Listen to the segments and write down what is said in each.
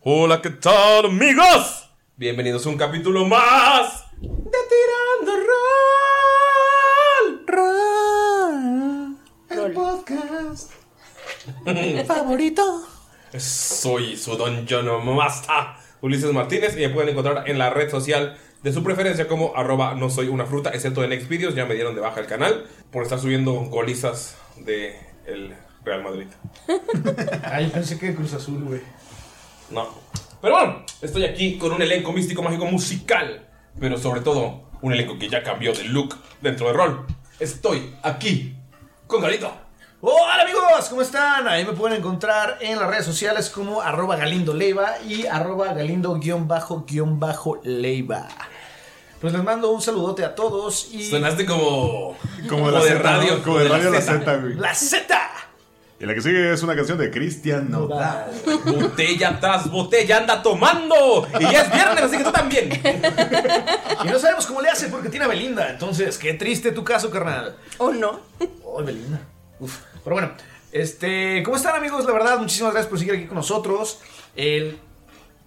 Hola, ¿qué tal, amigos? Bienvenidos a un capítulo más de Tirando Roll. Roll. El podcast favorito. Soy su Dungeon Master, Ulises Martínez, y me pueden encontrar en la red social de su preferencia como arroba no soy una fruta, excepto en Xvideos, ya me dieron de baja el canal por estar subiendo golizas de el Real Madrid. Ay, pensé que Cruz Azul, güey. No. Pero bueno, estoy aquí con un elenco místico, mágico, musical. Pero sobre todo, un elenco que ya cambió de look dentro de rol. Estoy aquí con Galito. Hola amigos, ¿cómo están? Ahí me pueden encontrar en las redes sociales como arroba galindo leiva y arroba galindo guión bajo guión bajo leiva. Pues les mando un saludote a todos y... Sonaste como. Como de la de Zeta, radio. ¿no? Como de radio la Zeta, güey. ¡La Z! Y la que sigue es una canción de Cristian Nodal. Botella tras botella anda tomando. Y ya es viernes, así que tú también. Y no sabemos cómo le hace porque tiene a Belinda. Entonces, qué triste tu caso, carnal. ¿O no? Ay, Belinda. Uf. Pero bueno, este, ¿cómo están amigos? La verdad, muchísimas gracias por seguir aquí con nosotros. El-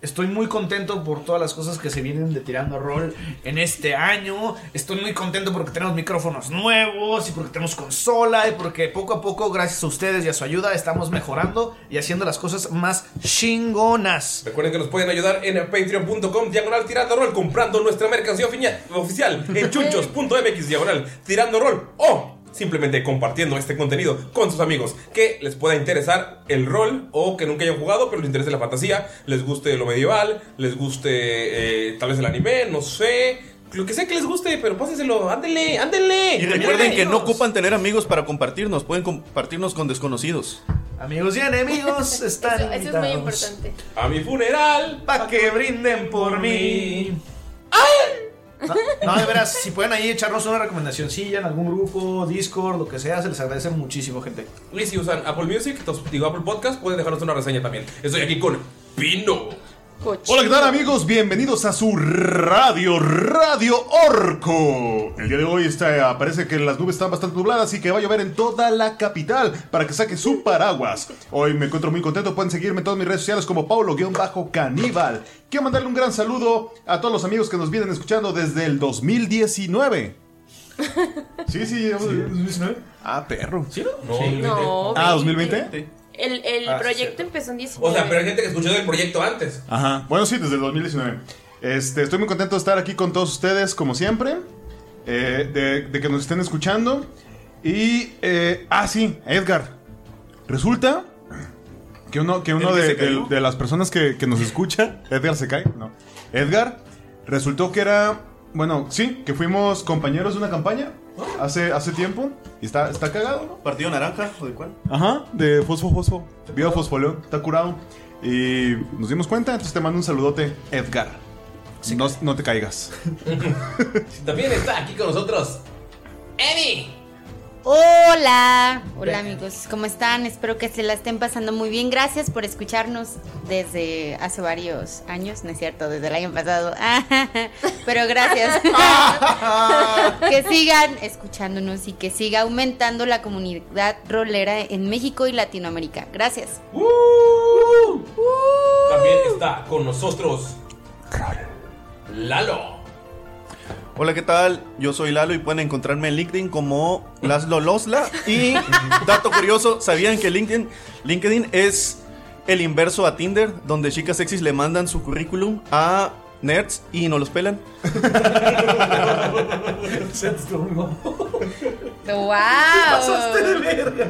estoy muy contento por todas las cosas que se vienen de tirando a rol en este año. Estoy muy contento porque tenemos micrófonos nuevos y porque tenemos consola y porque poco a poco, gracias a ustedes y a su ayuda, estamos mejorando y haciendo las cosas más chingonas. Recuerden que nos pueden ayudar en patreon.com diagonal tirando rol comprando nuestra mercancía ofiña- oficial en chunchos.mx diagonal tirando rol o simplemente compartiendo este contenido con sus amigos que les pueda interesar el rol o que nunca hayan jugado pero les interese la fantasía, les guste lo medieval, les guste eh, tal vez el anime, no sé, lo que sea que les guste, pero pásenselo, ándele, ándele. Y recuerden que no ocupan tener amigos para compartirnos, pueden compartirnos con desconocidos. Amigos y enemigos, están Eso, eso es muy invitados. importante. A mi funeral. Pa' que brinden por mí. No, no, de veras, si pueden ahí echarnos una recomendacioncilla en algún grupo, Discord, lo que sea, se les agradece muchísimo, gente. Y si usan Apple Music, tos- digo Apple Podcast, pueden dejarnos una reseña también. Estoy aquí con Pino. Hola, ¿qué tal amigos? Bienvenidos a su radio, Radio Orco. El día de hoy está, parece que las nubes están bastante nubladas y que va a llover en toda la capital para que saque su paraguas. Hoy me encuentro muy contento, pueden seguirme en todas mis redes sociales como Paulo-Caníbal. Quiero mandarle un gran saludo a todos los amigos que nos vienen escuchando desde el 2019. Sí, sí, Ah, perro. ¿Sí, No, No, Ah, 2020. 2020. El, el proyecto empezó en 19. O sea, pero hay gente que escuchó del proyecto antes. Ajá. Bueno, sí, desde el 2019. Este, estoy muy contento de estar aquí con todos ustedes, como siempre. Eh, de, de que nos estén escuchando. Y. eh, ah, sí, Edgar. Resulta Que uno, que uno ¿El que de, se cayó? de- de las personas que, que nos escucha, Edgar se cae, no. Edgar resultó que era, bueno, sí, que fuimos compañeros de una campaña hace, hace tiempo y está, está cagado, ¿no? ¿Partido naranja o de cuál? Ajá, de Fosfo Fosfo, biofosfoleón, está curado. Y nos dimos cuenta, entonces te mando un saludote, Edgar. No, no te caigas. También está aquí con nosotros Emi. Hola, hola amigos, ¿cómo están? Espero que se la estén pasando muy bien. Gracias por escucharnos desde hace varios años, no es cierto, desde el año pasado. Pero gracias. que sigan escuchándonos y que siga aumentando la comunidad rolera en México y Latinoamérica. Gracias. Uh. También está con nosotros Lalo. Hola, ¿qué tal? Yo soy Lalo y pueden encontrarme en LinkedIn como Laszlo Losla. Y, dato curioso, ¿sabían que LinkedIn, LinkedIn es el inverso a Tinder? Donde chicas sexys le mandan su currículum a nerds y no los pelan. ¡Wow!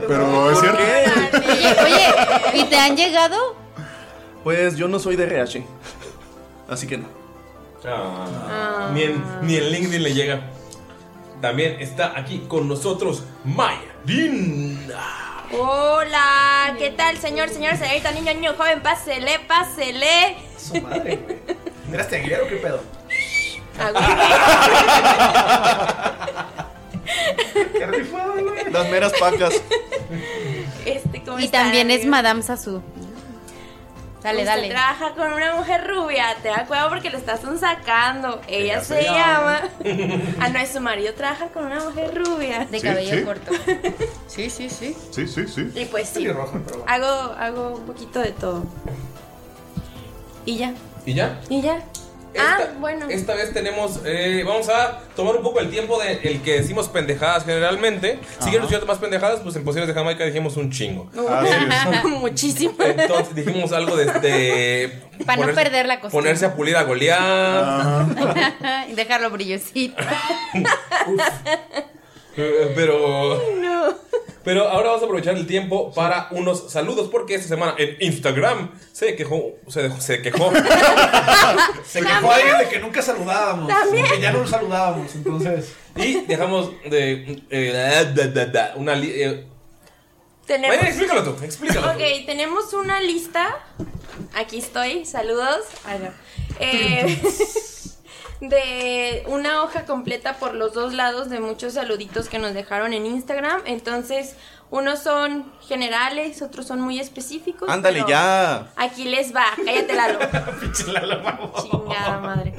Pero es ¿Por cierto. qué? Oye, oye, ¿y te han llegado? Pues yo no soy de RH. Así que no. Ah, Ni, en, ni en LinkedIn le llega. También está aquí con nosotros Maya Linda. Hola, ¿qué tal, señor, señor, señorita, niño, niño, joven? Pásele, pásele. Su madre, güey. ¿Eras Aguilera o qué pedo? Ah, Qué rifado, güey. Las meras pacas. Este, ¿cómo Y están, también es amigos? Madame Sasu. Dale, Usted dale. trabaja con una mujer rubia, te da cuidado porque le estás un sacando. Ella, se, llama. ah, no, es su marido trabaja con una mujer rubia. De Sí, cabello sí. corto. Sí, sí, sí. Sí, sí, sí. Y pues sí, Pelirroja, pero bueno. hago, hago un poquito de todo. Y ya, ¿Y ya? y ya. Esta- ah, bueno. Esta vez tenemos. eh, vamos a tomar un poco el tiempo del que decimos pendejadas generalmente. Si quieren escuchar más pendejadas, pues en Posiciones de Jamaica dijimos un chingo. Así es. Muchísimo. Entonces dijimos algo de. de Pa' no perder la costumbre. Ponerse a pulir a golear. Y dejarlo brillosito. Eh, Pero. Pero ahora vamos a aprovechar el tiempo para unos saludos, porque esta semana en Instagram se quejó. Se, dejó- se quejó. Se quejó alguien de que nunca saludábamos. También. Que ya no nos saludábamos, entonces. y dejamos de. eh, da, da, da, una. li- eh, Tenemos. María, explícalo tú, explícalo. tú. Ok, tenemos una lista. Aquí estoy, saludos. Ah, no. Eh, de una hoja completa por los dos lados de muchos saluditos que nos dejaron en Instagram. Entonces, unos son generales, otros son muy específicos. Ándale pero ya. Aquí les va, cállate Lalo. Chingada madre.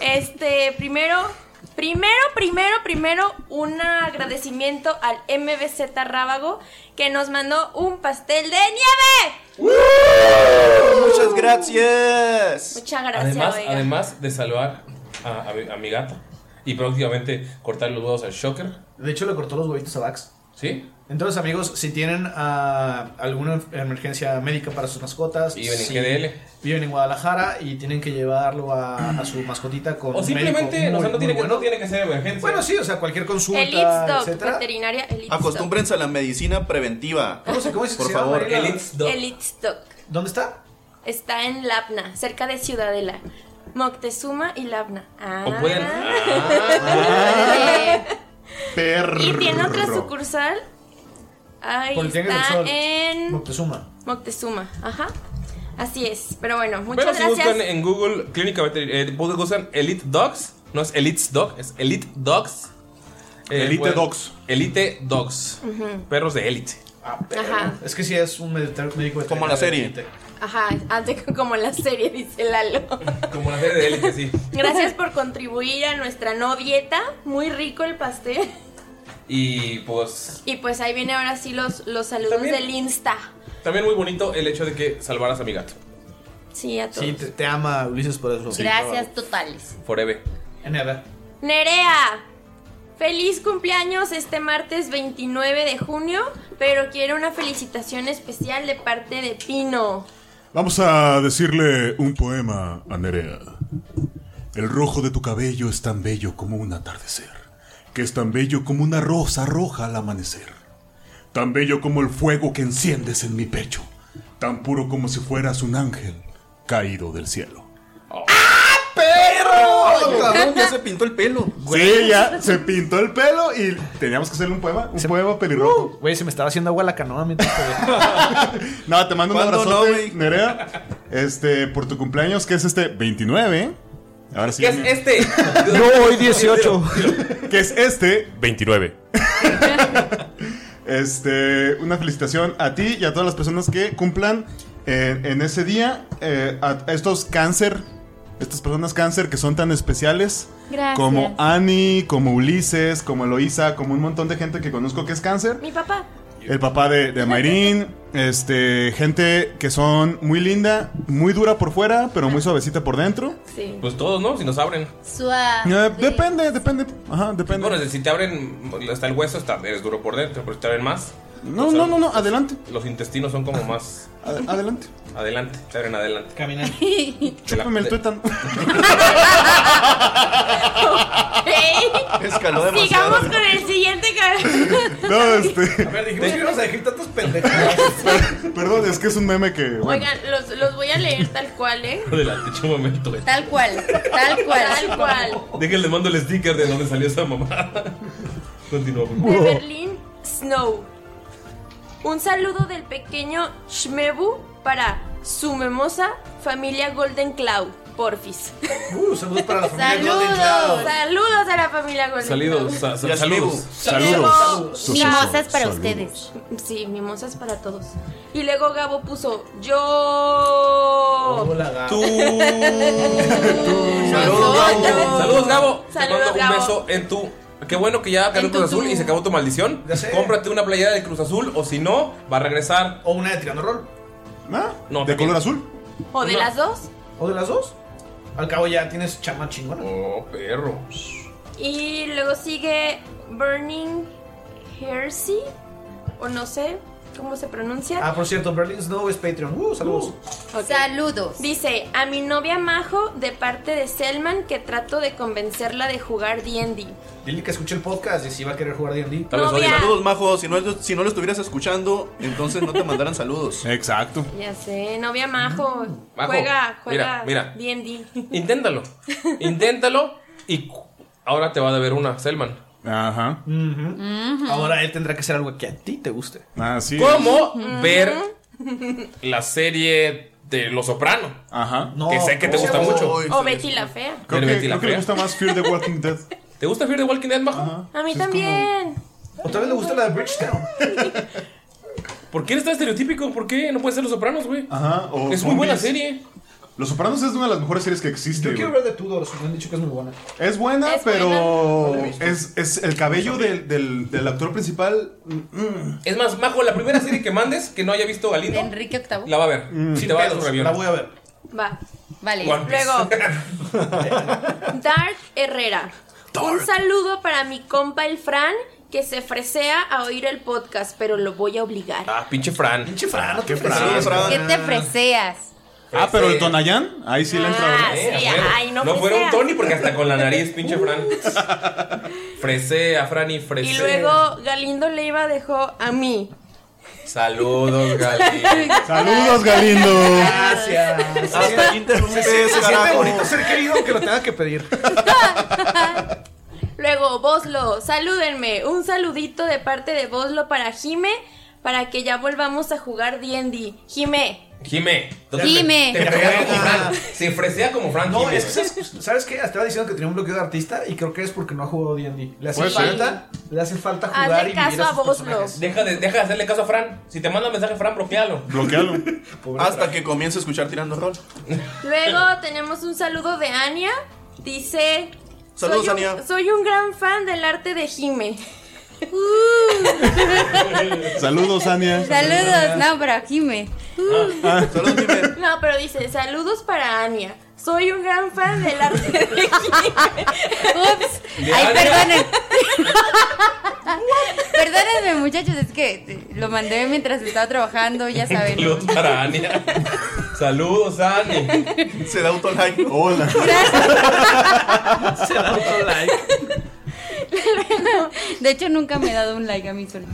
Este, primero, primero, primero, primero, un agradecimiento al MBZ Rábago que nos mandó un pastel de nieve. Muchas gracias. Muchas gracias, Además, oiga. además de salvar a, a mi- a mi gata y prácticamente cortar los huevos al shocker, De hecho, le cortó los huevitos a Dax. ¿sí? Entonces, amigos, si tienen ah, alguna emergencia médica para sus mascotas, Viven en si GDL. Viven en Guadalajara y tienen que llevarlo a, a su mascotita con O un simplemente, médico o sea, muy, no tiene, muy que, no tiene que ser emergencia. Bueno, sí, o sea, cualquier consulta, El Itzdoc, etcétera. veterinaria El Itzdoc. Acostúmbrense a la medicina preventiva. ¿Cómo se, cómo se- Por se llama, favor, Mariela? el It's Dog. El Itzdoc. ¿Dónde está? Está en Labna, cerca de Ciudadela. Moctezuma y Labna. Ah. O pueden. Ah. Perro. Y tiene otra sucursal. Ahí Por el Triángulo del está Sol. en Moctezuma. Moctezuma. Ajá. Así es. Pero bueno, muchas Pero si gracias. buscan en Google Clínica Veterinaria, buscan Elite Dogs, no es Elite Dog, es Elite Dogs. Eh, Elite Dogs. Elite Dogs. Perros de élite. Ajá. Es que sí es un mediter- médico Como la serie. veterinario. Ajá. Antes que como la serie, dice Lalo. Como la serie de élite, sí. Gracias por contribuir a nuestra no dieta. Muy rico el pastel. Y pues. Y pues ahí viene ahora sí los, los saludos También. del Insta. También muy bonito el hecho de que salvaras a mi gato. Sí, a todos. Sí, te, te ama Ulises por eso. Gracias totales. Forever. Never. Nerea, feliz cumpleaños este martes 29 de junio, pero quiero una felicitación especial de parte de Pino. Vamos a decirle un poema a Nerea. El rojo de tu cabello es tan bello como un atardecer, que es tan bello como una rosa roja al amanecer, tan bello como el fuego que enciendes en mi pecho, tan puro como si fueras un ángel caído del cielo. ¡Perro! Cabrón, ya se pintó el pelo. Sí, ya se pintó el pelo y teníamos que hacerle un poema, un poema pelirrojo. Uh. Güey, se me estaba haciendo agua la canoa mientras te- No, te mando un ¿Cuándo abrazote, no, güey? Nerea. Este, por tu cumpleaños, que es este 29. Ahora sí. ¿Qué es mi- este? No, hoy 18. Que es este. 29. Este, una felicitación a ti y a todas las personas que cumplan eh, en ese día eh, a a estos cáncer, estas personas cáncer que son tan especiales. Gracias. Como Annie, como Ulises, como Eloísa, como un montón de gente que conozco que es cáncer. Mi papá. El papá de, de Mayrin, este, gente que son muy linda, muy dura por fuera, pero muy suavecita por dentro. Sí. Pues todos, ¿no? Si nos abren. Ah, Suave. Eh, depende, depende, ajá, depende. Bueno, si te abren hasta el hueso, está, eres duro por dentro, pero si te abren más. No, no, no, no, adelante, Los intestinos son como más ad- adelante. adelante, te abren adelante. Caminando. De la- Chúpame el de- tuétano. Escaló demasiado. Sigamos con el siguiente cara. No, este, A ver, dijimos que íbamos a decir tantas pendejadas. perdón, es que es un meme que, bueno. Oigan, los, los voy a leer tal cual, ¿eh? Adelante, chúpame el tuétano. Tal cual, tal cual. Tal cual. Déjenle mando el sticker de donde salió esa mamada. Continúa, por favor. De Berlín, Snow. Un saludo del pequeño Shmebu para su memosa familia Golden Cloud, porfis. Uh, saludos para la familia Golden Saludos. Cloud. Saludos a la familia Golden Saludos, Cloud. sa- sa- Ya saludos. Saludos. Mimosas para Saludos. ustedes. Sí, mimosas para todos. Y luego Gabo puso yo. Hola, Gabo. Tú. Saludos, Gabo. Saludos, Gabo. Te Saludos, mando un Gabo. beso en tu. Qué bueno que ya ganó En tu Cruz Azul tú. y se acabó tu maldición. Ya sé. Cómprate una playera del Cruz Azul o si no, va a regresar. O una de tirando rol. ¿Ah? No, ¿De también. color azul? ¿O de No. las dos? ¿O de las dos? Al cabo ya tienes chama chingona. Oh, perro. Y luego sigue Burning Heresy, o no sé cómo se pronuncia. Ah, pues, por cierto, Berlin Snow es Patreon. Uh, saludos. Ok. Saludos. Dice, a mi novia Majo de parte de Selman que trato de convencerla de jugar D&D. Dile que escuche el podcast y si va a querer jugar D&D. Tal vez Novia. odie. Saludos, majo. Si no, si no lo estuvieras escuchando, entonces no te mandaran saludos. Exacto. Ya sé, novia Majo. Mm. Majo, juega, juega mira, mira. D&D. Inténtalo. Inténtalo y cu- ahora te va a deber una, Selman. Ajá. Ahora él tendrá que hacer algo que a ti te guste. Así es. ¿Cómo ver la serie de Los Soprano? Ajá. No. que sé que te no. gusta mucho. Uy, O se- Betty la Fea. Creo que, Betty la creo que le Fea. gusta más Fear the Walking Dead. ¿Te gusta Fear the Walking Dead, Majo? A mí Es como- también. O tal vez le gusta la de Bridgetown. ¿Por qué eres tan estereotípico? ¿Por qué no pueden ser Los Sopranos, güey? Ah, Ajá. o oh, es muy buena zombies. serie. Los Sopranos es una de las mejores series que existe. Yo quiero güey. ver de Tudors. Me han dicho que es muy buena. Es buena, Es pero Es, es el cabello del, del- del actor principal. mm, Es más, Majo, la primera serie que mandes que no haya visto De Galindo, Enrique VIII. la va a ver. Si te va a dar su review. Mm. La voy a ver. Va. Vale. One Piece. Luego, Dark Herrera. Un saludo para mi compa el Fran que se fresea a oír el podcast, pero lo voy a obligar. Ah, pinche Fran. Pinche Fran, no te Saludos, preocupes. ¿Qué Fran. te freseas? Ah, pero el Ese- Tonayán, ahí sí le entra. Ah, ¿verdad? Eh, sí, a ver. ay, no No fuera un freseas. Tony porque hasta con la nariz, pinche Fran. Fresea, Fran y fresea. Y luego Galindo Leiva dejó a mí. Saludos, Galindo. Saludos, Galindo. Gracias. Hasta aquí interrumpes, Ah, Se siente carajo. bonito ser querido aunque lo tenga que pedir. Luego, Boslo, salúdenme. Un saludito de parte de Boslo para Jime, para que ya volvamos a jugar D&D. Jime, Jime. ¿dónde Jime. Te te fresea como Fran. Se fresea como Fran. No, Jime. es que ¿sabes, ¿sabes qué? Estaba diciendo que tenía un bloqueo de artista y creo que es porque no ha jugado D&D. Le hace Puede ser. falta, le hace falta Hazle jugar y vivir caso a sus Boslo. personajes. Deja de, deja de hacerle caso a Fran. Si te manda mensaje, Fran, bloquealo. Bloquealo. Pobre Hasta que comience a escuchar tirando rol. Luego tenemos un saludo de Ania. Dice. Saludos, soy un, Ania. Soy un gran fan del arte de Jime. Saludos, Ania. Uh, Ah. Saludos. No, pero aquí me. Saludos, Jimé. Uh. No, pero dice, saludos para Ania. Soy un gran fan del arte de Jime. Ups. De Ay, Ania. perdonen. Perdónenme, muchachos, es que eh, lo mandé mientras estaba trabajando, ya saben. Saludos para Ania. Saludos, Ani. Se da autolike. Hola. Se da otro like. De hecho, nunca me he dado un like a mí solo.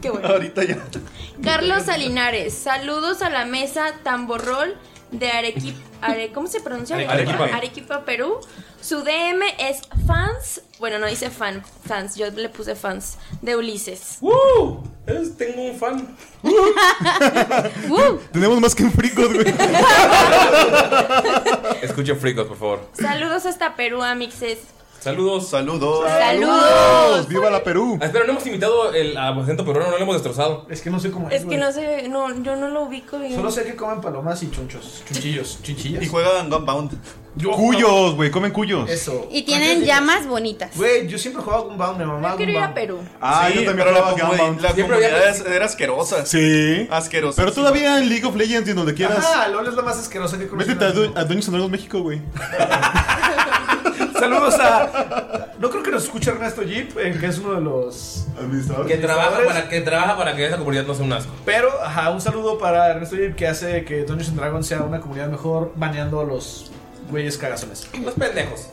Qué bueno. Ahorita ya. Carlos Salinares, saludos a la mesa Tamborrol de Arequipa. ¿Cómo se pronuncia? Arequipa. Arequipa, Perú. Su DM es fans. Bueno, no dice fan, fans. Yo le puse fans de Ulises. ¡Uh! Es- tengo un fan. ¡Uh! Tenemos más que un frico, güey. Escuchen Freakos, por favor. Saludos hasta Perú, amixes. Saludos. Saludos. ¡Saludos! ¡Viva la Perú! Ah, espera, no hemos invitado el a acento peruano, no lo hemos destrozado. Es que no sé cómo Es que güey. no sé, no, yo no lo ubico bien. Solo sé que comen palomas y chunchos. Chunchillos. Chinchillas. Y juegan Gunbound. Cuyos, güey, comen cuyos. Eso. Y tienen llamas bonitas. Güey, yo siempre jugaba con Bound, mi mamá. Yo quiero ir a Gunbound. Perú. Ah, sí, yo también pero la, güey, jugaba Gunbound. la Siempre comunidad había- es- era asquerosa. Sí. Asquerosa. Pero todavía en League of Legends y en donde quieras. Ajá, LOL es la más asquerosa que he conocido. Métete a, Du- a Dungeons and Dragons México, güey. Saludos a. No creo que nos escuche Ernesto Jeep, eh, que es uno de los. Administrador. Que trabaja, ¿Sabes? para, que trabaja para que esa comunidad no sea un asco. Pero, ajá, un saludo para Ernesto Jeep, que hace que Dungeons and Dragons sea una comunidad mejor, baneando a los güeyes cagazones. Los pendejos.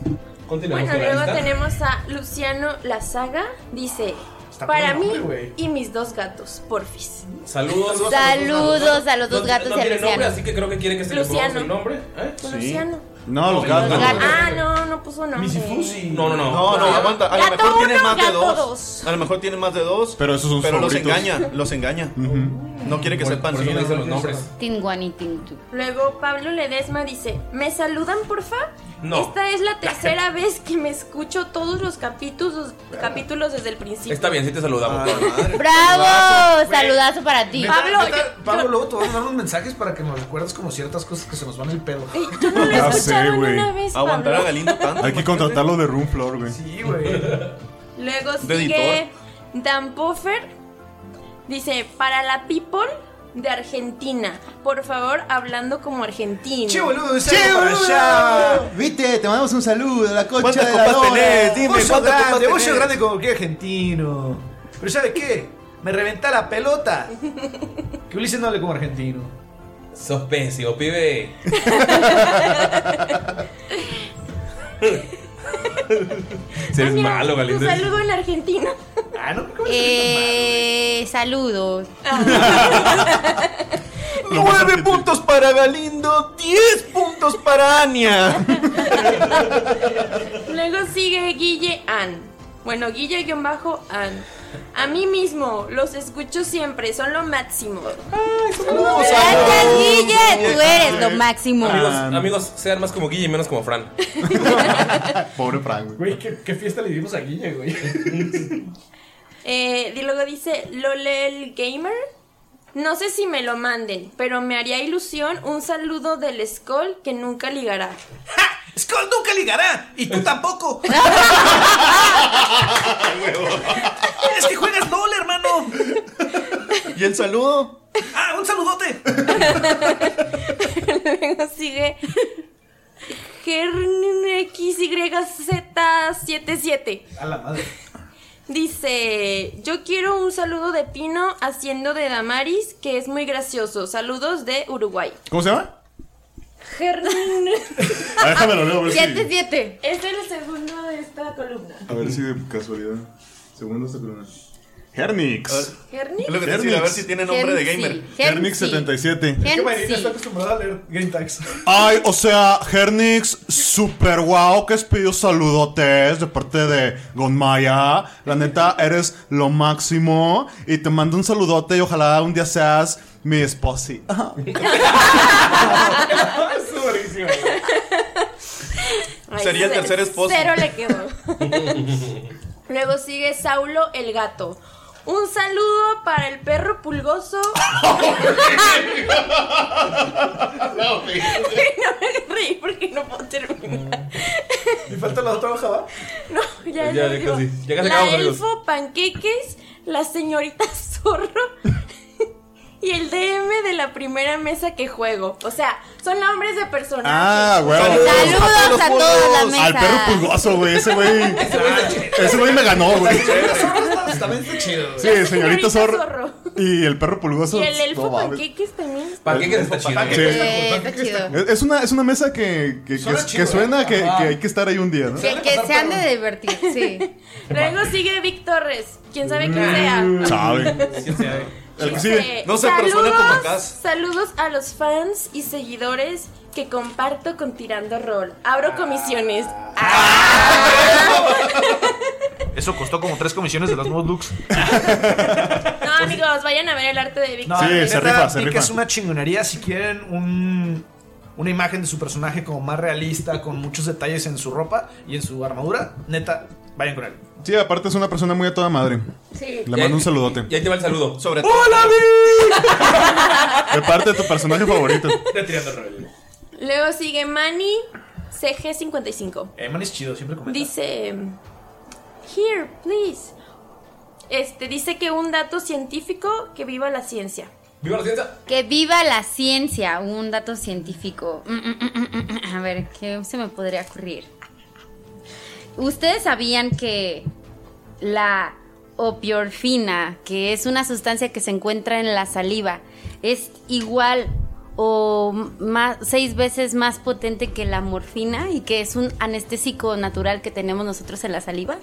Continuamos Bueno, con la luego lista. tenemos a Luciano La Saga. Dice: Está Para poniendo mí nombre, güey. y mis dos gatos, porfis. Saludos. Saludos a los dos No- gatos no y a tiene Luciano. nombre, así que creo que quiere que se le Luciano. ponga el nombre. ¿eh? Luciano. No, los Los gatos. gatos. Ah, no, no puso nombre. Misifusi. No, no, no. No, no, aguanta. A lo Gato mejor tiene uno, más de gato dos. dos. A lo mejor tiene más de dos. Pero esos son Pero los favoritos. engaña, los engaña. No quiere que Por- sepan. Por eso sí, no dicen no, los no, nombres. Tinguan y Tintu. Luego Pablo Ledesma dice: ¿Me saludan, porfa? No. Esta es la tercera vez que me escucho todos los capítulos, capítulos desde el principio. Está bien, sí te saludamos. ¡Bravo! Saludazo para ti. Este, Neta, Pablo, neta, yo- Pablo, yo- luego te van a dar unos mensajes para que nos recuerdes como ciertas cosas que se nos van el pedo. Ey, Yo no lo he Ah, Ya sé, escuchado ni Ah, güey. una vez, Aguantar a Pablo. Galindo tanto. Hay que contratarlo de Room Floor, güey. Sí, güey. Luego De sigue Dan Poffer. Dice, para la people de Argentina. Por favor, hablando como argentino. Che, boludo, es algo para allá. Viste, te mandamos un saludo a la ¿Cuántas copas eh? tenés? Dime, Vos sos ¿cuántas copas grande, vos sos tenés? grande como que argentino. Pero ¿sabes qué? Me reventa la pelota. Que Ulises no hable como argentino. Sos pésimo, pibe. Si Ah, eres mira, malo, Un Galindo. pues, saludo en argentino. Ah, no, ¿cómo Eh, saludos. Nueve puntos para Galindo, diez puntos para Ania. Luego sigue Guille Ann. Bueno, Guille-Ann. A mí mismo, los escucho siempre, son lo máximo. Gracias, Guille. Tú eres lo máximo. Amigos, amigos, sean más como Guille y menos como Fran. Pobre Frank, güey. Güey, ¿qué, qué fiesta le dimos a Guille, güey? Eh, y luego dice Lolel Gamer. No sé si me lo manden, pero me haría ilusión un saludo del Skull que nunca ligará. Skull nunca ligará. Y tú tampoco. es que juegas LOL, hermano. ¿Y el saludo? Ah, un saludote. Luego sigue GernXYZ77. A la madre. Dice, yo quiero un saludo de Pino haciendo de Damaris, que es muy gracioso. Saludos de Uruguay. ¿Cómo se llama? Gern... Ah, déjame lo leo, a ver si. 7-7. este es el segundo de esta columna. A ver si de casualidad. Segundo esta columna. Hernix. Gerni. Ah, Es lo que te decía, a ver si tiene nombre de gamer. Hernix77. Qué vainilla, está acostumbrada a leer Green Tags. Ay, o sea, Hernix, super guau que has pedido saludotes de parte de Gonmaya. La neta, eres lo máximo. Y te mando un saludote y ojalá un día seas mi esposa. Es buenísimo. Ay, Sería el cero- tercer esposo. Cero le quedó. Luego sigue Saulo el gato. Un saludo para el perro pulgoso. no me reí porque no puedo terminar. Y falta la otra hoja, ¿va? No, ya, Ya, lo ya casi. digo. Ya casi La acabamos, amigos. elfo panqueques, la señorita zorro y el DM de la primera mesa que juego. O sea, son nombres de personajes. Ah, güey. Saludos a toda la mesa. Al perro pulgoso, güey. Ese güey. Ese güey me ganó, güey. También está chido. Sí, señorita Zorro. Y el perro pulgoso. Y el elfo no mames. panqueques también. ¿Para qué que está chido? Sí. Eh, está chido. Es es una, es una mesa que, que, que- Suena que chido, suena ¿eh? que, que Ajá. hay que estar ahí un día, ¿no? Que, que se han de divertir, sí. Luego sigue Vic Torres, quién sabe quién sea. Mm, Sabe. Sí, o sea, El que Dice, sigue. No se persona como Cas. Saludos a los fans y seguidores que comparto con Tirando Rol. Ah. Abro comisiones. Eso costó como tres comisiones de las Modlux. No, amigos, vayan a ver el arte de Vicky. No, Pues Sí, la se neta, rifa, se Pika rifa. es una chingonería. Si quieren un- una imagen de su personaje como más realista, con muchos detalles en su ropa y en su armadura, neta, vayan con él. Sí, aparte es una persona muy a toda madre. Sí. Le mando un saludote. Y ahí te va el saludo. Sobre todo. ¡Hola, Vic! De parte de Este tu personaje favorito. De tirando rol. Luego sigue Manny CG55. Eh, man es chido, siempre comenta. Dice, here, please. Este, dice que un dato científico que viva la ciencia. ¿Viva la ciencia? Que viva la ciencia, un dato científico. Mm, mm, mm, mm, mm. A ver, ¿qué se me podría ocurrir? ¿Ustedes sabían que la opiorfina, que es una sustancia que se encuentra en la saliva, es igual o más, seis veces más potente que la morfina y que es un anestésico natural que tenemos nosotros en la saliva?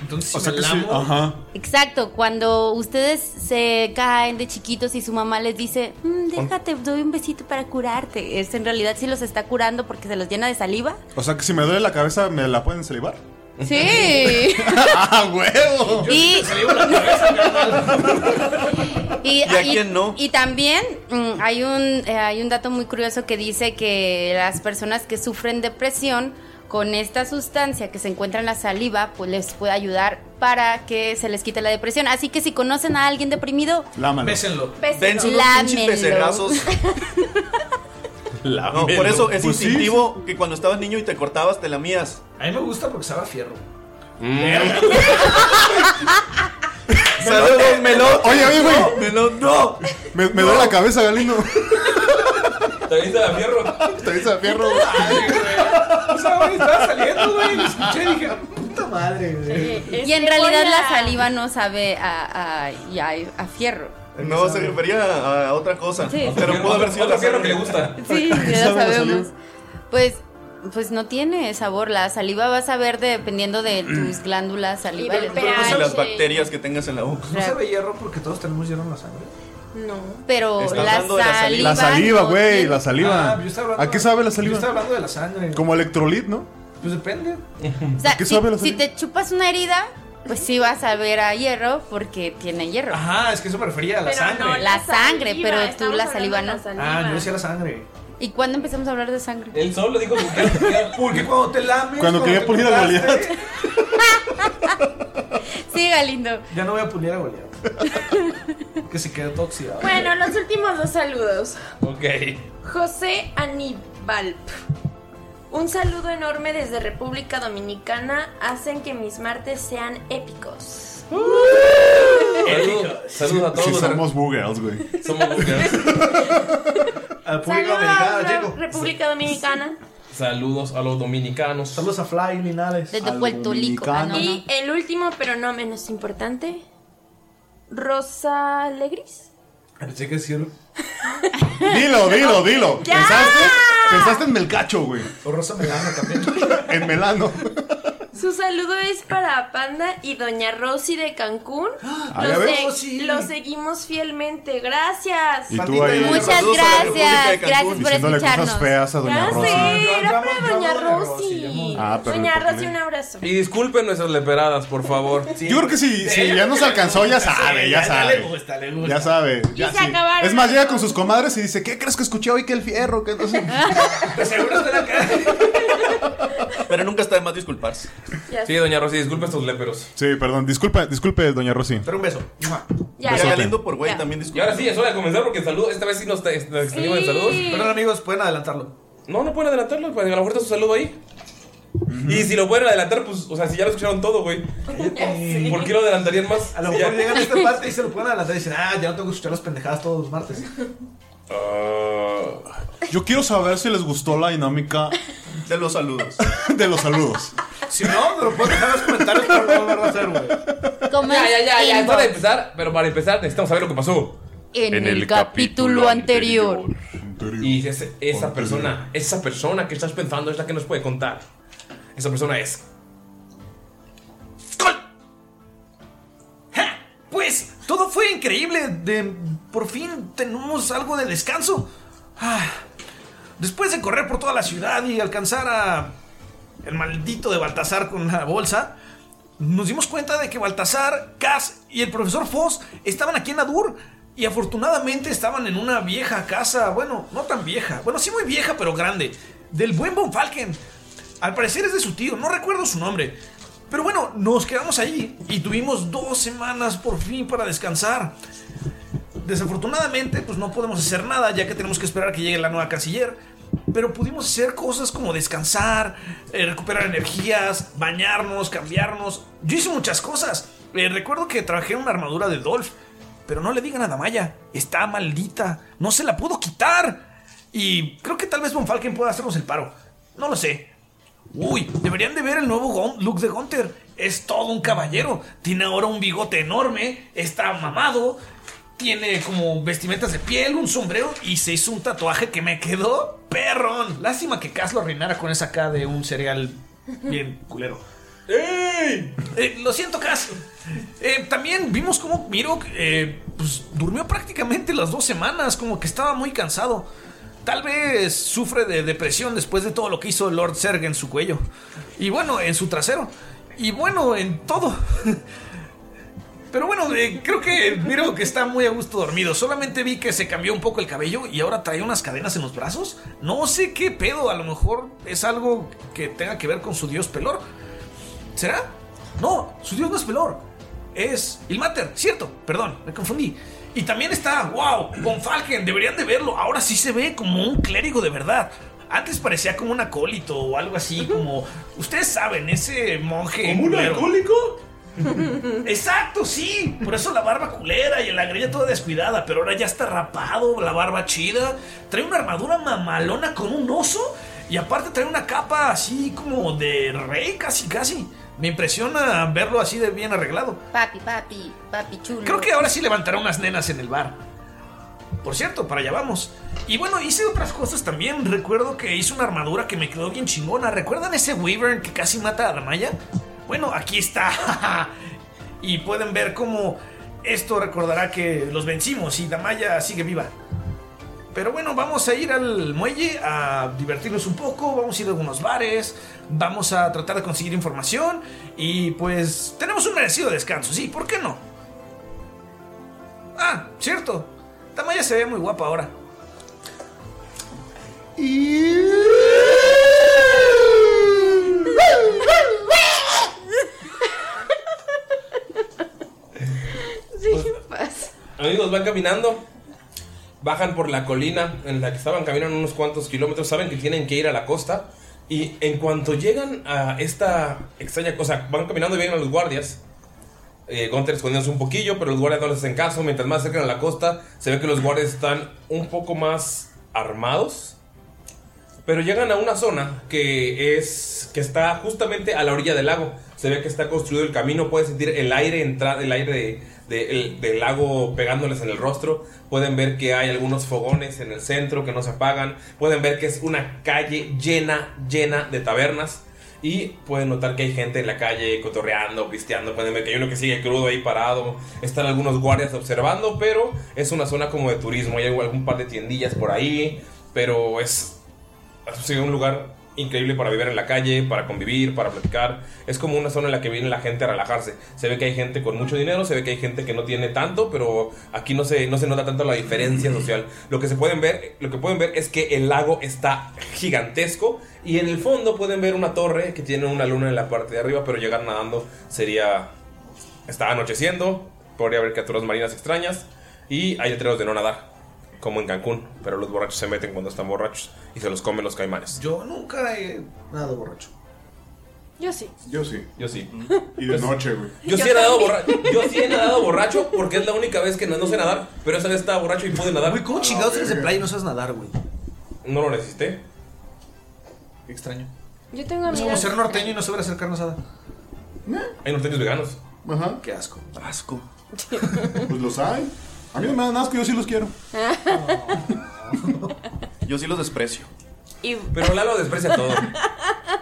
Entonces, si O sea que sí. hablamos- Ajá. Exacto, cuando ustedes se caen de chiquitos y su mamá les dice, "Mm, déjate, doy un besito para curarte. Es, en realidad sí los está curando porque se los llena de saliva. O sea que si me duele la cabeza, ¿me la pueden salivar? Sí. ¡Ah, huevo! y, y, ¿Y a y- quién no? y también mm, hay, un, eh, hay un dato muy curioso que dice que las personas que sufren depresión con esta sustancia que se encuentra en la saliva, pues les puede ayudar para que se les quite la depresión. Así que si conocen a alguien deprimido, Lámala. Bésenlo. Pésimo. Dense unos Lámenlo. pinches becerrazos. No, por eso es Pues sí. instintivo que cuando estabas niño y te cortabas, te lamías. A mí me gusta porque sabe a fierro. Saludos, Melón. Oye, oye, güey. Melón, no. Me, me duele la cabeza, Galindo. ¿También de fierro? Te dice fierro. O sea, güey, estaba saliendo, güey. Lo escuché y dije, "Ah, puta madre, güey. Es Y en que realidad con la saliva no sabe a, a- y a- a fierro. No, se refería a, a otra cosa. Sí. Pero pudo haber sido la Otro fierro que le sangre. gusta. Sí, ya sabe la sabemos. Pues, pues no tiene sabor. La saliva va a saber dependiendo de tus glándulas salivales. Pero No sé las Ay. bacterias que tengas en la boca. No sabe hierro porque todos tenemos hierro en la sangre. No. Pero Está la hablando de la saliva. saliva. La saliva, no güey. tiene- La Ah, saliva. pero yo estaba hablando- ¿A qué sabe la Yo estaba saliva? hablando de la sangre. Como electrolit, ¿no? Pues depende. O sea, ¿A qué si, sabe la si saliva? te chupas una herida, pues sí vas a ver a hierro porque tiene hierro. Ajá, es que eso me refería a la Pero sangre. no La sangre, pero tú estamos la hablando saliva de no. la saliva. Ah, yo decía la sangre. ¿Y cuándo empezamos a hablar de sangre? Él solo dijo que quería Porque cuando te lames. Cuando quería te pulir a cortaste, Goliat. Sí, Galindo. Ya no voy a pulir a Goliat. que se quedó todo oxidado. Bueno, los últimos dos saludos. Ok. José Aníbalp. Un saludo enorme desde República Dominicana. Hacen que mis martes sean épicos. Uh. Saludos, saludos a Sí, todos. somos boogers, güey. Somos bookers. Al público Saludos, americano, Re- llego. República Dominicana. Saludos a los dominicanos. Saludos a Fly Linares. Desde Al Puerto Rico. Ah, no, Y no. el último, pero no menos importante, Rosa Legris. Pensé que sí. Dilo, dilo, dilo. ¿Pensaste? Pensaste en Melcacho, güey. O Rosa Melano también. En Melano. Su saludo es para Panda y Doña Rosy de Cancún. Ah, ya Los ves. se- Rosy. lo seguimos fielmente. Gracias. Y tú Santita ahí. Mucha- Muchas Saludos a la República de gracias. Cancún. Gracias por Diciéndole cosas escucharnos. feas a Doña Ya Rosa. sé, No, yo era amo- para yo Doña amo a Doña Rosy. Rosy, yo amo- Ah, pero Doña ¿por qué Rosy, le- un abrazo. Y disculpen nuestras leperadas, por favor. Yo creo que si, si ya nos alcanzó, ya sabe, ya le sabe. gusta, le gusta. Ya sabe. se acabaron. Es más, llega con sus comadres y dice, ¿qué crees que escuché hoy que el fierro? Que no sé. De seguro te la cara. Pero nunca está de más disculparse. Ya, Sí, doña Rosy, disculpen estos léperos. Sí, perdón, disculpa, disculpe, doña Rosy. Pero un beso. Mua. ya, Ya ya. lindo por güey Ya. también Y ahora disculpa. sí, es hora de comenzar porque saludos. Esta vez sí nos, te- nos extendimos el saludo. Perdón, amigos, pueden adelantarlo. No, no pueden adelantarlo, pues, a lo mejor está su saludo ahí. Y si lo pueden adelantar, pues, o sea, si ya lo escucharon todo, güey. ¿Por qué lo adelantarían más? A lo Si mejor ya- llegan a este esta parte y se lo pueden adelantar y dicen, ah, ya no tengo que escuchar las pendejadas todos los martes. Ah. Yo quiero saber si les gustó la dinámica De los saludos. de los saludos. Si no, te lo puedo dejar en los comentarios para no volverlo a hacer, güey. Como Ya, ya, ya, ya, es en- hora de empezar. Pero para empezar, necesitamos saber lo que pasó. En, el capítulo anterior. Y es- esa persona, esa persona que estás pensando es la que nos puede contar. Esa persona es. Pues todo fue increíble de Por fin tenemos algo de descanso. Ah, Después de correr por toda la ciudad y alcanzar a el maldito de Baltasar con la bolsa, nos dimos cuenta de que Baltasar, Cass y el profesor Foss estaban aquí en Adur. Y afortunadamente estaban en una vieja casa, bueno, no tan vieja, bueno, sí muy vieja, pero grande, del buen Von Falken. Al parecer es de su tío, no recuerdo su nombre. Pero bueno, nos quedamos ahí y tuvimos dos semanas por fin para descansar. Desafortunadamente, pues no podemos hacer nada ya que tenemos que esperar que llegue la nueva canciller. Pero pudimos hacer cosas como descansar, eh, recuperar energías, bañarnos, cambiarnos. Yo hice muchas cosas. Eh, recuerdo que trabajé en una armadura de Dolph. Pero no le digan a Damaya, está maldita, no se la pudo quitar. Y creo que tal vez Von Falken pueda hacernos el paro. No lo sé. Uy, deberían de ver el nuevo Gon- look de Gunter. Es todo un caballero. Tiene ahora un bigote enorme, está mamado, tiene como vestimentas de piel, un sombrero y se hizo un tatuaje que me quedó perrón. Lástima que Cas lo arruinara con esa K de un cereal bien culero. ¡Ey! Eh, lo siento, Cas. Eh, también vimos cómo Miro eh, pues, durmió prácticamente las dos semanas, como que estaba muy cansado. Tal vez sufre de depresión después de todo lo que hizo Lord Serg en su cuello. Y bueno, en su trasero. Y bueno, en todo. Pero bueno, eh, creo que miro que está muy a gusto dormido. Solamente vi que se cambió un poco el cabello y ahora trae unas cadenas en los brazos. No sé qué pedo, a lo mejor es algo que tenga que ver con su dios Pelor. ¿Será? No, su dios no es Pelor. Es Ilmater, cierto, perdón, me confundí. Y también está, wow, Von Falken, deberían de verlo. Ahora sí se ve como un clérigo de verdad. Antes parecía como un acólito o algo así, como. Ustedes saben, ese monje. ¿Como un culero. alcohólico? Exacto, sí. Por eso la barba culera y la grilla toda descuidada. Pero ahora ya está rapado, la barba chida. Trae una armadura mamalona con un oso. Y aparte trae una capa así como de rey, casi, casi. Me impresiona verlo así de bien arreglado. Papi, papi, papi chulo. Creo que ahora sí levantará unas nenas en el bar. Por cierto, para allá vamos. Y bueno, hice otras cosas también. Recuerdo que hice una armadura que me quedó bien chingona. ¿Recuerdan ese Wyvern que casi mata a Damaya? Bueno, aquí está. y pueden ver cómo esto recordará que los vencimos y Damaya sigue viva. Pero bueno, vamos a ir al muelle a divertirnos un poco, vamos a ir a algunos bares, vamos a tratar de conseguir información y pues tenemos un merecido descanso, sí, ¿por qué no? Ah, cierto. Tamaya se ve muy guapa ahora. Sí, pasa. Pues, Amigos, van caminando. Bajan por la colina en la que estaban, caminan unos cuantos kilómetros, saben que tienen que ir a la costa. Y en cuanto llegan a esta extraña cosa, van caminando y vienen a los guardias. Eh, Gunther escondiéndose un poquillo, pero los guardias no les hacen caso. Mientras más cercan a la costa, se ve que los guardias están un poco más armados. Pero llegan a una zona que es que está justamente a la orilla del lago. Se ve que está construido el camino, pueden sentir el aire entrar, el aire de- de- el- del lago pegándoles en el rostro. Pueden ver que hay algunos fogones en el centro que no se apagan. Pueden ver que es una calle llena, llena de tabernas. Y pueden notar que hay gente en la calle cotorreando, pisteando. Pueden ver que hay uno que sigue crudo ahí parado. Están algunos guardias observando, pero es una zona como de turismo. Hay algún par de tiendillas por ahí, pero es ha sido un lugar increíble para vivir en la calle, para convivir, para platicar. Es como una zona en la que viene la gente a relajarse. Se ve que hay gente con mucho dinero, se ve que hay gente que no tiene tanto, pero aquí no se, no se nota tanto la diferencia social. Lo que se pueden ver, lo que pueden ver es que el lago está gigantesco y en el fondo pueden ver una torre que tiene una luna en la parte de arriba, pero llegar nadando sería está anocheciendo, podría haber criaturas marinas extrañas y hay letreros de no nadar. Como en Cancún, pero los borrachos se meten cuando están borrachos y se los comen los caimanes. Yo nunca he nadado borracho. Yo sí. Yo sí. Yo sí. Mm. Y de noche, güey. Yo, sí he nadado borracho. Yo sí he nadado borracho porque es la única vez que no, no sé nadar, pero esa vez estaba borracho y pude nadar. Güey, Ah, ¿cómo chingados eres de playa y no sabes nadar, güey? No lo necesité. Qué extraño. Yo tengo Es como amigas. ser norteño y no saber hacer carne asada. ¿Eh? Hay norteños veganos. Ajá. Qué asco. Asco. Pues los hay. A mí no me dan asco, yo sí los quiero. Yo sí los desprecio. Y Pero Lalo desprecia todo.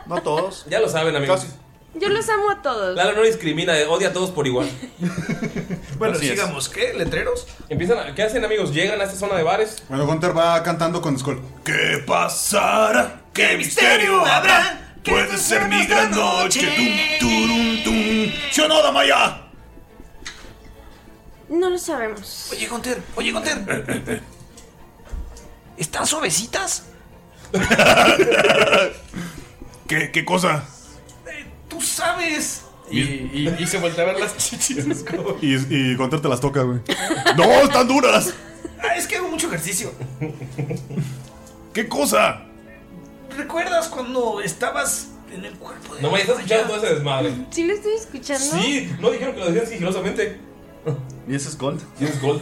No a todos. Ya lo saben, amigos. Casi. Yo los amo a todos. Lalo no discrimina, eh, odia a todos por igual. Bueno, sigamos. ¿Qué? ¿Letreros? Empiezan a- ¿Qué hacen, amigos? ¿Llegan a esta zona de bares? Bueno, Gunter va cantando con Skull. ¿Qué pasará? ¿Qué misterio habrá? Puede ser mi gran noche. Tum, turum, tum. ¿Sí o no, Damaya? No lo sabemos. Oye, Gunter, oye, Eh, Gunter. ¿Están suavecitas? ¿Qué, ¿Qué cosa? Tú sabes. Y- Y, y- y se voltea a ver las chichis. de Skull. Y, y Gunter te las toca, güey. ¡No, están duras! Ah, es que hago mucho ejercicio. ¿Qué cosa? ¿Recuerdas cuando estabas en el cuerpo de.? No, me estás escuchando todo ese desmadre. Sí lo estoy escuchando. Sí, no dijeron que lo decían sigilosamente. ¿Y ese es Gold? Tienes gold.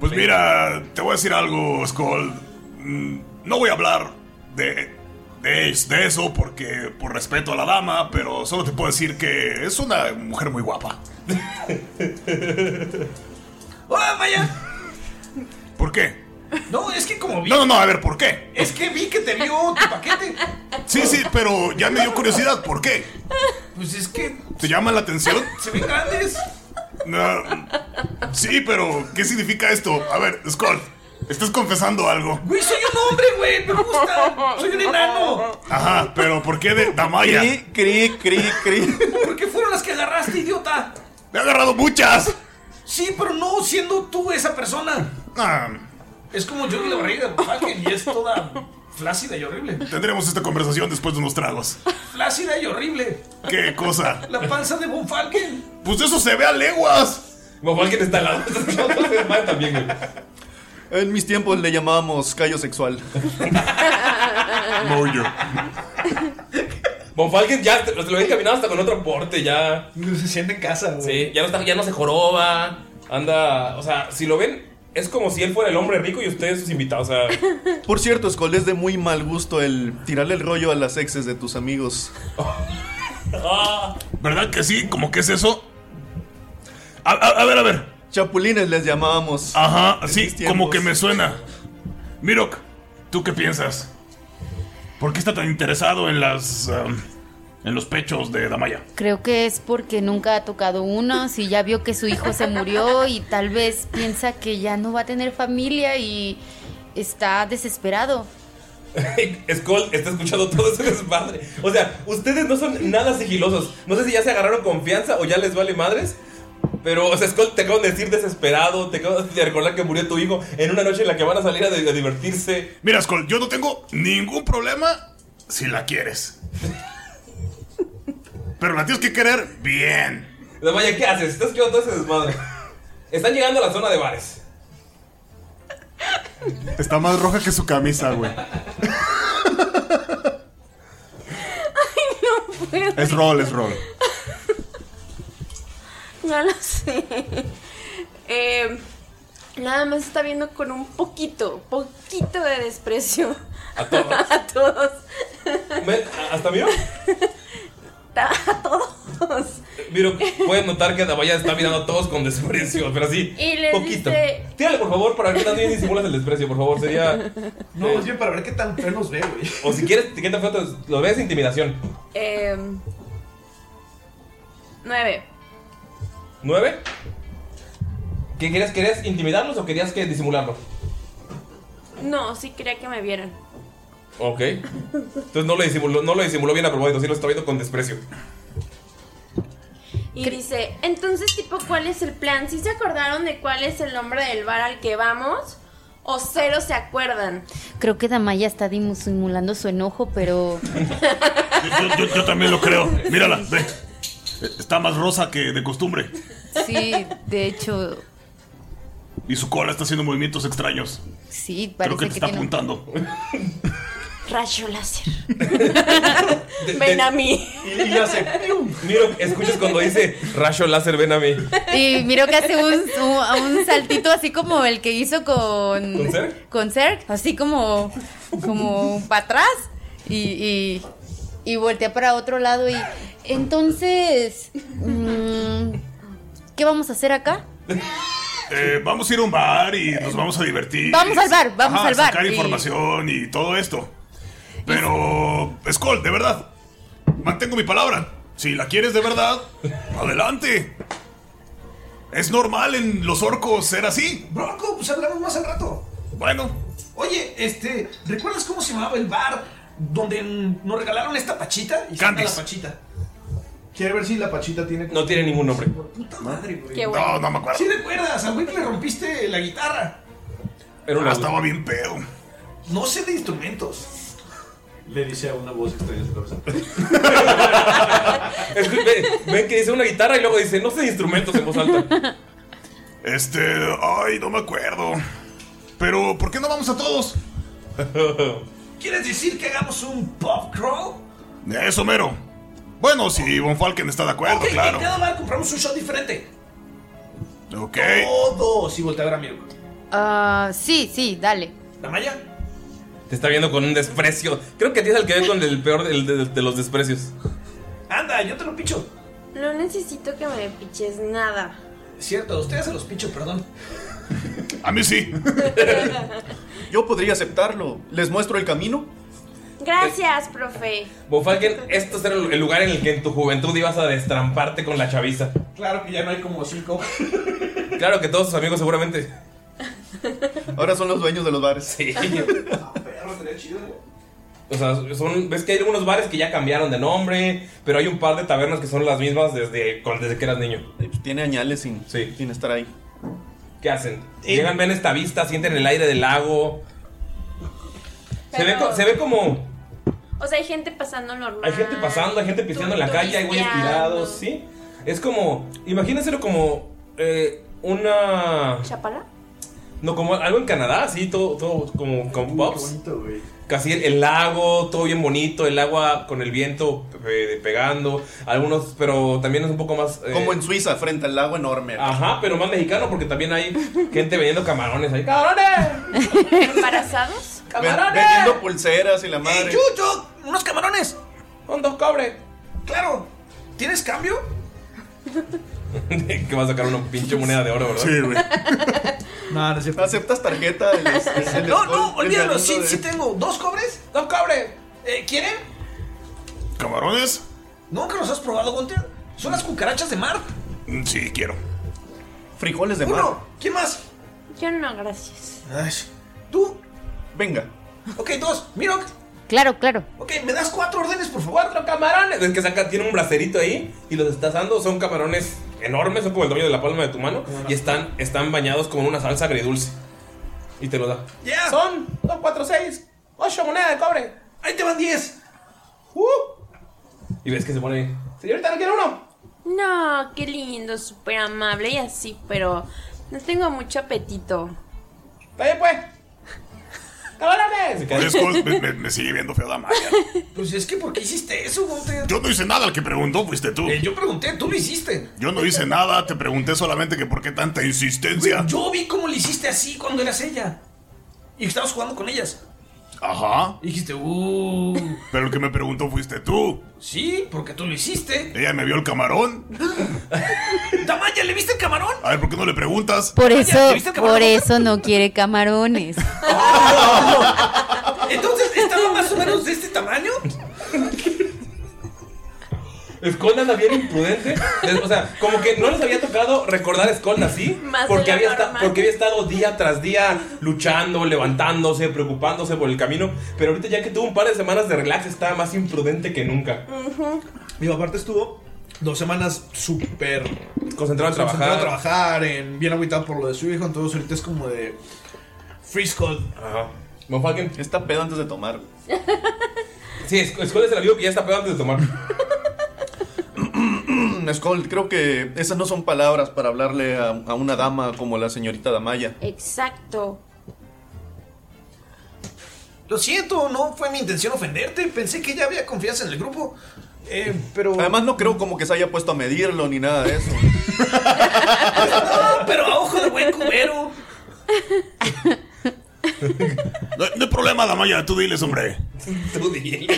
Pues mira, te voy a decir algo, Skull. Mm, No voy a hablar de, de, de eso porque por respeto a la dama, pero solo te puedo decir que es una mujer muy guapa. ¡Hola, Maya! ¿Por qué? ¡Oh, No, es que como vi. No, no, no, a ver, ¿por qué? Es que vi que te vio tu paquete. Sí, sí, pero ya me dio curiosidad, ¿por qué? Pues es que ¿Te llama la atención? se ven grandes. No, sí, pero ¿qué significa esto? A ver, Skull, estás confesando algo. Güey, soy un hombre, güey. Me gusta. Soy un enano. Ajá, pero ¿por qué de Damaya? Cri, cri, cri, cri. ¿Por qué fueron las que agarraste, idiota? Me ha agarrado muchas. Sí, pero no siendo tú esa persona. Ah, Es como Johnny la barriga de Falken y es toda flácida y horrible. tendremos esta conversación después de unos tragos. Flácida y horrible. ¿Qué cosa? La panza de Von Falken. Pues eso se ve a leguas. Como alguien está al lado. Estás escuchando todo ese desmadre también, güey. En mis tiempos le llamábamos callo sexual. Moyo. Von Falken ya te- lo ven caminando hasta con otro porte, ya. Se siente en casa, Sí, ya no, está, ya no se joroba. Anda, o sea, si lo ven, es como si él fuera el hombre rico y ustedes sus invitados. O sea, Por cierto, Skull, es de muy mal gusto el tirarle el rollo a las exes de tus amigos. ¿Verdad que sí? ¿Cómo que es eso? A, a- a ver, a ver. Chapulines les llamábamos. Ajá, sí, mis como tiempos. que me suena. Mirok, ¿tú qué piensas? ¿Por qué está tan interesado en las. am, en los pechos de Damaya? Creo que es porque nunca ha tocado uno, si ya vio que su hijo se murió y tal vez piensa que ya no va a tener familia y está desesperado. Skull está escuchando todo ese desmadre. O sea, ustedes no son nada sigilosos. No sé si ya se agarraron confianza o ya les vale madres. Pero, o sea, Skull, te acaban de decir desesperado. Te acaban de recordar que murió tu hijo en una noche en la que van a salir a, di- a divertirse. Mira, Skull, yo no tengo ningún problema si la quieres. Pero la tienes que querer bien. O sea, Vaya, ¿qué haces? Estás escuchando todo ese desmadre. Están llegando a la zona de bares. Está más roja que su camisa, güey. No puedo. Es rol, es rol. No lo sé. Eh, nada más está viendo con un poquito, poquito de desprecio A todos. a todos. Me- ¿Hasta miro? A todos. Miro, pueden notar que Damaya está mirando a todos con desprecio, pero así, Y les poquito. dice- Tírale, por favor, para que también disimulas el desprecio, por favor. Sería. No, es bien para ver qué tan feo nos ve, güey. O si quieres, ¿qué tan feo te- Lo ves intimidación. Eh, nueve. ¿Nueve? ¿Qué querías? ¿Querías intimidarlos o querías que disimularlo? No, sí quería que me vieran. Ok. Entonces no lo disimuló, no lo disimuló bien a propósito, sí lo está viendo con desprecio. Y dice, entonces tipo, ¿cuál es el plan? ¿Sí se acordaron de cuál es el nombre del bar al que vamos? ¿O cero se acuerdan? Creo que Damaya está disimulando su enojo, pero Yo, yo- yo también lo creo. Mírala, ve. Está más rosa que de costumbre. sí, de hecho, Y su cola está haciendo movimientos extraños. sí, Creo parece que te que, está tiene un- apuntando. Rayo láser. De- Ven de- a mí. Y, y ya sé. Miro, escuchas cuando dice rayo láser, ven a mí. Y miró que hace un, un- un saltito así como el que hizo con. ¿Con Zerg? con Zerg, así como. como para atrás. Y, y. y voltea para otro lado y. Entonces. mm, ¿Qué vamos a hacer acá? Eh, vamos a ir a un bar y nos vamos a divertir. Vamos al bar, vamos Ajá, al bar, Sacar sí. información y todo esto. Pero, Skull, de verdad. Mantengo mi palabra. Si la quieres de verdad, adelante. Es normal en los orcos ser así. Bronco, pues hablamos más al rato. Bueno, Oye, este, ¿recuerdas cómo se llamaba el bar donde mm, nos regalaron esta pachita? Y se llama Candies. la pachita. Quiere ver si la pachita tiene. No tiene ningún nombre. Puta madre, güey. Qué bueno. no, no me acuerdo. ¿Sí recuerdas? Al güey que le rompiste la guitarra. Era Ah, una estaba bien pedo. No sé de instrumentos. Le dice a una voz extraña en su cabeza. Es que ve- ven que dice una guitarra y luego dice, no sé de instrumentos en voz alta. Este, ay, no me acuerdo. Pero, ¿por qué no vamos a todos? ¿Quieres decir que hagamos un pop crawl? Eso, mero. Bueno, si Von Falken está de acuerdo, ok, claro. en cada bar compramos un shot diferente. Ok. Todo. Si voltea a ver a mi hermano. Ah, sí, sí, dale. ¿La Maya? Te está viendo con un desprecio. Creo que tienes al que ver con el peor del- de, de los desprecios. Anda, yo te lo picho. No necesito que me piches nada. Cierto, ustedes se los picho, perdón. A mí sí. Yo podría aceptarlo. Les muestro el camino. Gracias, profe. Bofalken, este era el lugar en el que en tu juventud ibas a destramparte con la chaviza. Claro que ya no hay como cinco. Claro que todos tus amigos seguramente. Ahora son los dueños de los bares. Sí. Pero Ah, estaría chido. eh. O sea, son, ves que hay algunos bares que ya cambiaron de nombre, pero hay un par de tabernas que son las mismas desde, con- desde que eras niño. pues, Tiene añales sin, Sí. sin estar ahí. ¿Qué hacen? Llegan, ven esta vista, sienten el aire del lago. Se, ve, Pero- co- se ve como... O sea, hay gente pasando normal. Hay gente pasando, hay gente pisteando en la calle, hay güeyes Ah, turisteando. tirados, ¿sí? Es como... Imagínenselo como... eh, una... ¿Chapala? No, como algo en Canadá, así, todo, todo como con Qué pops. bonito, güey. Casi el, el lago, todo bien bonito, el agua con el viento eh, pegando, algunos, pero también es un poco más... eh, Como en Suiza, frente al lago enorme. Ajá, pero más mexicano porque también hay gente vendiendo camarones ahí. ¡Camarones! ¿Embarazados? Ven- ¡Camarones! vendiendo pulseras y la madre. ¡Ey, Chucho! ¡Unos camarones! ¡Con dos cobres! Claro. ¿Tienes cambio? que va a sacar una pinche moneda de oro, ¿verdad? Sí, güey. No, no es cierto. ¿Aceptas tarjeta? Este, El- el- el- No, el- no, el olvídalo. garito Sí, de- sí tengo. ¿Dos cobres? ¡Dos cobres! Eh, ¿Quieren? ¿Camarones? ¿Nunca los has probado, Gunter? Son las cucarachas de mar. Mm, Sí, quiero. Frijoles de mar. Uno. ¿Quién más? Yo no, gracias. Ay, ¿Tú? Venga. Ok, dos. Mirok. Claro, claro. Ok, ¿me das cuatro órdenes, por favor? ¡Cuatro camarones! Es que saca, tiene un bracerito ahí y los está asando. Son camarones enormes, son como el tamaño de la palma de tu mano y están, están bañados como en una salsa agridulce. Y te lo da. ¡Ya! Son 2, 4, 6, 8 monedas de cobre. ¡Ahí te van diez! ¡Uh! Y ves que se pone. Señorita, ¿no quiere uno? No, qué lindo, súper amable y así, pero no tengo mucho apetito. Está bien, pues. ¡Camarones! Se cae. Parezco- me, me- me sigue viendo feo la Maya. Pues es que, ¿por qué hiciste eso, Gunter? Yo no hice nada, al que preguntó fuiste tú. Eh, yo pregunté, tú lo hiciste. Yo no hice nada, te pregunté solamente que por qué tanta insistencia. Yo vi cómo le hiciste así cuando eras ella. Y estabas jugando con ellas. Ajá. Y dijiste, uh. Pero el que me preguntó fuiste tú. Sí, porque tú lo hiciste. Ella me vio el camarón. Tamaya, ¿le viste el camarón? A ver, ¿por qué no le preguntas? Por Oye, eso, ¿viste el camarón? por eso no quiere camarones. Entonces, ¿estaba más o menos de este tamaño? Skold anda bien imprudente. Les- O sea, como que no les había tocado recordar a Skold así. Más de Porque lo había, esta- normal. porque había estado día tras día luchando, levantándose, preocupándose por el camino. Pero ahorita ya que tuvo un par de semanas de relax, está más imprudente que nunca. Digo, aparte estuvo dos semanas súper Concentrado en concentrado trabajar. a trabajar, en, bien agüitado por lo de su hijo, entonces ahorita es como de Frisco. Ajá. Von Falken. Está pedo antes de tomar. güey. Sí, Sk- Skold es el amigo que ya está pedo antes de tomar. Mm, Skull, creo que esas no son palabras para hablarle a, a una dama como la señorita Damaya. Exacto. Lo siento, no fue mi intención ofenderte, pensé que ya había confianza en el grupo, eh, pero... Además, no creo como que se haya puesto a medirlo ni nada de eso. ¡Ah, pero a ojo de buen cubero! No, no hay problema, Damaya, tú diles, hombre. Tú dirías.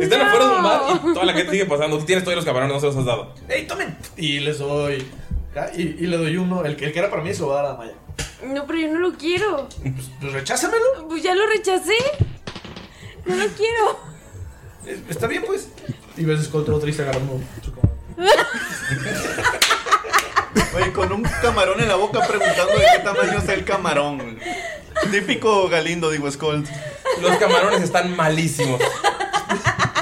Están afuera de un bar y toda la gente sigue pasando. Tú tienes todos los camarones, no se los has dado. ¡Ey, tomen! Y les doy... ah, Y, y le doy uno, el, que- el que era para mí se lo va a dar a Maya. No, pero yo no lo quiero. Pues rechácemelo. Pues ya lo rechacé. No lo quiero. eh, está bien, pues. Y ves a Skull todo triste agarrando su Oye, con un camarón en la boca preguntando de qué tamaño está el camarón. güey. Típico galindo, digo, Skull. Los camarones están malísimos.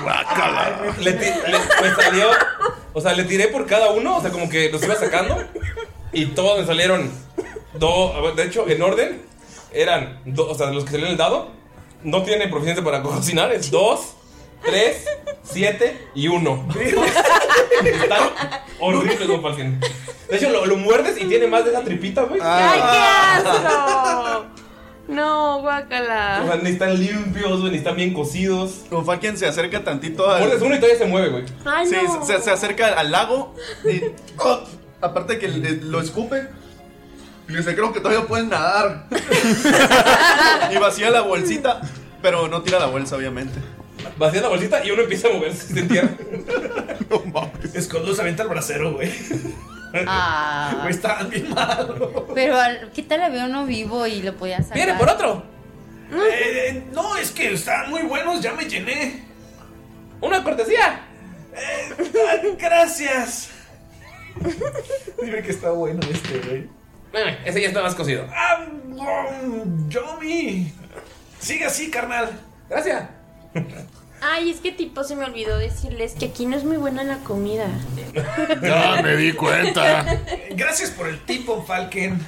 Guácala. Le, ti- le- me salió. O sea, le tiré por cada uno. O sea, como que los iba sacando. Y todos me salieron. dos de hecho, en orden. Eran. dos o sea, los que salieron el dado. No tiene proficiencia para cocinar. Es dos, tres, siete y uno. Están horribles, no parecen. De hecho, lo, lo muerdes y tiene más de esa tripita, güey. ¡Ay, qué asco! Oh. O No, sea, guácala. ni están limpios, güey, ni están bien cocidos. Con Falken se acerca tantito al. Muerdes uno y todavía se mueve, güey. Ay, Sí, no. se, se acerca al lago y. ¡oh! aparte que le- lo escupe. Y le dice, creo que todavía pueden nadar. y vacía la bolsita, pero no tira la bolsa, obviamente. Vacía la bolsita y uno empieza a moverse y se entierra. Skull los avienta al bracero, güey. Ah. Güey, está bien malo. Pero, al- ¿qué tal había uno vivo y lo podía salvar? ¡Viene por otro! Eh, no, es que están muy buenos, ya me llené. Eh, ¡Una cortesía! ah, gracias. Dime que está bueno este, güey. Bueno, ese ya está más cocido. ¡Ah! mm, ¡Yomi! Sigue así, carnal. Gracias. Ay, es que tipo se me olvidó decirles que aquí no es muy buena la comida. Ya me di cuenta. Eh, Gracias por el tipo, Falken.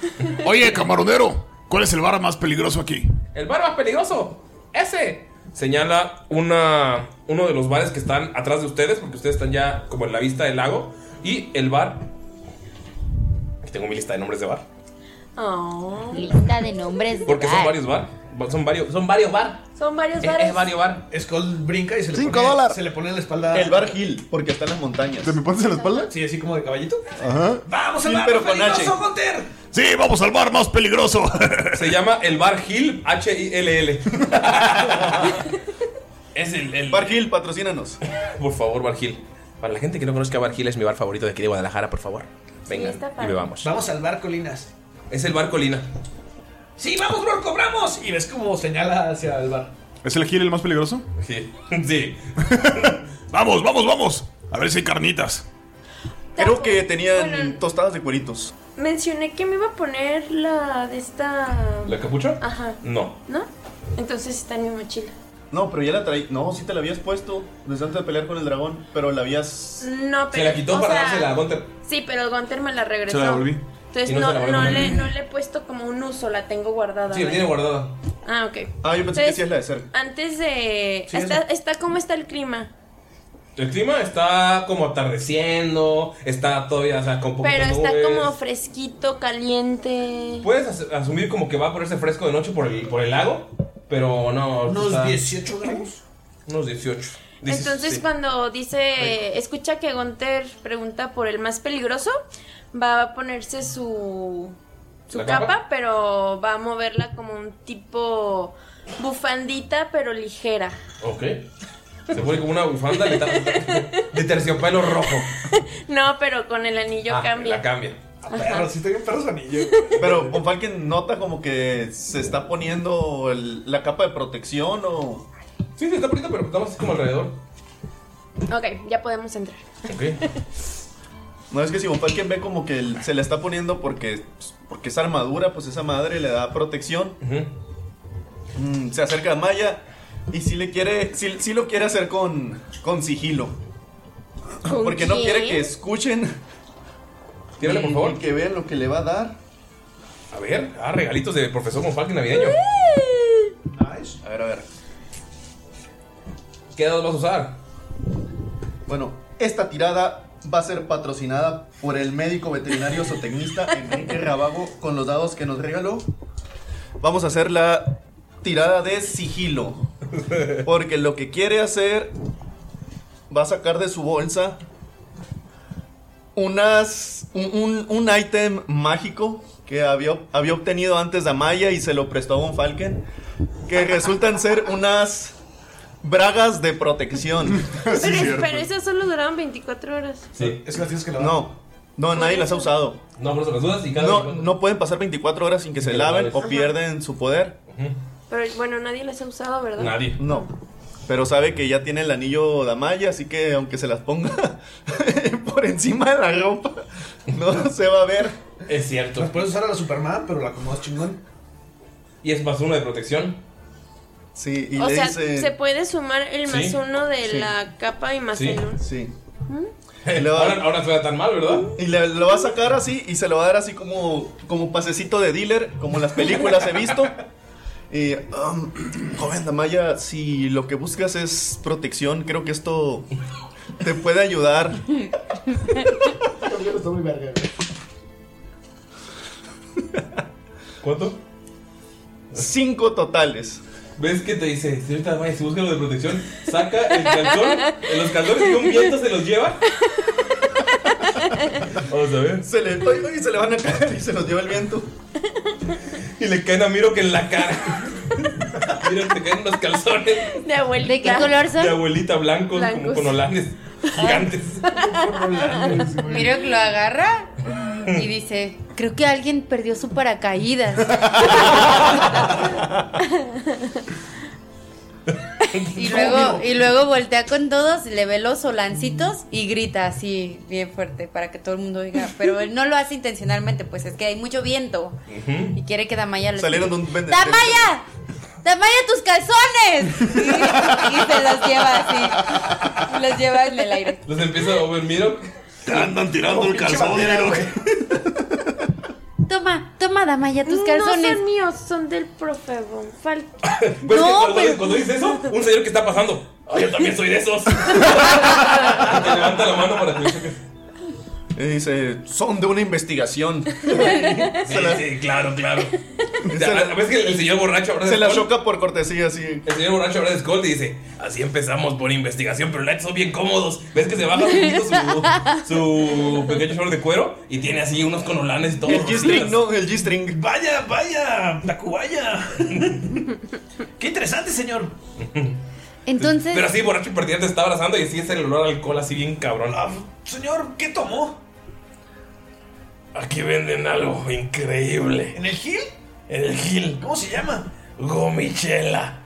Oye, camaronero, ¿cuál es el bar más peligroso aquí? ¡El bar más peligroso! ¡Ese! Señala una, uno de los bares que están atrás de ustedes, porque ustedes están ya como en la vista del lago. Y el bar. Aquí tengo mi lista de nombres de bar. Oh. Lista de nombres. de Porque son bar. varios bar. Son varios, son varios bar. Son varios Eh, Es, bares. es varios bar. Skull brinca y se le, Cinco pone, dólares. se le pone en la espalda. El bar Hill, porque está en las montañas. ¿Te me pones en la espalda? Sí, así como de caballito. Ajá. ¡Vamos Sí, al pero pero con peligroso, H. Hunter! Sí, vamos al bar más peligroso. Se llama el bar Hill H-I-L-L. es el, el- Bar Hill, patrocínanos. Por favor, Bar Hill. Para la gente que no conozca Bar Hill, es mi bar favorito de aquí de Guadalajara, por favor. Vengan está y padre. bebamos. Vamos al bar, Colinas. Es el bar Colina. ¡Sí, vamos, bro, cobramos! Y ves como señala hacia el bar. ¿Es el Gil el más peligroso? Sí. Sí. vamos, vamos, vamos. A ver si hay carnitas. Creo que tenían Bueno. tostadas de cueritos. Mencioné que me iba a poner la de esta. ¿La capucha? Ajá. No. ¿No? Entonces está en mi mochila. No, pero ya la traí. No, sí te la habías puesto desde antes de pelear con el dragón, pero la habías. No, pero. Se la quitó o para sea, dársela a Gunter. Sí, pero Gunter me la regresó. Se la devolví. Entonces Y no no, se la volvió a no poner. le, no le he puesto como un uso, la tengo guardada. Sí, la ¿verdad? tiene guardada. Ah, ok. Ah, yo pensé que Entonces, sí es la de cerca. Antes de. Sí, es está, la- está, ¿Cómo está el clima? El clima está como atardeciendo, está todavía, o sea, con poquitas Pero está nubes. como fresquito, caliente. Puedes as- asumir como que va a ponerse fresco de noche por el, por el lago, pero no. está- Unos 18 gramos. Unos 18. Dices, Entonces sí. cuando dice, escucha que Gunter pregunta por el más peligroso, va a ponerse su, su ¿La capa, capa? pero va a moverla como un tipo bufandita, pero ligera. Ok. Se pone como una bufanda de, tar- de terciopelo rojo. No, pero con el anillo Ah, cambia. La cambia. Perro, sí está bien perro su anillo. Pero Von Falken nota como que se está poniendo el- la capa de protección o. Sí, se está poniendo, pero estamos así como alrededor. ok, ya podemos entrar. Ok. No es que si Von Falken ve como que el- se la está poniendo porque, pues, porque esa armadura, pues esa madre le da protección. Ujú. Mm, se acerca a Maya y si le quiere. Si, lo quiere hacer con, con sigilo. ¿Con Porque no quién? quiere que escuchen. Tírale, por y- favor. y Que vean lo que le va a dar. A ver, ah, regalitos de profesor Monfalque navideño. Nice. A ver, a ver. ¿Qué dados vas a usar? Bueno, esta tirada va a ser patrocinada por el médico veterinario zootecnista Enrique Rabago con los dados que nos regaló. Vamos a hacer la tirada de sigilo. Porque lo que quiere hacer va a sacar de su bolsa unas un, un- un ítem mágico que había, había obtenido antes de Amaya y se lo prestó a Von Falken. Que resultan ser unas bragas de protección. pero, pero esas solo duraban 24 horas. Sí. Es que las tienes que lavar. No, no, nadie las ha usado. No, por eso las dudas y cada No, veinticuatro. no pueden pasar 24 horas sin que se Que lo laven laves. o pierden su poder. Pero bueno, nadie las ha usado, ¿verdad? Nadie. No. Pero sabe que ya tiene el anillo Damaya, así que aunque se las ponga por encima de la ropa, no se va a ver. Es cierto. Las puedes usar a la Superman, pero la acomodas chingón. ¿Y es más uno de protección? Sí, O sea, se puede sumar el más Sí, uno de sí. la capa y más Sí, el uno. sí. ¿Mm? ahora, ahora suena tan mal, ¿verdad? Y le, lo va a sacar así y se lo va a dar así como, como pasecito de dealer, como en las películas he visto. Y, um, joven Damaya, si lo que buscas es protección, creo que esto te puede ayudar. Está muy verga, güey. ¿Cuánto? Cinco totales. ¿Ves que te dice, señorita Damaya, si busca lo de protección, saca el calzón, los calzones y un viento se los lleva? Vamos a ver. Se le, ay, ay, se le van a caer y se los lleva el viento. Y le caen a Miro que en la cara. Miro, te caen unos calzones De abuelita. ¿De qué de color son? abuelita blancos, como Blancos. con holanes gigantes. Ah, Miro que lo agarra y dice, creo que alguien perdió su paracaídas. y, luego, y luego voltea con todos, le ve los solancitos y grita así bien fuerte para que todo el mundo oiga. Pero él no lo hace intencionalmente, pues es que hay mucho viento y quiere que Damaya lo Salieron de un vende- ¡Damaya! ¡Damaya tus calzones! Y, y se los lleva así. Los lleva en el aire. Los empieza a mover Miro. Oh, Te andan tirando el calzón, Miro. Toma, toma, Damaya, tus calzones. No son míos, son del profe Bonfal. ¿Ves Pues que No, cuando, pero- cuando dice eso, un señor que está pasando. "Ay, yo también soy de esos. Y te levanta la mano para que lo cheques. Y dice, son de una investigación. Sí, sí, claro, claro. O Se sea, la- ¿Ves que el señor borracho ahora Se la choca por cortesía, así. El señor borracho habla de Scott y dice, así empezamos por investigación, pero la son bien cómodos. ¿Ves que se baja un poquito su, su pequeño short de cuero? Y tiene así unos conolanes y todo. El G-string, no, el G-string. Vaya, vaya, Tacubaya. ¡Qué interesante, señor! Entonces, Pero así, borracho perdido te está abrazando y así es el olor al alcohol así bien cabrón. Ah, Señor, ¿qué tomó? Aquí venden algo increíble. ¿En el Gil? El Gil, ¿Cómo se llama? gomichela.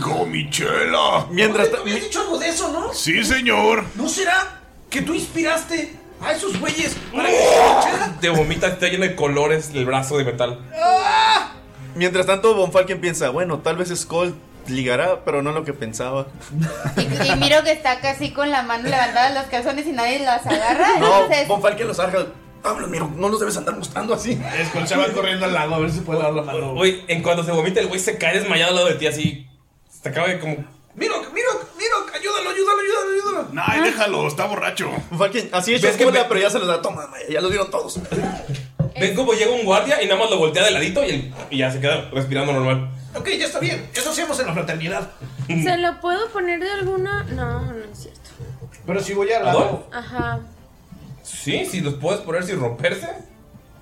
Gomichela. Mientras ¿Tú habías dicho algo de eso, no? Sí, señor. ¿No será que tú inspiraste a esos güeyes para ¡Oh! que Te vomita, está lleno de colores el brazo de metal. ¡Ah! Mientras tanto, Von Falken piensa, bueno, tal vez Skull ligará, pero no lo que pensaba. y, y miro que está casi con la mano levantada en los calzones y nadie las agarra. No, Entonces, Von Falken los arca. Pablo, mira, no los debes andar mostrando así. Escuchaba corriendo al lago a ver si puede dar la mano. Oye, en cuanto se vomita, el güey se cae desmayado al lado de ti así. Se acaba de como... Miro, miro, miro, ayúdalo, ayúdalo, ayúdalo, ayúdalo. No, ahí déjalo, está borracho. Von Falken, así ¿Ves es que que me- pero ya se los da. Toma, Maya, ya los vieron todos. Ven como llega un guardia y nada más lo voltea de ladito y, el- y ya se queda respirando normal. Ok, ya está bien. Eso hacemos en la fraternidad. ¿Se lo puedo poner de alguna? No, no es cierto. Pero si voy a ¿Adolf? Ajá. Sí, si los puedes poner sin romperse.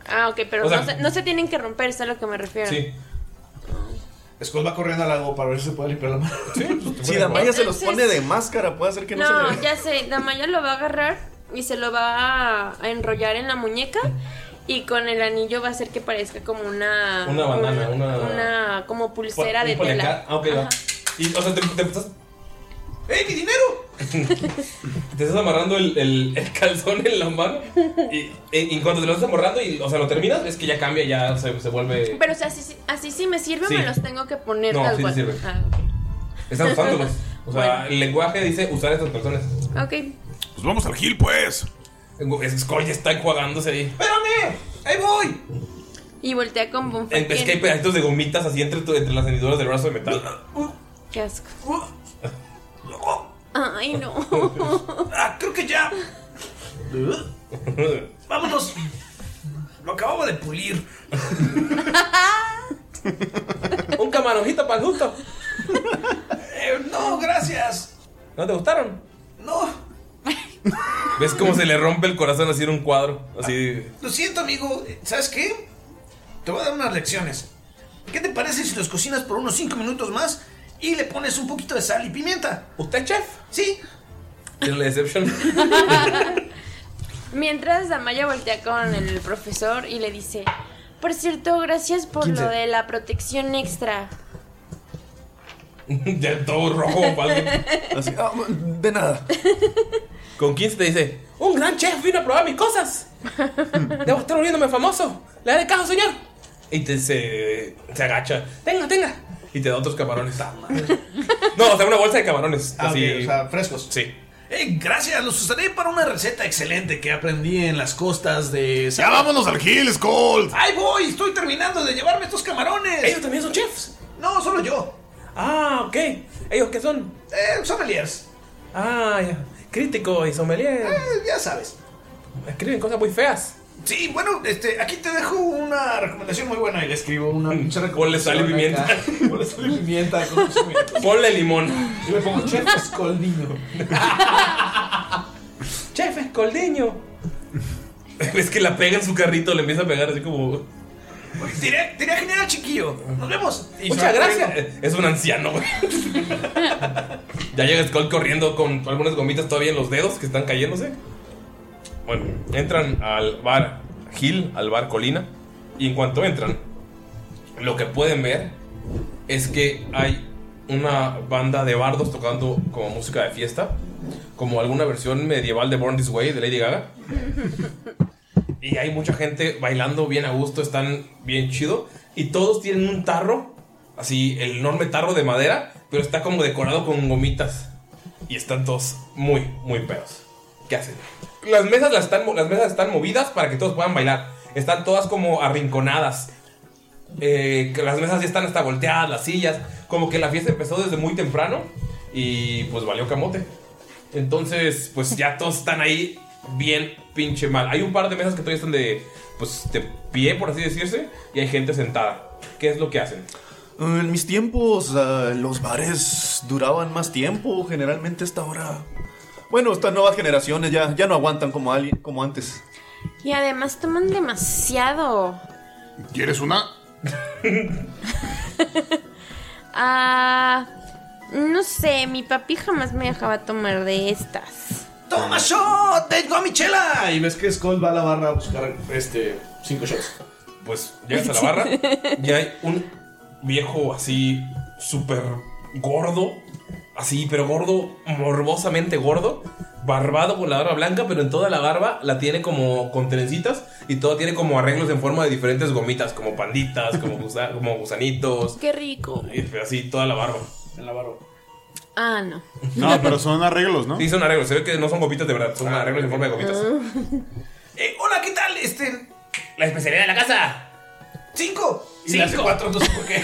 Ah, ok, pero O sea- no, se, no se tienen que romper, es a lo que me refiero. Sí. Skull va corriendo al lago para ver si se puede limpiar la mano. Sí, pues, te Si pones Damaya guardia. se los Entonces- pone de máscara, puede hacer que no, No, se le ya sé, Damaya lo va a agarrar y se lo va a enrollar en la muñeca y con el anillo va a hacer que parezca como una... Una bandana, una- una como pulsera Pon- de ponle tela. acá. Ah, ok, va. Ajá. Y, o sea, te, te estás, ¡Ey, mi dinero! te estás amarrando el, el- el calzón en la mano. Y, eh, y- y cuando te lo estás amarrando, y, o sea, lo terminas, es que ya cambia, ya se, se vuelve. Pero o sea, así, sí- así sí me sirve Sí. o me los tengo que poner No, tal sí te cual. sirve. Ah, Estás usándolos. O sea, el lenguaje dice usar estos calzones. ok. Ok. Pues vamos al Gil, pues. Es- Skull ya está enjuagándose ahí. ¡Espérame! ¡Ahí voy! Y voltea con Bonfalken. En- Es que hay pedacitos de gomitas así entre, tu- entre las hendiduras del brazo de metal. Uh. Qué asco. Ay, no. Ah, creo que ya. Vámonos. Lo acabamos de pulir. Un camaronjito para el justo. Eh, no, gracias. ¿No te gustaron? No, ¿Ves cómo se le rompe el corazón así en un cuadro? Así. lo siento, amigo. ¿Sabes qué? Te voy a dar unas lecciones. ¿Qué te parece si los cocinas por unos 5 minutos más y le pones un poquito de sal y pimienta? ¿Usted, chef? Sí, Tiene la decepción. Mientras Damaya voltea con el profesor y le dice, por cierto, gracias por 15. lo de la protección extra. De todo rojo, padre. ah, de nada. Con 15 te dice: Un gran chef vino a probar mis cosas. Debo estar volviéndome famoso. Le haré caso, señor. Y te, se, se agacha. Tenga, tenga. Y te da otros camarones. No, o sea, una bolsa de camarones. Ah, así. ok, o sea, frescos. Sí. Eh, gracias, los usaré para una receta excelente que aprendí en las costas de. Ya vámonos al Hills, Colt. ¡Ahí voy! Estoy terminando de llevarme estos camarones. ¿Ellos también son chefs? No, solo yo. Ah, ok. ¿Ellos qué son? Eh, sommeliers. Ah, ya. Crítico y sommelier. Eh, ya sabes. Escriben cosas muy feas. Sí, bueno, este, aquí te dejo una recomendación muy buena y le escribo una pinche Ponle recomendación. sal y pimienta. acá. Ponle sal y pimienta. con sus pimientos. Ponle limón. Yo le pongo chef escoldino. Chef Escoldeño. Es que la pega en su carrito, le empieza a pegar así como. Tiré, tiré genial, chiquillo. Nos vemos. Y se Muchas va gracias. corriendo. Es un anciano, güey. ya llega Skull corriendo con algunas gomitas todavía en los dedos que están cayéndose. Bueno, entran al bar Hill, al bar Colina. Y en cuanto entran, lo que pueden ver es que hay una banda de bardos tocando como música de fiesta. Como alguna versión medieval de Born This Way de Lady Gaga. Y hay mucha gente bailando bien a gusto, están bien chido. Y todos tienen un tarro, así, el enorme tarro de madera, pero está como decorado con gomitas. Y están todos muy, muy pedos. ¿Qué hacen? Las mesas, las, están, mo- las mesas están movidas para que todos puedan bailar. Están todas como arrinconadas. Eh, que las mesas ya están hasta volteadas, las sillas. Como que la fiesta empezó desde muy temprano y pues valió camote. Entonces, pues ya todos están ahí bien pinche mal. Hay un par de mesas que todavía están de, pues, de pie, por así decirse, y hay gente sentada. ¿Qué es lo que hacen? Eh, En mis tiempos, eh, los bares duraban más tiempo. Generalmente, hasta ahora. Bueno, estas nuevas generaciones ya, ya no aguantan como, alguien, como antes. Y además toman demasiado. ¿Quieres una? Ah. No sé, mi papi jamás me dejaba tomar de estas. ¡Toma shot! ¡Tengo a Michela! Y ves que Skull va a la barra a buscar este, cinco shots. Pues llegas a la barra y hay un viejo así súper gordo, así, pero gordo, morbosamente gordo, barbado con la barba blanca, pero en toda la barba la tiene como con trencitas y todo tiene como arreglos en forma de diferentes gomitas, como panditas, como, gusa- como gusanitos, Qué rico. y así toda la barba. En la barra. Ah, no. No, pero son arreglos, ¿no? Ah, Sí, son arreglos. Se ve que no son gomitas de verdad. Son arreglos en forma de gomitas. Eh, hola, ¿qué tal? Este, La especialidad de la casa. cinco. Y Cinco. le hace cuatro, no sé por qué.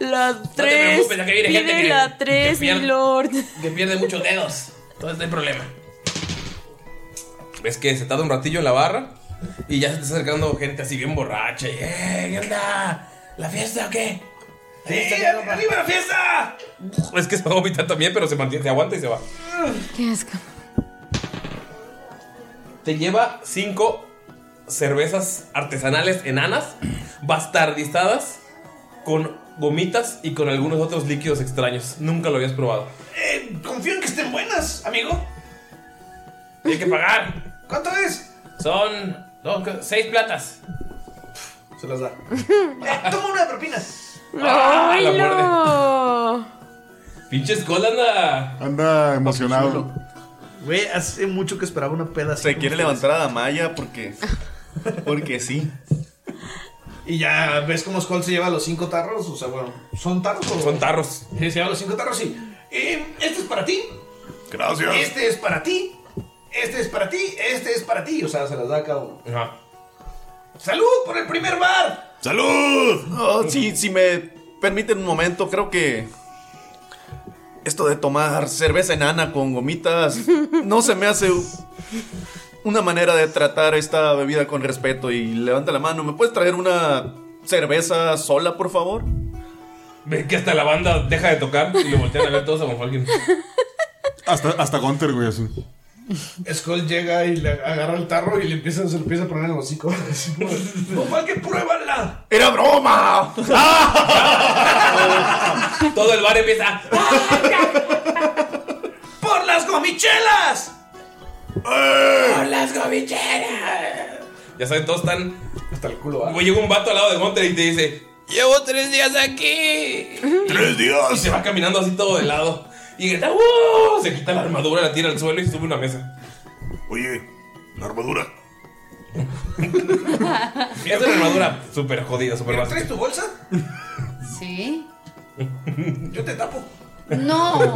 La preocupes, tres. ya que viene gente que- la que tres, mi pierde. lord. Que pierde muchos dedos. Entonces no hay problema. Ves que se tarda un ratillo en la barra. Y ya se está acercando gente así bien borracha. Y, ¡Eh, qué onda! ¿La fiesta o qué? ¿La fiesta, ¡Eh, qué onda? arriba la fiesta! Es que se va a vomitar también, pero se mantiene, se aguanta y se va. Qué asco. Te lleva cinco cervezas artesanales enanas, bastardizadas, con gomitas y con algunos otros líquidos extraños. Nunca lo habías probado. Eh, confío en que estén buenas, amigo. Tienes que pagar. ¿Cuánto es? Son dos- seis platas. Se las da. Eh, toma una de propina. Ah, la ¡Ay, muerde. no! Pinches cola anda. Anda emocionado. Güey, Eh, hace mucho que esperaba una peda así. Se como quiere ustedes. levantar a Damaya porque. Porque sí. Y ya ves cómo Skull se lleva los cinco tarros. O sea, bueno, ¿son tarros o Son tarros. Sí, se lleva los cinco tarros, sí. Eh, este es para ti, Gracias. este es para ti, este es para ti, este es para ti. O sea, se las da a cada uno. Ajá. ¡Salud por el primer bar! ¡Salud! Oh, sí, si me permiten un momento, creo que. Esto de tomar cerveza enana con gomitas no se me hace u- una manera de tratar esta bebida con respeto. Y levanta la mano, ¿me puedes traer una cerveza sola, por favor? Ven que hasta la banda deja de tocar y lo voltean a ver todos a como alguien. Hasta, hasta Gunter, güey, así. Skull llega y le agarra el tarro y le empieza, se lo empieza a poner en el hocico. Así como, ¡Papá, que pruébala! ¡Era broma! Ah, Todo el ah, bar empieza. ¡Por las gomichelas! ¡Por las gomicheras! ¡Eh! Ya saben, todos están Hasta el culo, ¿ah? Güey, llega un vato al lado de Gunter y te dice: Llevo tres días aquí. Tres días. Y se va caminando así todo de lado. Y grita, ¡Wow! Se quita la armadura, la tira al suelo y sube una mesa. Oye, la armadura. es una armadura súper jodida, súper ¿Pero básica. traes tu bolsa? Sí. Yo te tapo. No.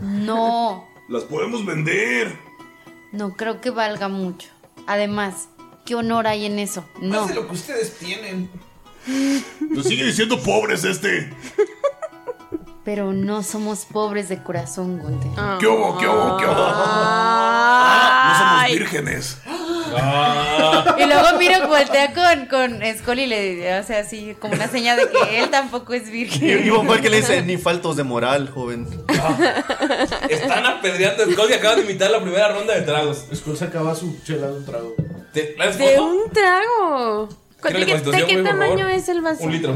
No. Las podemos vender. No creo que valga mucho. Además, ¿qué honor hay en eso? No. Más de lo que ustedes tienen. Nos sigue diciendo pobres este. Pero no somos pobres de corazón, Gunte. ¿Qué hubo? ¿Qué hubo? ¿Qué hubo? Ah, no somos vírgenes. Ah. Y luego miro, voltea con, con Skull y le hace así como una seña de que él tampoco es Y, virgen. y Von Falken le dice, ni faltos de moral, joven. Ah, Están apedreando a Skull que acaba de imitar la primera ronda de tragos. Skull sacaba su chela de un trago. ¿Te, ¿la De foto? un trago. ¿Cu- Tírale pues, ¿De qué, constitución, de qué güey, por tamaño favor. es el vaso? Un litro.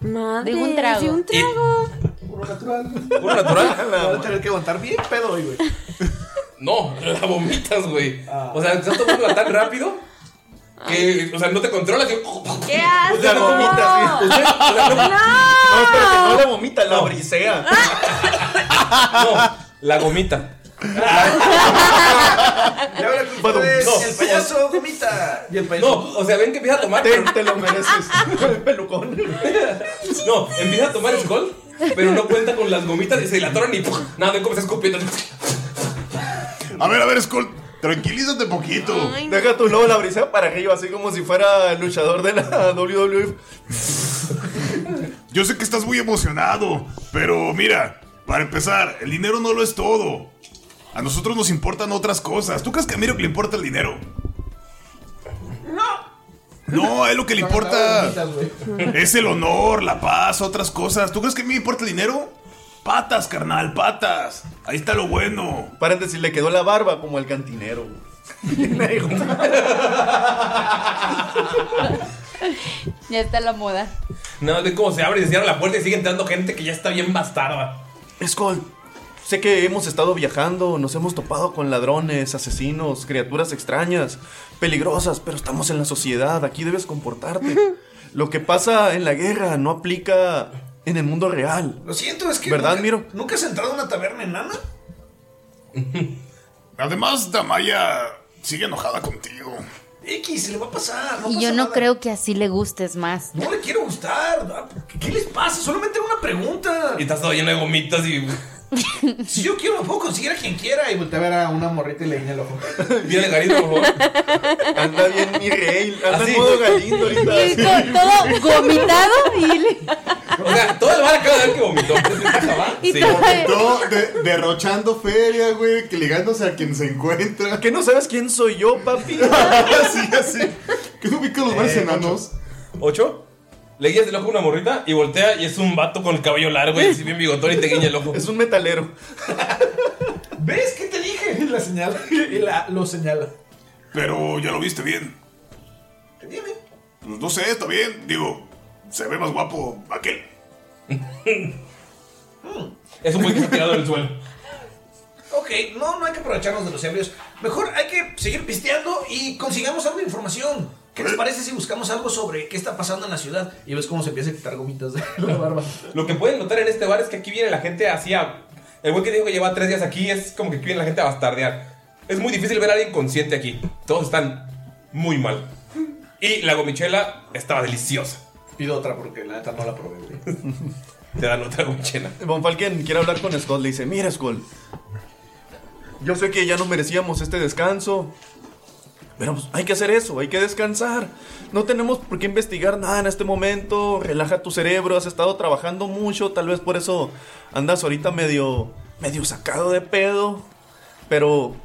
Madre, De un trago. De un trago. Puro natural. ¿Uno natural? Voy a tener que aguantar bien pedo hoy, güey. No, la vomitas, güey. Ah. O sea, estás tomándola tan rápido que, o sea, no te controlas. y- ¡Qué asco! La vomita, sí. Usted- o sea, no- No, espérate, no la vomita, la brisea. no, la gomita. Y ahora con Pues, ustedes, No. el payaso gomita. Y el payaso. No, o sea, ven que empieza a tomar. Te, te lo mereces. Con el pelucón. No, empieza a tomar Skull, pero no cuenta con las gomitas y se la atoran y ¡pum! nada, ven cómo está escupiendo. A ver, a ver, Skull. Tranquilízate poquito. Deja tu lobo la brisea para arriba, así como si fuera el luchador de la E, WWE. Yo sé que estás muy emocionado, pero mira, para empezar, el dinero no lo es todo. A nosotros nos importan otras cosas. ¿Tú crees que a Miro le importa el dinero? No. No, a él lo que le importa Bonitas, güey. es el honor, la paz, otras cosas. ¿Tú crees que a mí me importa el dinero? Patas, carnal, patas. Ahí está lo bueno. Paréntesis, le quedó la barba como el cantinero. Le dijo, Ya está la moda. Nada, ven cómo se abre y se cierra la puerta y sigue entrando gente que ya está bien bastarda. Skull, sé que hemos estado viajando, nos hemos topado con ladrones, asesinos, criaturas extrañas, peligrosas, pero estamos en la sociedad, aquí debes comportarte. Lo que pasa en la guerra no aplica en el mundo real. Lo siento, es que. ¿Verdad, nunca- Miro? ¿Nunca has entrado a una taberna enana? Además, Damaya sigue enojada contigo. X, se le va a pasar. Y yo pasa no nada. creo que así le gustes más. No le quiero gustar. ¿no? ¿Qué- ¿Qué les pasa? Solamente era una pregunta. Y estás todo lleno de gomitas y Si yo quiero, me puedo conseguir a quien quiera. Y voltea a ver a una morrita y le guiña el ojo. viene Galindo, por favor. Anda bien mi rey, anda Así. en modo galindo ahorita. Y con todo vomitado y, le- O sea, todo el bar acaba de ver que vomitó. y Sí. todavía- No, de- derrochando feria, güey, que ligándose a quien se encuentra. ¿Que no sabes quién soy yo, papi? así, así. ¿Qué no ubica los Eh, bares enanos? ¿Ocho? Le guías el ojo a una morrita y voltea y es un vato con el cabello largo y así bien bigotón y te guiña el ojo. Es un metalero. ¿Ves qué te dije? Y la señala. Y la, lo señala. Pero ya lo viste bien. ¿Qué tiene? Pues no sé, está bien. Digo, se ve más guapo aquel. Es un güey que está tirado del suelo. Ok, no, no hay que aprovecharnos de los ebrios. Mejor hay que seguir pisteando y consigamos algo de información. ¿Qué Eh. les parece si buscamos algo sobre qué está pasando en la ciudad? Y ves cómo se empieza a quitar gomitas de la barba. Lo que pueden notar en este bar es que aquí viene la gente hacia. El güey que dijo que lleva tres días aquí es como que aquí viene la gente a bastardear. Es muy difícil ver a alguien consciente aquí. Todos están muy mal. Y la gomichela estaba deliciosa. Pido otra porque la neta no la probé. güey. Te dan otra gomichela. Von Falken quiere hablar con Skull, le dice, mira Skull, yo sé que ya no merecíamos este descanso, pero pues, hay que hacer eso, hay que descansar. No tenemos por qué investigar nada en este momento, relaja tu cerebro, has estado trabajando mucho, tal vez por eso andas ahorita medio, medio sacado de pedo, pero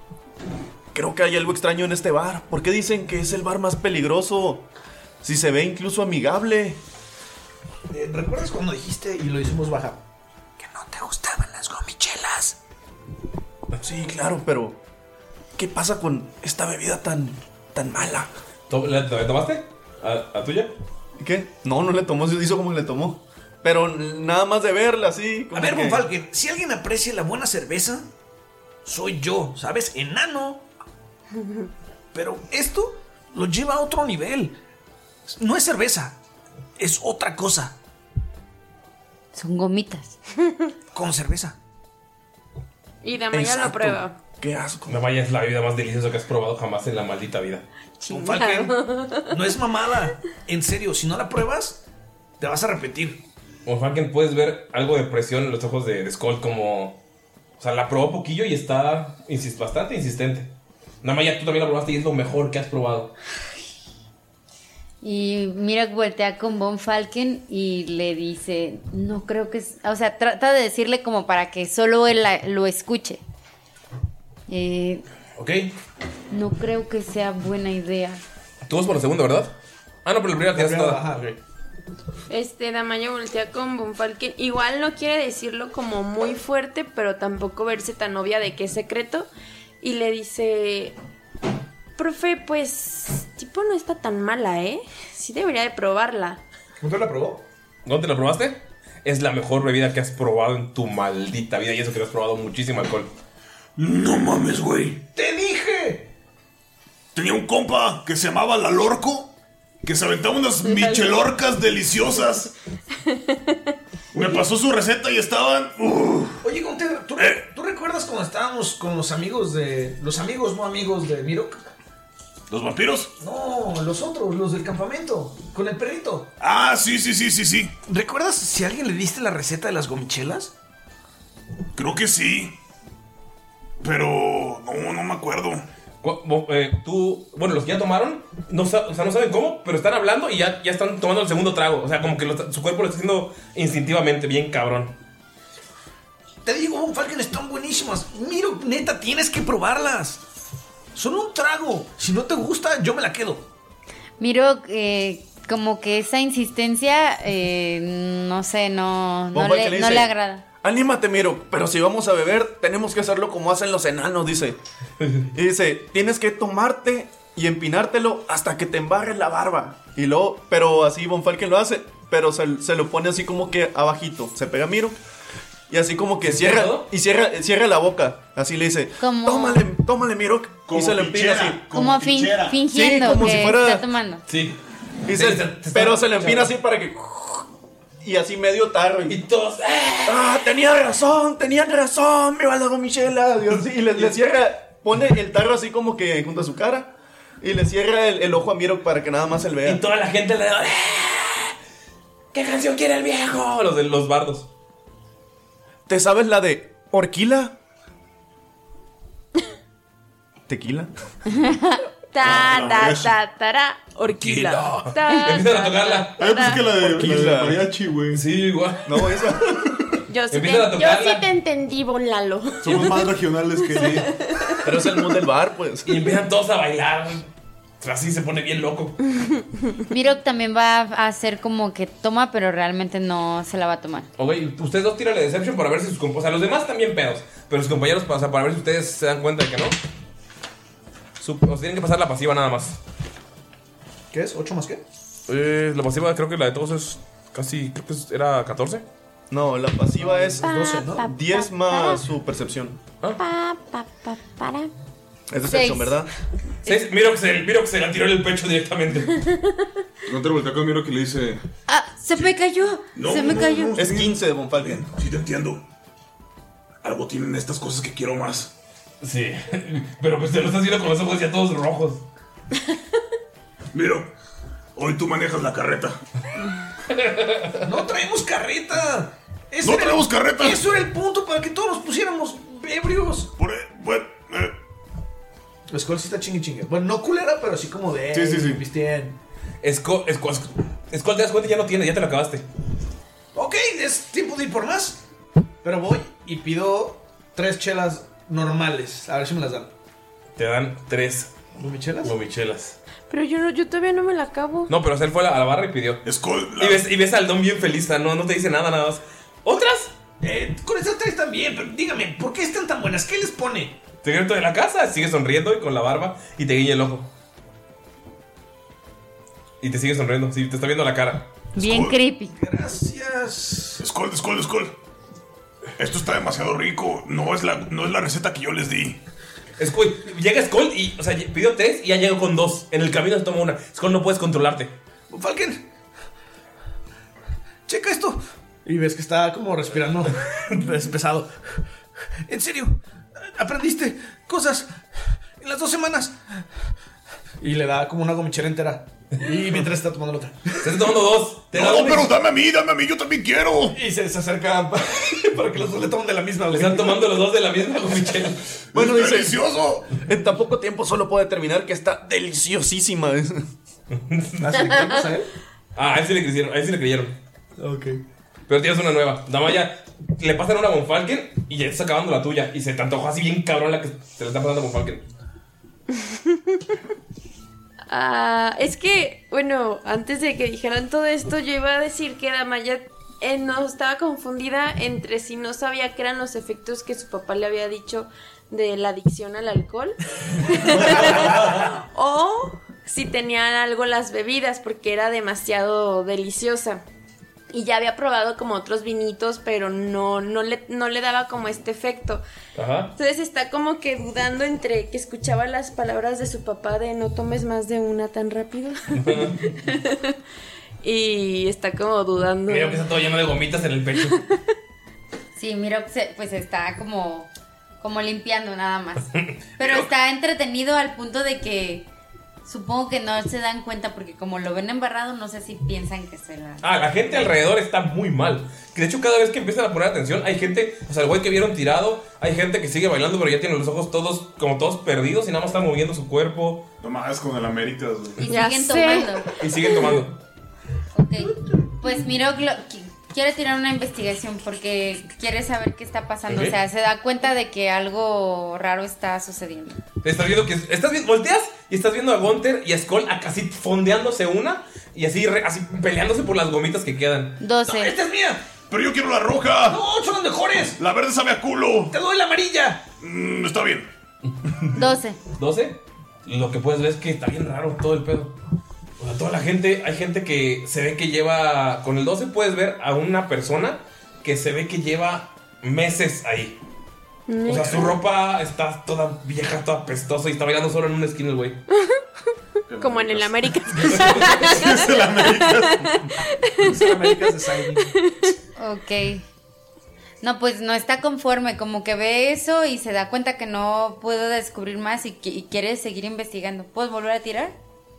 creo que hay algo extraño en este bar. ¿Por qué dicen que es el bar más peligroso? Si se ve incluso amigable. Eh, ¿Recuerdas cuando dijiste y lo hicimos baja? Que no te gustaban las gomichelas. Pues Sí, claro, pero ¿qué pasa con esta bebida tan tan mala? ¿Tom- ¿La la tomaste? ¿A, a tuya? ¿Qué? No, no le tomó, se hizo como le tomó. Pero nada más de verla así. A como ver, que- Von Falken, si alguien aprecia la buena cerveza, soy yo, ¿sabes? Enano. Pero esto lo lleva a otro nivel. No es cerveza, es otra cosa. Son gomitas. Con cerveza. Y de mañana lo Exacto. prueba. Qué asco. La malla es la vida más deliciosa que has probado jamás en la maldita vida. Con Falken. No es mamada. En serio, si no la pruebas, te vas a repetir. Con Falken puedes ver algo de presión en los ojos de, de Skull como... O sea, la probó poquillo y está insis- bastante insistente. La malla tú también la probaste y es lo mejor que has probado. Y mira, voltea con Von Falken y le dice, no creo que... es-". O sea, trata de decirle como para que solo él la- lo escuche. Eh, ¿Ok? no creo que sea buena idea. Tú vas por la segunda, ¿verdad? Ah, no, pero la primera tiraste toda. Este, Damayo voltea con Bonfalken. Igual no quiere decirlo como muy fuerte, pero tampoco verse tan obvia de que es secreto. Y le dice, profe, pues, tipo no está tan mala, ¿eh? Sí debería de probarla. ¿Cuánto la probó? ¿Dónde la probaste? Es la mejor bebida que has probado en tu maldita vida y eso que no has probado muchísimo alcohol. No mames, güey. ¡Te dije! Tenía un compa que se llamaba La Lorco, que se aventaba unas michelorcas deliciosas. Me pasó su receta y estaban. ¡Uf! Oye, Gunter, ¿tú, tú recuerdas cuando estábamos con los amigos de. Los amigos no amigos de Mirok? ¿Los vampiros? No, los otros, los del campamento. Con el perrito. Ah, sí, sí, sí, sí, sí. ¿Recuerdas si a alguien le diste la receta de las gomichelas? Creo que sí. Pero no, no me acuerdo. Cu- bo- eh, tú, bueno, los que ya tomaron, no, sa- o sea, no saben cómo, pero están hablando y ya, ya están tomando el segundo trago. O sea, como que lo está- su cuerpo lo está haciendo instintivamente, bien cabrón. Te digo, Von Falken están buenísimas. Miro, neta, tienes que probarlas. Son un trago. Si no te gusta, yo me la quedo. Miro eh, como que esa insistencia, eh, no sé, no, no, Von le, Falken no dice, le agrada. Anímate, Miro, pero si vamos a beber, tenemos que hacerlo como hacen los enanos, dice. Y dice, tienes que tomarte y empinártelo hasta que te embarres la barba. Y luego, pero así Von Falken lo hace, pero se, se lo pone así como que abajito. Se pega a Miro. Y así como que cierra, todo? y cierra, cierra la boca. Así le dice, Como- tómale, tómale, Miro. y se lo empina así. Como, fin- fingiendo Sí, como que si fuera- está tomando. Sí. Y se- pero se le empina así para que. Y así medio tarro. Y, Y todos, ¡ah! ¡Ah! Tenía razón, tenía razón, viva la gomichela. Dios, y le, le cierra, pone el tarro así como que junto a su cara. Y le cierra el, el ojo a Miro para que nada más se le y vea. toda la gente le da, ¡ah! ¿Qué canción quiere el viejo? Los de los bardos. ¿Te sabes la de Orquila? ¿Tequila? Ah, Ta, ta, eso. ta, tará, orquila. Quila. Ta, Empiezan a ta, tocarla. ta, Ah, yo pensé que la de, la de Orquídea. mariachi, güey. Sí, igual. No, esa. Yo sí, te, Empiezan a yo tocarla. sí te entendí, Bon Lalo. Somos más regionales que sí. Pero es el mundo del bar, pues. Y empiezan todos a bailar. Así se pone bien loco. Miro también va a hacer como que toma, pero realmente no se la va a tomar. Ok, ustedes dos tiran la Deception para ver si sus compañeros. O sea, los demás también pedos. Pero sus compañeros, o sea, para ver si ustedes se dan cuenta de que no. Su- o sea, tienen que pasar la pasiva nada más. ¿Qué es? ¿Ocho más qué? Eh, la pasiva, creo que la de todos es casi. Creo que es- era 14. No, la pasiva es Doce, ¿no? 10 más su percepción. Pa, pa, pa, para. Es Seis. decepción, ¿verdad? Seis, miro, que se, miro que se la tiró en el pecho directamente. No te voltea conmigo que le dice. Ah, se me cayó, No, se me no, cayó. no. Es 15 de Von Falken. Sí, te entiendo. Algo tienen estas cosas que quiero más. Sí. Pero pues te lo estás viendo con los ojos ya todos rojos. Miro, hoy tú manejas la carreta. No traemos carreta. Eso ¡No era- tenemos carreta! Eso era el punto para que todos nos pusiéramos ebrios. Por, bueno, eh, La escuela sí está chingui chingue. Bueno, no culera, pero así como de. Sí, sí, sí. Visten. Esco, esco, esco, Esco, te das cuenta, ya no tienes, ya te lo acabaste. Ok, es tiempo de ir por más. Pero voy y pido tres chelas normales. A ver si me las dan. Te dan tres ¿Gomichelas? gomichelas. Pero yo, no, yo todavía no me la acabo. No, pero o sea, él fue a la, a la barra y pidió. Skull, la- Y ves, y ves al don bien feliz, o sea, no, no te dice nada, nada más. ¿Otras? Eh, con estas tres también, pero dígame, ¿por qué están tan buenas? ¿Qué les pone? Secreto de la casa, sigue sonriendo y con la barba y te guiña el ojo. Y te sigue sonriendo, sí, te está viendo la cara. Bien creepy. Gracias. Skull, Skull, Skull. Esto está demasiado rico. No es la, no es la receta que yo les di. Skull, llega Skull y, o sea, pidió tres y ya llegó con dos. En el camino se toma una. Skull, no puedes controlarte. Falken, checa esto. Y ves que está como respirando es pesado. En serio, aprendiste cosas en las dos semanas. Y le da como una gomichera entera. Y mientras está tomando la otra. Se está tomando dos. No, pero dame a mí, dame a mí, yo también quiero. Y se, se acerca pa- para que los dos le tomen de la misma. Le están tomando los dos de la misma gomichela. Bueno, dice, ¡Delicioso! En tan poco tiempo solo puedo determinar que está deliciosísima. Ah, a él sí le creyeron, a él sí le creyeron. Ok. Pero tienes una nueva. Damaya, le pasan una con Falken y ya estás acabando la tuya. Y se te antojó así bien cabrón la que se le está pasando con Falken. Ah, es que, bueno, antes de que dijeran todo esto, yo iba a decir que Damaya eh, no estaba confundida entre si no sabía que eran los efectos que su papá le había dicho de la adicción al alcohol o si tenían algo las bebidas porque era demasiado deliciosa. Y ya había probado como otros vinitos, pero no, no, le, no le daba como este efecto. Ajá. Entonces está como que dudando entre que escuchaba las palabras de su papá de no tomes más de una tan rápido. y está como dudando. Veo que está todo lleno de gomitas en el pecho. Sí, mira, pues, eh, pues está como, como limpiando nada más. Pero está entretenido al punto de que supongo que no se dan cuenta porque como lo ven embarrado, no sé si piensan que se la... Ah, la gente alrededor está muy mal. Que de hecho cada vez que empiezan a poner atención hay gente, o sea, el güey que vieron tirado, hay gente que sigue bailando pero ya tiene los ojos todos como todos perdidos y nada más está moviendo su cuerpo. Nomás con el Ameritas. Y siguen tomando. Y siguen tomando. Pues mira, lo- qui- quiere tirar una investigación porque quiere saber qué está pasando. Ok. O sea, se da cuenta de que algo raro está sucediendo. Estás viendo que estás viendo, volteas y estás viendo a Gunther y a Skull acá así fondeándose una y así, re- así peleándose por las gomitas que quedan. 12. ¡Esta es mía! Pero yo quiero la roja. ¡No, son las mejores! La verde sabe a culo. ¡Te doy la amarilla! Mm, está bien. 12. 12. Lo que puedes ver es que está bien raro todo el pedo. O sea, toda la gente, hay gente que se ve que lleva. Con el 12 puedes ver a una persona que se ve que lleva meses ahí. O sea, su ropa está toda vieja, toda pestosa y está bailando solo en una esquina el güey. Como en el América. Es el Ok. No, pues no está conforme, como que ve eso y se da cuenta que no puedo descubrir más y, qui- y quiere seguir investigando. ¿Puedo volver a tirar?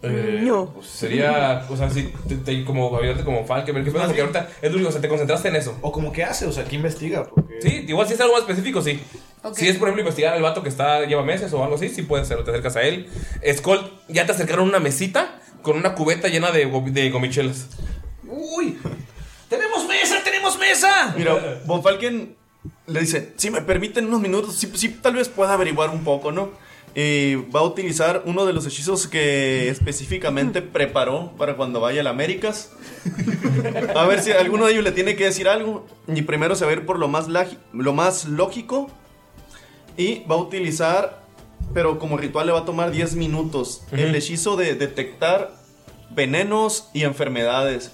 no. Eh, pues, sería, o sea, si te, te- como avivarte como Falke, ver qué pasa, porque ahorita es lo único, o sea, te concentraste en eso. O como que hace, o sea, que investiga. Sí, igual si es algo más específico, sí. Ok. Si es, por ejemplo, investigar al vato que está, lleva meses o algo así, sí puedes hacerlo, te acercas a él. Skull, ya te acercaron una mesita con una cubeta llena de, go- de gomichelas. ¡Uy! ¡Tenemos mesa! ¡Tenemos mesa! Mira, Von Falken le dice, si me permiten unos minutos, sí, sí, tal vez pueda averiguar un poco, ¿no? Y va a utilizar uno de los hechizos que específicamente preparó para cuando vaya a la Américas. A ver si alguno de ellos le tiene que decir algo. Y primero se va a ir por lo más, lagi- lo más lógico. Y va a utilizar, pero como ritual le va a tomar 10 minutos, el hechizo de detectar venenos y enfermedades.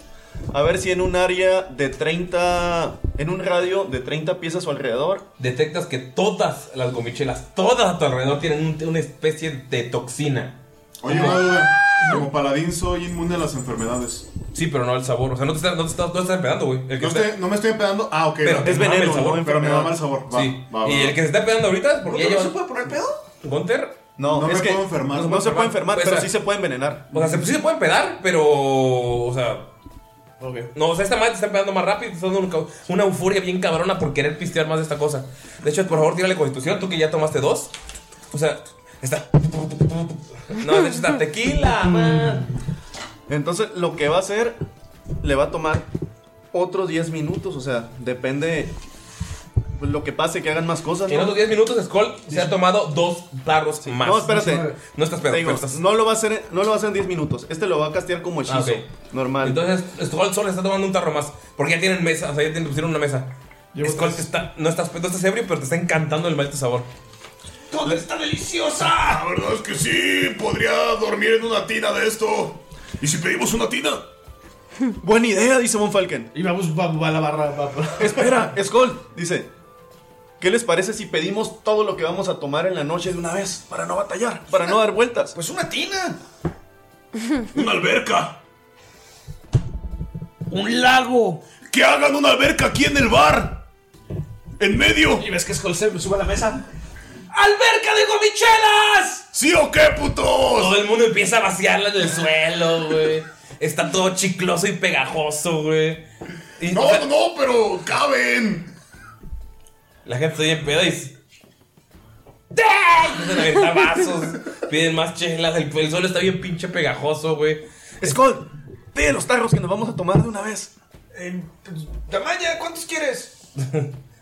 A ver si en un área de 30, en un radio de 30 piezas a su alrededor. Detectas que todas las gomichelas, todas a tu alrededor, tienen un- una especie de toxina. Oye, una duda. Como paladín soy inmune a las enfermedades. Sí, pero no al sabor. O sea, no te estás, no te estás, no te estás empedando, güey. El que No, está- estoy- no me estoy empedando. Ah, ok. Pero te es mama veneno, el sabor, ¿no? pero me Enfermedad. da mal sabor. Va, Sí. va, va, y va. el que se está pegando ahorita es porque ya lleva- puede poner pedo? ¿Gunter? No, No es me que puedo enfermar. No, se puede enfermar, pero sí se puede envenenar. Pues, O sea, se- sí se puede empedar, pero. O sea. No, o sea, esta madre te está empedando más rápido. Te está dando un ca- una euforia bien cabrona por querer pistear más de esta cosa. De hecho, por favor, tírale constitución. Tú que ya tomaste dos. O sea, está. No, de hecho, está tequila, man. Mm. Entonces, lo que va a hacer, le va a tomar otros 10 minutos. O sea, depende pues, lo que pase, que hagan más cosas. En ¿no? otros 10 minutos, Skull se ha tomado dos tarros más. No, espérate. No estás Te pedo, digo, pero estás. no, lo va a hacer, no lo va a hacer en 10 minutos. Este lo va a castear como hechizo. Ah, ok. Normal. Entonces, Skull solo está tomando un tarro más. Porque ya tienen mesa, o sea, ya tienen, pusieron una mesa. Skull te está, no, estás, no estás ebrio, pero te está encantando el maldito sabor. ¡Todo está deliciosa! La verdad es que sí, podría dormir en una tina de esto. ¿Y si pedimos una tina? Buena idea, dice Von Falken. Y vamos a la barra. Espera, Skull, dice. ¿Qué les parece si pedimos todo lo que vamos a tomar en la noche de una vez? Para no batallar, para no dar vueltas. Pues una tina. Una alberca. Un lago. que hagan una alberca aquí en el bar. En medio. Y ves que Skolzer me sube a la mesa. ¡Alberca de gomichelas! ¿Sí o qué, putos? Todo el mundo empieza a vaciarla en el suelo, güey. Está todo chicloso y pegajoso, güey. Y, No, o sea, no, pero caben. La gente bien peda y. s- ¡Ay! Empiezan a aventar vasos, piden más chelas. El, el suelo está bien pinche pegajoso, güey. Skull, pide los tarros que nos vamos a tomar de una vez. Tamaña, pues, ¿cuántos quieres?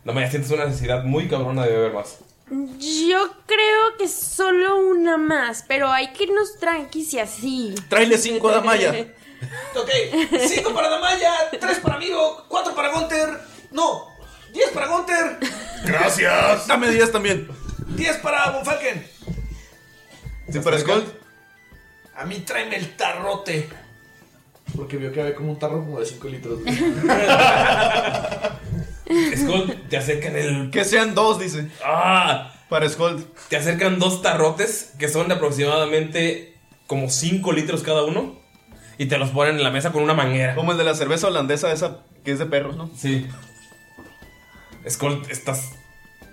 No me sientes una necesidad muy cabrona de beber más. Yo creo que solo una más, pero hay que irnos tranquis y así. Tráele cinco a Damaya. Ok, cinco para Damaya, tres para Amigo, cuatro para Gunter. No, diez para Gunter, Gracias. Dame 10 también. diez para Bonfalken. ¿Sí para Skull? A mí tráeme el tarrote. Porque vio que había como un tarro como de 5 litros. Skull, te acercan el. Que sean dos, dice. ¡Ah! Para Skull. Te acercan dos tarrotes que son de aproximadamente como 5 litros cada uno. Y te los ponen en la mesa con una manguera. Como el de la cerveza holandesa, esa que es de perros, ¿no? Sí. Skull, estás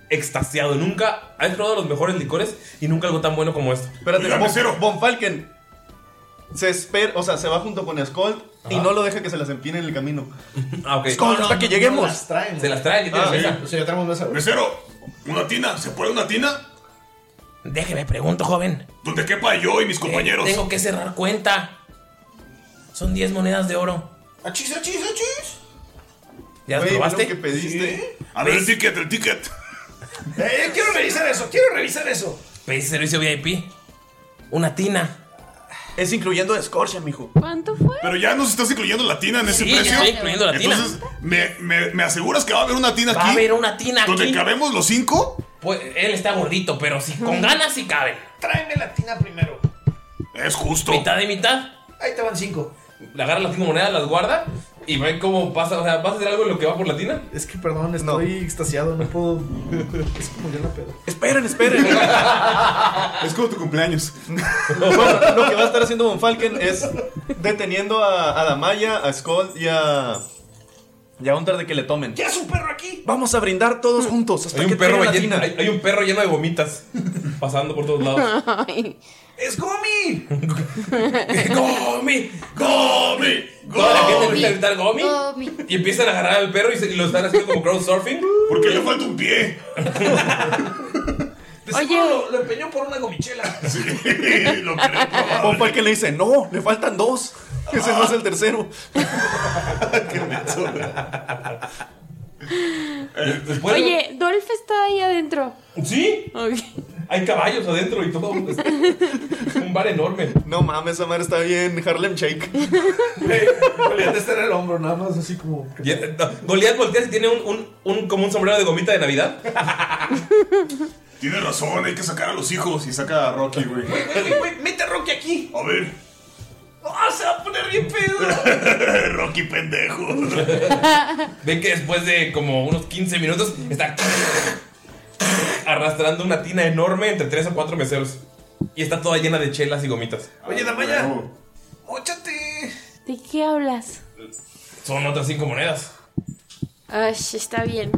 extasiado. Nunca has probado los mejores licores y nunca algo tan bueno como esto. Espérate, Oiga, Von- mesero. Von Falken se espera, o sea, se va junto con Skull y no lo deja que se las empine en el camino. Ah, ok. Skull, hasta que lleguemos. traen. Se las traen y Ah, tienen mesa. O sea, ya tenemos mesa. Mesero, una tina. ¿Se puede una tina? Déjeme pregunto, joven. Eh, Donde quepa yo y mis compañeros. tengo que cerrar cuenta. Son 10 monedas de oro. ¡Achis, achis, achis! ¿Ya las Güey, ve lo probaste? que pediste? A ver el ticket, el ticket. Eh, quiero revisar eso, quiero revisar eso. Pediste servicio VIP. Una tina. Es incluyendo a Scorcha, mijo. ¿Cuánto fue? Pero ya nos estás incluyendo la tina en ese Sí, ya precio. estoy incluyendo la tina. Entonces, ¿me, me, me aseguras que va a haber una tina aquí? Va a haber una tina ¿Donde aquí. cabemos los cinco? Pues, él está gordito, pero si con ganas sí cabe. Tráeme la tina primero. Es justo. Mitad y mitad. Ahí te van cinco. Le agarra las cinco monedas, las guarda y ven cómo pasa. O sea, ¿vas a hacer algo en lo que va por la tina? Es que perdón, estoy extasiado, no puedo. Es como yo la pedo. Esperen, esperen. Es como tu cumpleaños. Bueno, lo que va a estar haciendo Von Falken es deteniendo a, a Damaya, a Skull y a. Y a Hunter de que le tomen. ¡Ya es un perro aquí! Vamos a brindar todos juntos hasta Mm. Hay que un, perro traigan la lleno, tina. hay, hay un perro lleno de gomitas pasando por todos lados. ¡Es Gomi! ¡Gomi! ¡Gomi! Toda la gente empieza a gritar ¡Gomi! Gomi. Y empiezan a agarrar al perro y, se- y lo están haciendo como crowd surfing. Porque le falta un pie. De Oye. seguro lo, lo empeñó por una gomichela. Sí, lo creo. Von Falken le dice: No, le faltan dos. Ah. Ese no es el tercero. Eh, Después- Oye, Dolph está ahí adentro. ¿Sí? Hay caballos adentro y todo. pues. Es un bar enorme. No mames, esa madre está bien. Harlem Shake. Podrías estar el hombro, nada más así como. Y- eh, no, Goliath voltea si tiene un, un- un- como un sombrero de gomita de Navidad. Tiene razón, hay que sacar a los hijos y saca a Rocky, güey. Güey, güey, güey, mete a Rocky aquí. Oh, A ver, ¡Ah, se va a poner bien pedo! Rocky pendejo. Ven que después de como unos 15 minutos está arrastrando una tina enorme entre tres o cuatro meseros. Y está toda llena de chelas y gomitas. Oye, Damaya, Ah, Huevo. ¡Móchate! ¿De qué hablas? Son otras cinco monedas. Ay, está bien.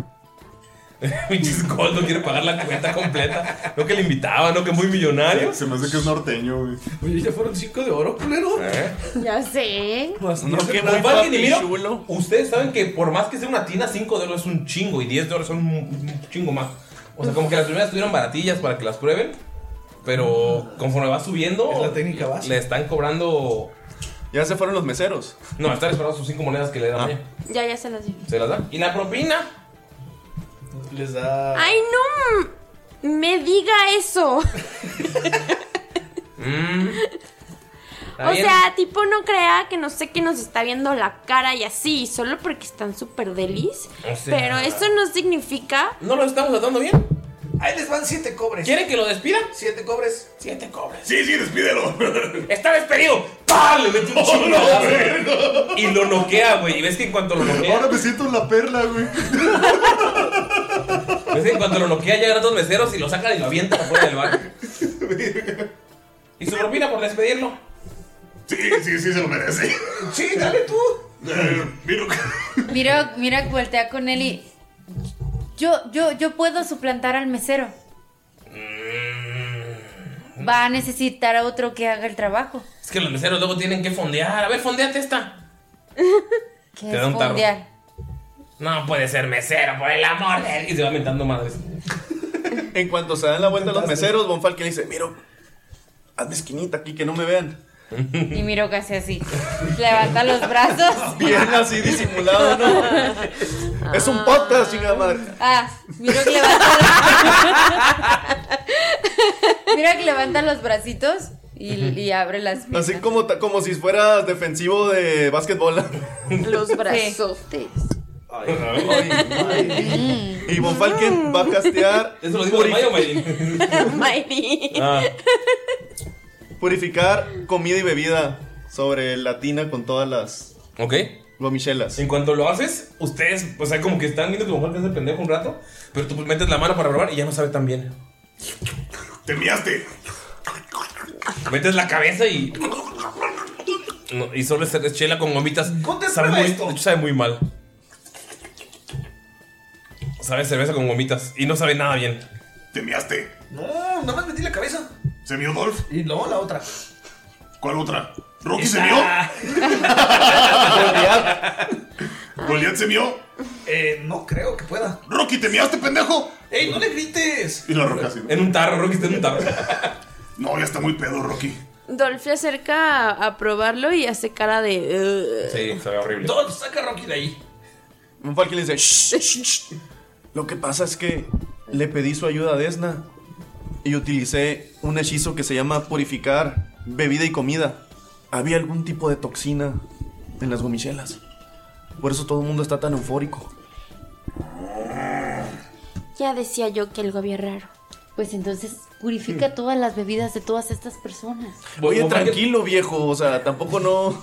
Pinches Gold no quiere pagar la cuenta completa. No que le invitaba, no que muy millonario. Se me hace que es norteño, güey. Oye, ya fueron cinco de oro, culero. ¿Eh? Ya sé. Pues No, que Como muy Falken y papi Miro, chulo. Ustedes saben que por más que sea una tina, 5 de oro es un chingo y 10 de oro son un- un chingo más. O sea, como que las primeras estuvieron baratillas para que las prueben. Pero conforme va subiendo, Es la técnica básica. le están cobrando. Ya se fueron los meseros. No, están esperando sus 5 monedas que le dan. Ah. ella. Ya, ya se las di. Se las dan. ¿Y la propina? Les da. ¡Ay, no! Me diga eso. Mm. ¿Está Mm. O bien? sea, tipo no crea que no sé que nos está viendo la cara y así, solo porque están súper delis. O sea- Pero eso no significa... ¿no lo estamos tratando bien? Ahí les van siete cobres. ¿Quieren que lo despida? ¿Siete cobres? Siete cobres. Sí, sí, despídelo. ¡Está despedido! ¡Pah! Le mete un chingadazo, güey. Y lo noquea, güey. Y ves que en cuanto lo noquea. Ahora me siento en la perla, güey. Ves que cuando lo noquea llegan otros meseros y lo sacan y lo avientan afuera del bar. ¿Y su propina por despedirlo? Sí, sí, sí, se lo merece. Eh, Sí, dale tú. Mira, mira, voltea con él y. Yo, yo, yo puedo suplantar al mesero. Mm. Va a necesitar a otro que haga el trabajo. Es que los meseros luego tienen que fondear. A ver, fondeate esta. ¿Qué Te da es un tarro. fondear? No puede ser mesero, por el amor de... Y se va mentando madres. En cuanto se dan la vuelta los meseros, Bonfalque le dice, miro, hazme esquinita aquí que no me vean. Y miro que hace así. Levanta los brazos. Bien así disimulado, ¿no? Es un podcast, chingada madre. Ah, miro que levanta los... Miro que levanta los bracitos y, y abre las piernas. Así como, ta- como si fueras defensivo de básquetbol. Los brazotes. Y Von Falken va a castear. ¿Eso lo dijo de Mayo, Ah. Mayri. Ah. Purificar comida y bebida sobre la tina con todas las. Ok. Gomichelas. En cuanto lo haces, ustedes, o sea, como que están viendo que Bonfal que es el pendejo un rato, pero tú pues metes la mano para probar y ya no sabe tan bien. ¡Te miaste! Metes la cabeza y. No, y solo es, es chela con gomitas. Sabe muy, de hecho, sabe muy mal. Sabe cerveza con gomitas y no sabe nada bien. ¡Te miaste! No, nada más metí la cabeza. ¿Se mió Dolph? Y no, la otra. ¿Cuál otra? ¿Rocky se mió? ¿Goliath se mió? Eh, no creo que pueda. ¡Rocky, te miaste, pendejo! ¡Ey, no le grites! Y la roca así. En un tarro, Rocky está en un tarro. No, ya está muy pedo, Rocky. Dolph se acerca a, a probarlo y hace cara de. "Ugh". Sí, sabe horrible. Dolph, saca a Rocky de ahí. Von Falken le dice: "Shh, shh, shh. Lo que pasa es que le pedí su ayuda a Desna. Y utilicé un hechizo que se llama purificar bebida y comida. Había algún tipo de toxina en las gomichelas. Por eso todo el mundo está tan eufórico. Ya decía yo que algo había raro. Pues entonces purifica todas las bebidas de todas estas personas. Oye, Von Falken- tranquilo, viejo. O sea, tampoco no.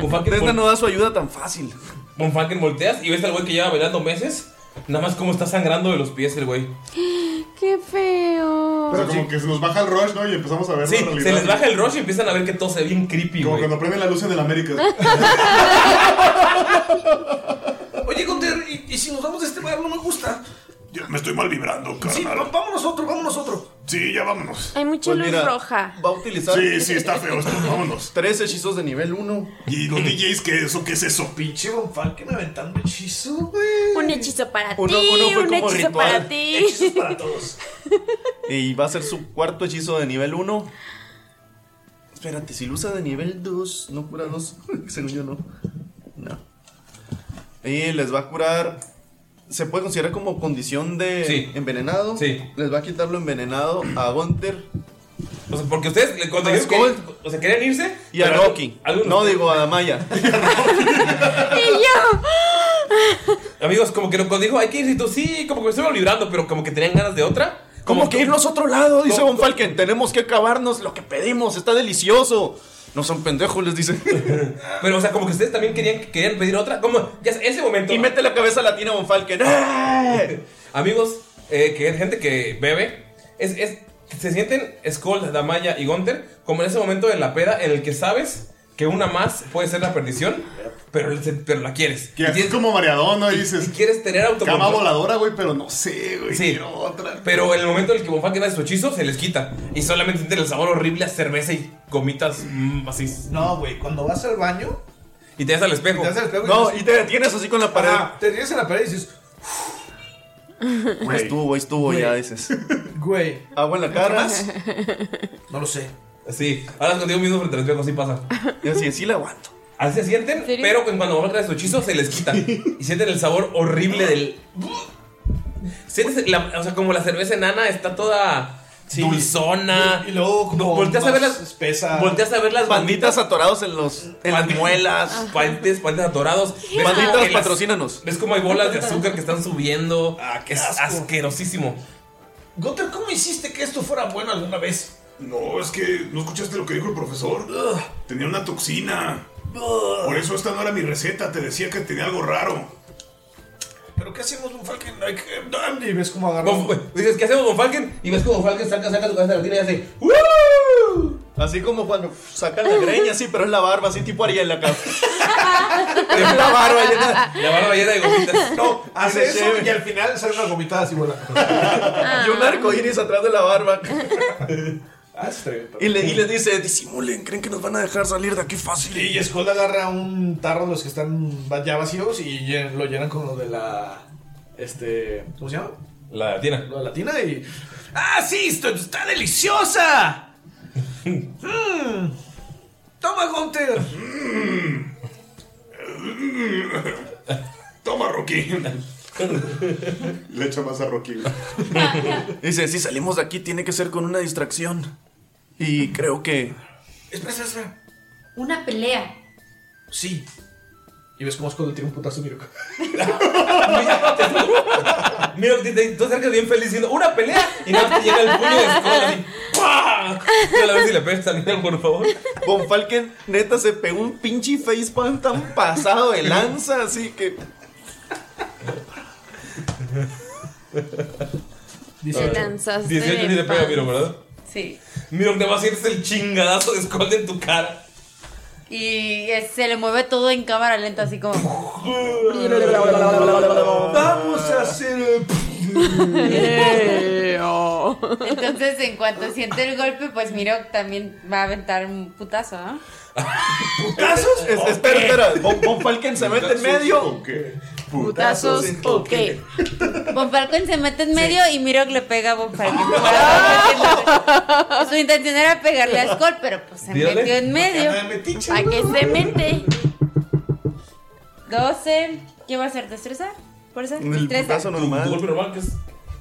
Von Falken- Desna no da su ayuda tan fácil. Von Falken volteas y ves al güey que lleva bailando meses. Nada más como está sangrando de los pies el güey. ¡Qué feo! Pero como que se nos baja el rush, ¿no? Y empezamos a ver Sí, la realidad. se les baja el rush y empiezan a ver que todo se ve bien creepy, Como güey. cuando prenden la luz en el América. Oye, Gunter, ¿y, y si nos vamos de este bar? No me gusta. Ya me estoy mal vibrando, Sí, va- carnal. vámonos otro, vámonos otro. Sí, ya vámonos. Hay mucha Pues luz mira, roja. Va a utilizar Sí, sí, está feo esto. Vámonos. tres hechizos de nivel 1. ¿Y los DJs qué es eso? ¿Qué es eso? Pinche bonfal que me aventando hechizo, güey. Un hechizo para ti, Uno- uno fue un como hechizo ritual. para ti. Hechizos para todos. Y va a ser su cuarto hechizo de nivel 1. Espérate, si lo usa de nivel 2, no cura 2. Según yo, no. No. Y les va a curar. Se puede considerar como condición de Sí. envenenado. Sí. Les va a quitar lo envenenado a Gunter O sea, porque ustedes le- cuando ellos Skull. querían- o sea, querían irse y a pero Rocky. algunos- No digo a Damaya. Y yo. Amigos, como que cuando dijo hay que irse y tú sí, como que me estuvieron librando, pero como que tenían ganas de otra. Como que irnos a otro lado, dice ¿Cómo- Von Falken. Tenemos que acabarnos lo que pedimos. Está delicioso. No son pendejos, les dice. Pero o sea, como que ustedes también querían querían pedir otra. Como ya sé, ese momento. Y mete la cabeza latina a Von Falken. ¡Eh! Amigos, eh, que es gente que bebe, es, es- se sienten Skull, Damaya y Gunter como en ese momento de la peda en el que sabes que una más puede ser la perdición, pero, se- pero la quieres. Que Y aquí es tienes- como mareadón, ¿no? Y dices, y quieres tener cama autocontrol. voladora, güey, pero no sé, güey. Sí. Quiero otra. Pero en el momento en el que Bonfá queda de su hechizo, se les quita. Y solamente sienten el sabor horrible a cerveza y gomitas mm, así. No, güey, cuando vas al baño, Y te das al espejo. te das el espejo y No, dices- y te detienes así con la pared. Ajá, te tienes en la pared y dices, Ahí estuvo, ahí estuvo, ya dices. güey, Agua en la cara. no lo sé. Sí, hablas contigo mismo frente al espejo, así pasa. Y así, sí la aguanto. Así se sienten, serio? pero en cuando Bonfá queda de su hechizo, se les quita. Y sienten el sabor horrible del. Sientes, la- o sea, como la cerveza enana está toda dulzona. Y luego como volteas, a ver las, más espesa. volteas a ver las Banditas atorados en los en las Banditas. muelas. Pantes, pantes atorados. Ves Banditas, como que las- patrocínanos. Ves como hay bolas de azúcar que están subiendo. Ah, qué es asco. asquerosísimo. Gunther, ¿cómo hiciste que esto fuera bueno alguna vez? No, es que no escuchaste lo que dijo el profesor. Tenía una toxina. Por eso esta no era mi receta. Te decía que tenía algo raro. ¿Pero qué hacemos, un fucking like, eh, y ves cómo Como- agarró? pues, Dices, ¿qué hacemos con Falken? Y ves como Falken saca, saca su cabeza de la tira y hace. "Uh". Así como cuando sacan la greña, sí, pero es la barba, así tipo Ariel acá. La barba llena, la barba llena de gomitas. No, hace eso chévere. y al final sale unas gomitadas y vuela. Ah. Y un arco iris atrás de la barba. Ah, es tremendo. Y, le- y les dice, disimulen, creen que nos van a dejar salir de aquí fácil. Y Skull agarra un tarro de los que están va- ya vacíos y llen- lo llenan con lo de la. Este. ¿Cómo se llama? La latina. Lo de la tina y. ¡Ah, sí! Esto está deliciosa! Mm. ¡Toma, Mm. Gunter! Toma, Rocky. Le echa más a Rocky. güey. Dice, si salimos de aquí tiene que ser con una distracción. Y creo que... Espera, espera, espera. Una pelea. Sí. Y ves cómo Skull le tira un putazo a Miroca. Mira, te- te- tú acercas bien feliz diciendo una pelea y no te llega el puño de Skull así. ¡Pah! Yo la vez si le pegas a niña, por favor. Von Falken neta se pegó un pinche facepalm tan pasado de lanza, así que... Te lanzaste. 18 ni de te pega, pan. Miro, ¿verdad? Sí. Miro, te vas a sientes el chingadazo de Skull en tu cara. Y eh, se le mueve todo en cámara lenta, así como. Vamos a hacer. el- Entonces, en cuanto siente el golpe, pues Mirok también va a aventar un putazo, ¿no? ¿Putazos? espera, espera. Von, Von Falken se mete en medio. ¿O qué? Putazos, ok. Von Falcon se mete en medio y Mirok le pega a Von Falcon. Pues, Su intención era pegarle a Skull, pero pues se Tírale. metió en medio. Ah, metiche. ¿A qué se mete? 12. ¿Qué va a ser? ¿Destreza? ¿Por eso? El ¿Destreza? putazo Tu normal. golpe normal que es.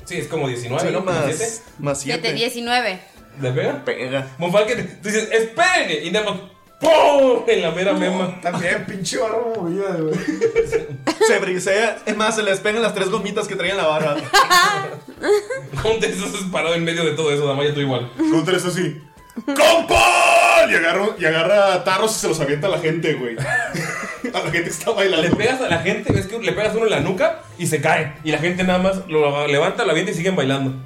Sí, es como 19, Sí, ¿no? Como más, 17. más 7, 7. 19. ¿Le pega? Pega. Monfalken, tú dices, esperen. Y nada más, ¡pum! En la mera mema. También, pinche barba movida, güey. Se brisea. Es más, se les pegan las tres gomitas que traían la barra. ¿Cómo te estás parado en medio de todo eso, Damaya? Tú igual. Contra eso sí. ¡Compa! Y agarra, y agarra tarros y se los avienta a la gente, güey. A la gente que está Le bailando. pegas a la gente, ves que le pegas uno en la nuca y se cae. Y la gente nada más lo levanta, la avienta y siguen bailando.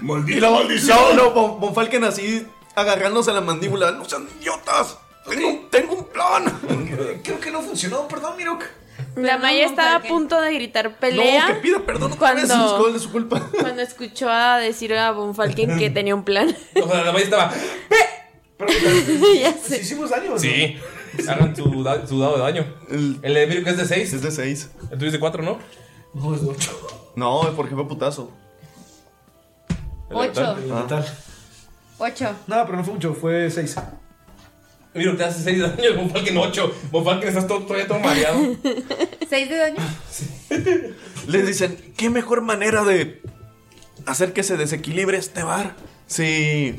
Y ¡Maldita la No, maldición! no, Von, Von Falken así agarrándose la mandíbula. ¡No sean idiotas! ¡Tengo, tengo un plan! Creo que no funcionó, perdón, Mirok. La Maya estaba a punto de gritar pelea. No, que pida perdón otra vez. Cuando- Es gol de su culpa. Cuando escuchó a decir a Von Falken que tenía un plan. O sea, Damaya estaba, ya Pues sé. hicimos daño, ¿no? sí. Hagan su, da- su dado de daño. El- El de Mirko es de 6. Es de 6. El tuyo es de 4, ¿no? No, es de ocho. No, es porque fue putazo. El 8. levantar. Ah. Tal. 8. Nada, pero no fue mucho, fue seis. Miro, te hace 6 de daño. Von Falken 8. Von Falken estás todo, todavía todo mareado. 6 de daño. Les dicen, ¿qué mejor manera de hacer que se desequilibre este bar? Si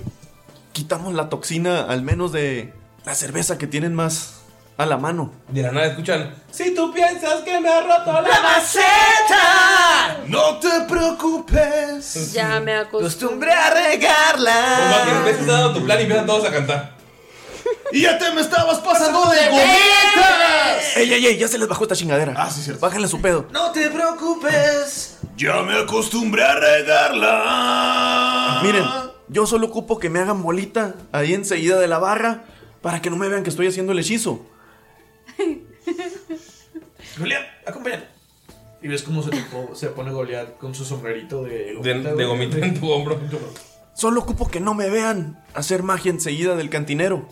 quitamos la toxina al menos de la cerveza que tienen más a la mano. De la nada escuchan: Si tú piensas que me ha roto la maceta. No te preocupes. Ya me acostumbré. Costumbre a regarla. Von Falken, ves que está dando tu plan y empiezan todos a cantar. ¡Y ya te me estabas pasando de gomitas! ¡Ey, ey, ey! Ya se les bajó esta chingadera. Ah, sí, cierto. Bájenle su pedo. No te preocupes. Ya me acostumbré a regarla. Miren, yo solo ocupo que me hagan bolita ahí enseguida de la barra para que no me vean que estoy haciendo el hechizo. Goliat, acompáñame. Y ves cómo se, tipo- se pone Goliat con su sombrerito de De, gomita. de gomita en tu hombro. Solo ocupo que no me vean hacer magia enseguida del cantinero.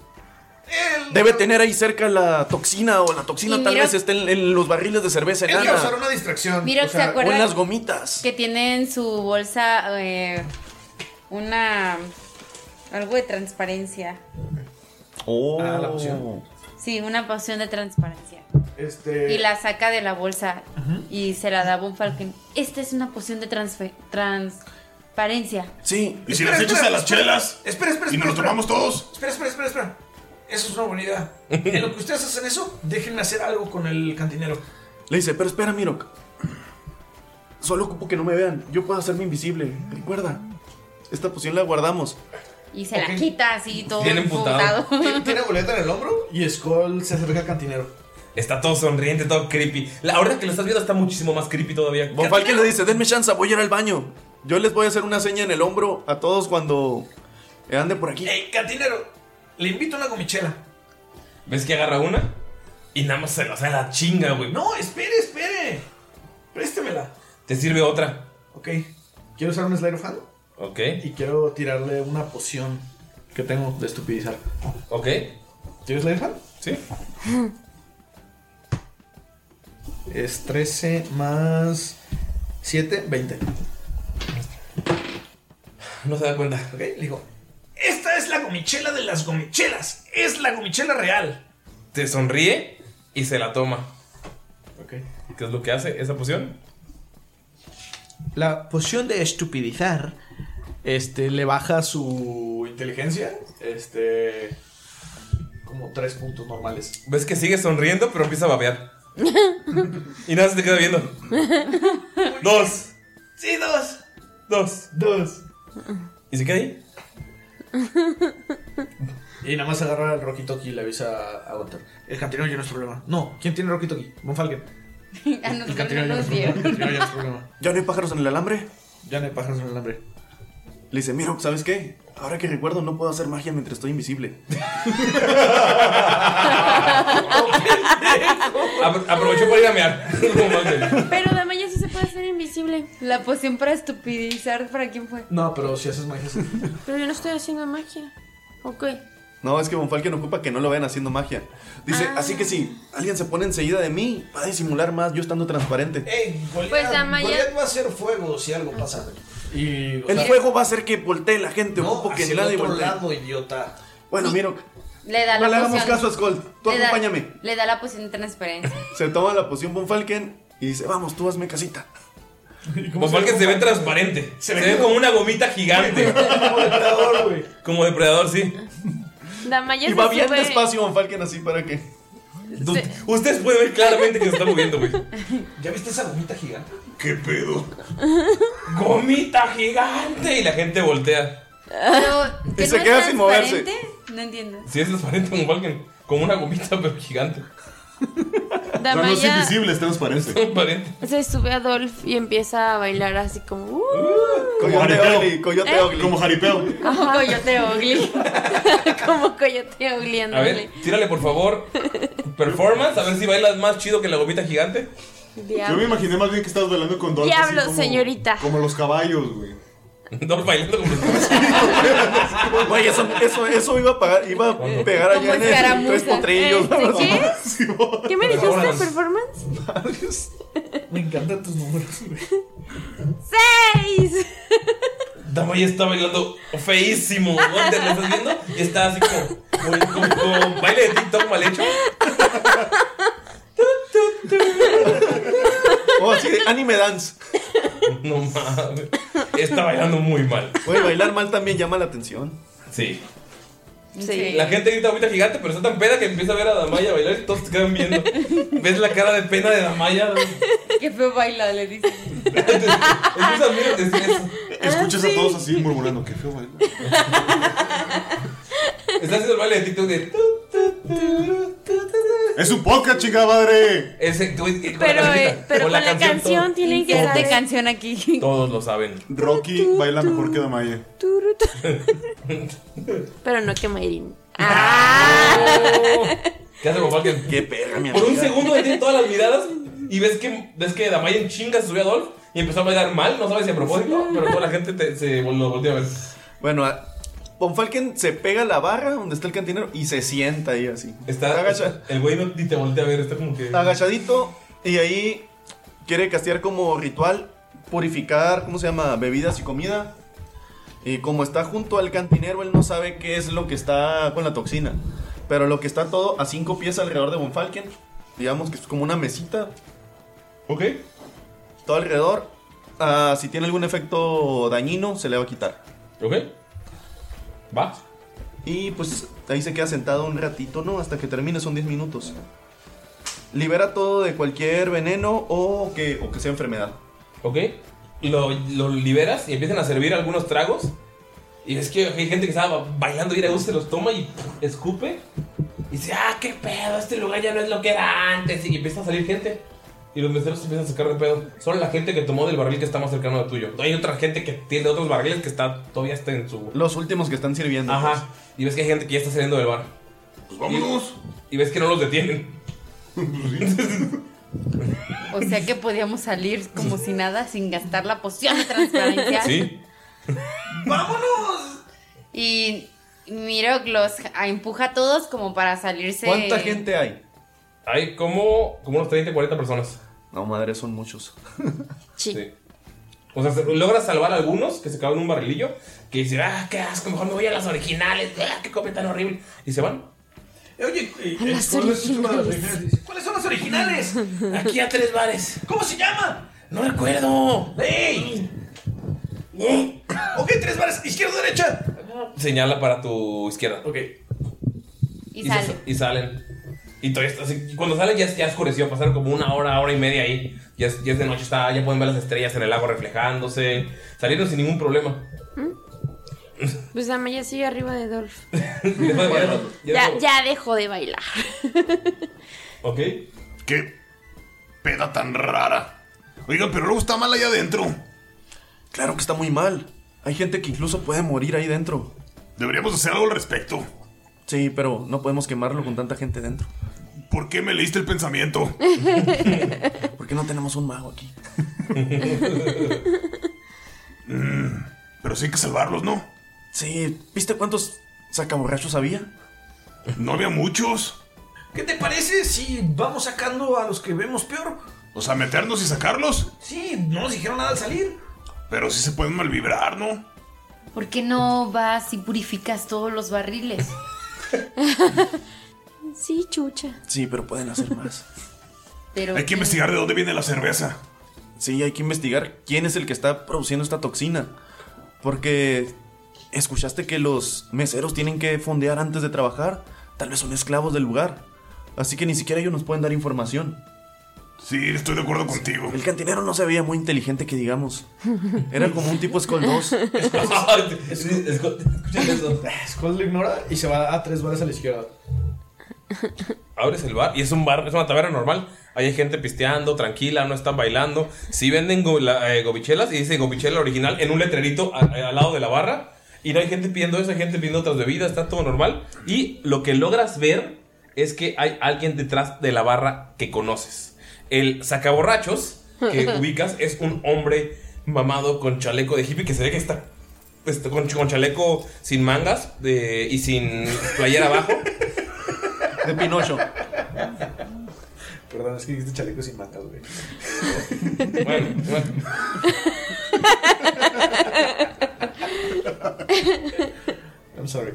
Debe tener ahí cerca la toxina o la toxina Y tal mira- vez esté en, en los barriles de cerveza Él iba a usar enana una distracción. Mirok o sea, se o en acuerda las gomitas. que tiene en su bolsa eh, una. algo de transparencia. Oh. Ah, la poción. Sí, una poción de transparencia. Este. Eh, Y la saca de la bolsa y se la da a Von Falken. Esta es una poción de transfe- transparencia. Sí, ¿Y si Espera, las echas espera, a las espera. chelas? Espera, espera, ¿Y nos espera, lo tomamos todos? Espera, espera, espera, espera. Eso es una buena idea. En lo que ustedes hacen eso, déjenme hacer algo con el cantinero. le dice, pero espera, Mirok. Solo ocupo que no me vean. Yo puedo hacerme invisible. Recuerda, esta poción la guardamos. Y se Ok. la quita así todo Bien emputado. emputado. Tiene a Goliat en el hombro y Skull se acerca al cantinero. Está todo sonriente, todo creepy. La hora que lo estás viendo está muchísimo más creepy todavía. Von Falken le dice, denme chance, voy a ir al baño. Yo les voy a hacer una seña en el hombro a todos cuando ande por aquí. ¡Ey, cantinero! Le invito una gomichela. ¿Ves que agarra una? Y nada más se la hace a la chinga, güey. No, espere, espere. Préstemela. Te sirve otra. Ok. Quiero usar un Slayer of Hand Ok. y quiero tirarle una poción que tengo de estupidizar. Ok. ¿Tienes Slayer of Hand? Sí. Es 13 más 7, 20. No se da cuenta. Ok, le digo. Esta es la gomichela de las gomichelas. Es la gomichela real. Te sonríe y se la toma. Ok. ¿Qué es lo que hace esa poción? La poción de estupidizar. Este le baja su inteligencia. Este. Como 3 puntos normales. Ves que sigue sonriendo, pero empieza a babear. y nada, se te queda viendo. dos, ¡Sí, dos! dos. Dos. Y se queda ahí. Y nada más agarra al Rocky Toki y le avisa a Gunter. El cantinero ya no es problema. No, ¿quién tiene Rocky Toki? Von Falken. A nosotros El no cantinero ya no es nos problema. El dieron. cantinero ya no es problema. ¿Ya no hay pájaros en el alambre? Ya no hay pájaros en el alambre. Le dice, mira, ¿sabes qué? Ahora que recuerdo, no puedo hacer magia mientras estoy invisible. Apro- aprovechó para ir a mear. Como Malcolm. Pero Damaya sí se puede hacer invisible. La poción para estupidizar, ¿para quién fue? No, pero si haces magia. sí. Pero yo no estoy haciendo magia. Ok. No, es que Bonfalken ocupa que no lo vayan haciendo magia. Dice, Ah. así que si alguien se pone enseguida de mí, va a disimular más yo estando transparente. Ey, Goliat, Pues, Damaya- Goliat va a hacer fuego si algo pasa. Y. o El sea, fuego va a hacer que voltee la gente, No, ocupo que hacia el nadie otro voltee. lado, idiota. Bueno, miro, Le da no le la hagamos poción. caso a Skull, tú Le da- acompáñame. Le da la poción de transparencia. Se toma la poción Bonfalken y dice, vamos, tú hazme casita. Como Malcolm se ve transparente. Se, ve como una gomita gigante. Como depredador, güey. como depredador, sí. Damaya Y se va bien sube- despacio Bonfalken así para que... Du- Ustedes pueden ver claramente que se está moviendo, güey. ¿Ya viste esa gomita gigante? ¿Qué pedo? ¡Gomita gigante! Y la gente voltea. Pero, Y se queda sin moverse. transparente? No entiendo. Si es transparente como Malcolm. Como una gomita, pero gigante. No, no es Damaya invisible, es transparente. Transparente. se sube a Dolph y empieza a bailar así como. "Uh". Coyote jaripeo. Ogli, Coyote Ogli. Como jaripeo. Como coyote ogli. Como coyote ogli A ver, ándale. tírale por favor. Performance, a ver si bailas más chido que la gomita gigante. Yo me Diablo. imaginé más bien que estabas bailando con Dolph. Diablo, así señorita. Como los caballos, güey. No bailando como los Güey, eso, eso, eso iba a pagar, iba a pegar Como allá en el, escaramuza. tres potrillos. Este, ¿no? ¿qué? Sí, bo- ¿Qué me dijiste? Performance. ¿Performance? Me encantan tus números, güey. ¡Seis! Damaya está bailando feísimo. ¿Dónde lo estás viendo? Y está así como. Con, con- con baile de TikTok mal hecho. O así de anime dance. No mames. Está bailando muy mal. Güey, bailar mal también llama la atención. Sí. Sí. La gente grita gomita gigante, pero está tan peda que empieza a ver a Damaya bailar y todos te quedan viendo. ¿Ves la cara de pena de Damaya? Qué feo baila, le dice. Entonces, a mí no te estreso. Escuchas a todos así murmurando, qué feo, güey. Está haciendo el baile de TikTok de. tu, tu, tu, tu, tu, tu. Es un podcast, chica madre. Ese, tú, y- y con Pero, la eh, canción, pero con la canción, todo- tienen que Inserte saber. canción aquí. Todos lo saben. Rocky baila mejor que Damaya. Turu, tu. Pero no que Mayrin. ¿Qué hace con Falken? Qué perra, mi Por un amiga. segundo detiene todas las miradas y ves que, ves que Damaya en chinga se subió a Dolph y empezó a bailar mal, no sabes si a propósito, pero toda la gente te- se lo volteó a ver. Bueno, a- Bonfalken se pega a la barra donde está el cantinero y se sienta ahí así. Está, Agacha- el güey no, ni te voltea a ver, está como que. agachadito y ahí quiere castear como ritual purificar, ¿cómo se llama? Bebidas y comida. Y como está junto al cantinero, él no sabe qué es lo que está con la toxina. Pero lo que está todo a cinco pies alrededor de Bonfalken, digamos que es como una mesita, Ok. todo alrededor. ah, si tiene algún efecto dañino, se le va a quitar. Ok. Va. Y pues ahí se queda sentado un ratito, ¿no? Hasta que termine, son 10 minutos. Libera todo de cualquier veneno o que, o que sea enfermedad. Ok. Lo, lo liberas y empiezan a servir algunos tragos. Y ves que hay gente que estaba bailando y a gusto, se los toma y ¡pum! escupe. Y dice, ah, qué pedo, este lugar ya no es lo que era antes. Y empieza a salir gente. Y los meseros se empiezan a sacar de pedo. Solo la gente que tomó del barril que está más cercano al tuyo. Hay otra gente que tiene otros barriles que está todavía está en su. Los últimos que están sirviendo. pues. Ajá. Y ves que hay gente que ya está saliendo del bar. Pues vámonos. Y ves que no los detienen. O sea que podíamos salir como si nada sin gastar la poción de transparencia. Sí. ¡Vámonos! Y Mirok los empuja a todos como para salirse. ¿Cuánta gente hay? Hay como, como unos 30, 40 personas. No, madre, son muchos. Sí. O sea, se- logras salvar a algunos que se cagan en un barrilillo. Que dicen, ah, qué asco, mejor me voy a las originales. Ah, qué copia tan horrible. Y se van. Oye, eh, A eh, las ¿cuál es el tema de las originales. originales? ¿cuáles son las originales? Aquí a tres bares. ¿Cómo se llama? No recuerdo. ¡Ey! Ok, tres bares, izquierda, derecha. Señala para tu izquierda. Ok. Y se- salen. y salen. Y todavía está así. Y Cuando salen ya, ya oscureció. Pasaron como una hora, hora y media ahí. Ya es, ya es de noche. Está, ya pueden ver las estrellas en el lago reflejándose. Salieron sin ningún problema. Pues Amaya sigue arriba de Dolph. Ya- ya- ya- Ya, ya dejó de bailar. Ok. ¿Qué peda tan rara? Oigan, pero luego está mal allá adentro. Claro que está muy mal. Hay gente que incluso puede morir ahí dentro. Deberíamos hacer algo al respecto. Sí, pero no podemos quemarlo con tanta gente dentro. ¿Por qué me leíste el pensamiento? ¿Por qué no tenemos un mago aquí? Mm, pero sí hay que salvarlos, ¿no? Sí, ¿viste cuántos sacaborrachos había? No había muchos. ¿Qué te parece si vamos sacando a los que vemos peor? O sea, meternos y sacarlos. Sí, no nos dijeron nada al salir. Pero sí se pueden malvibrar, ¿no? ¿Por qué no vas y purificas todos los barriles? sí, chucha. Sí, pero pueden hacer más. Pero Hay que investigar de dónde viene la cerveza. Sí, hay que investigar quién es el que está produciendo esta toxina. Porque escuchaste que los meseros tienen que fondear antes de trabajar. Tal vez son esclavos del lugar. Así que ni siquiera ellos nos pueden dar información. Sí, estoy de acuerdo contigo. El cantinero no se veía muy inteligente que digamos. Era como un tipo Skull 2. Skull lo ignora y se va a tres bares a la izquierda. Abres el bar y es un bar, es una taberna normal. Ahí hay gente pisteando, tranquila, no están bailando. Sí venden go- la- eh, gobichelas y dice gobichela original en un letrerito al, al lado de la barra. Y no hay gente pidiendo eso, hay gente pidiendo otras bebidas, está todo normal. Y lo que logras ver es que hay alguien detrás de la barra que conoces. El sacaborrachos que ubicas es un hombre mamado con chaleco de hippie que se ve que está pues, con, con chaleco sin mangas de- y sin playera abajo. De Pinocho. Perdón, es que dijiste chaleco sin mangas, güey. Bueno, bueno. I'm sorry.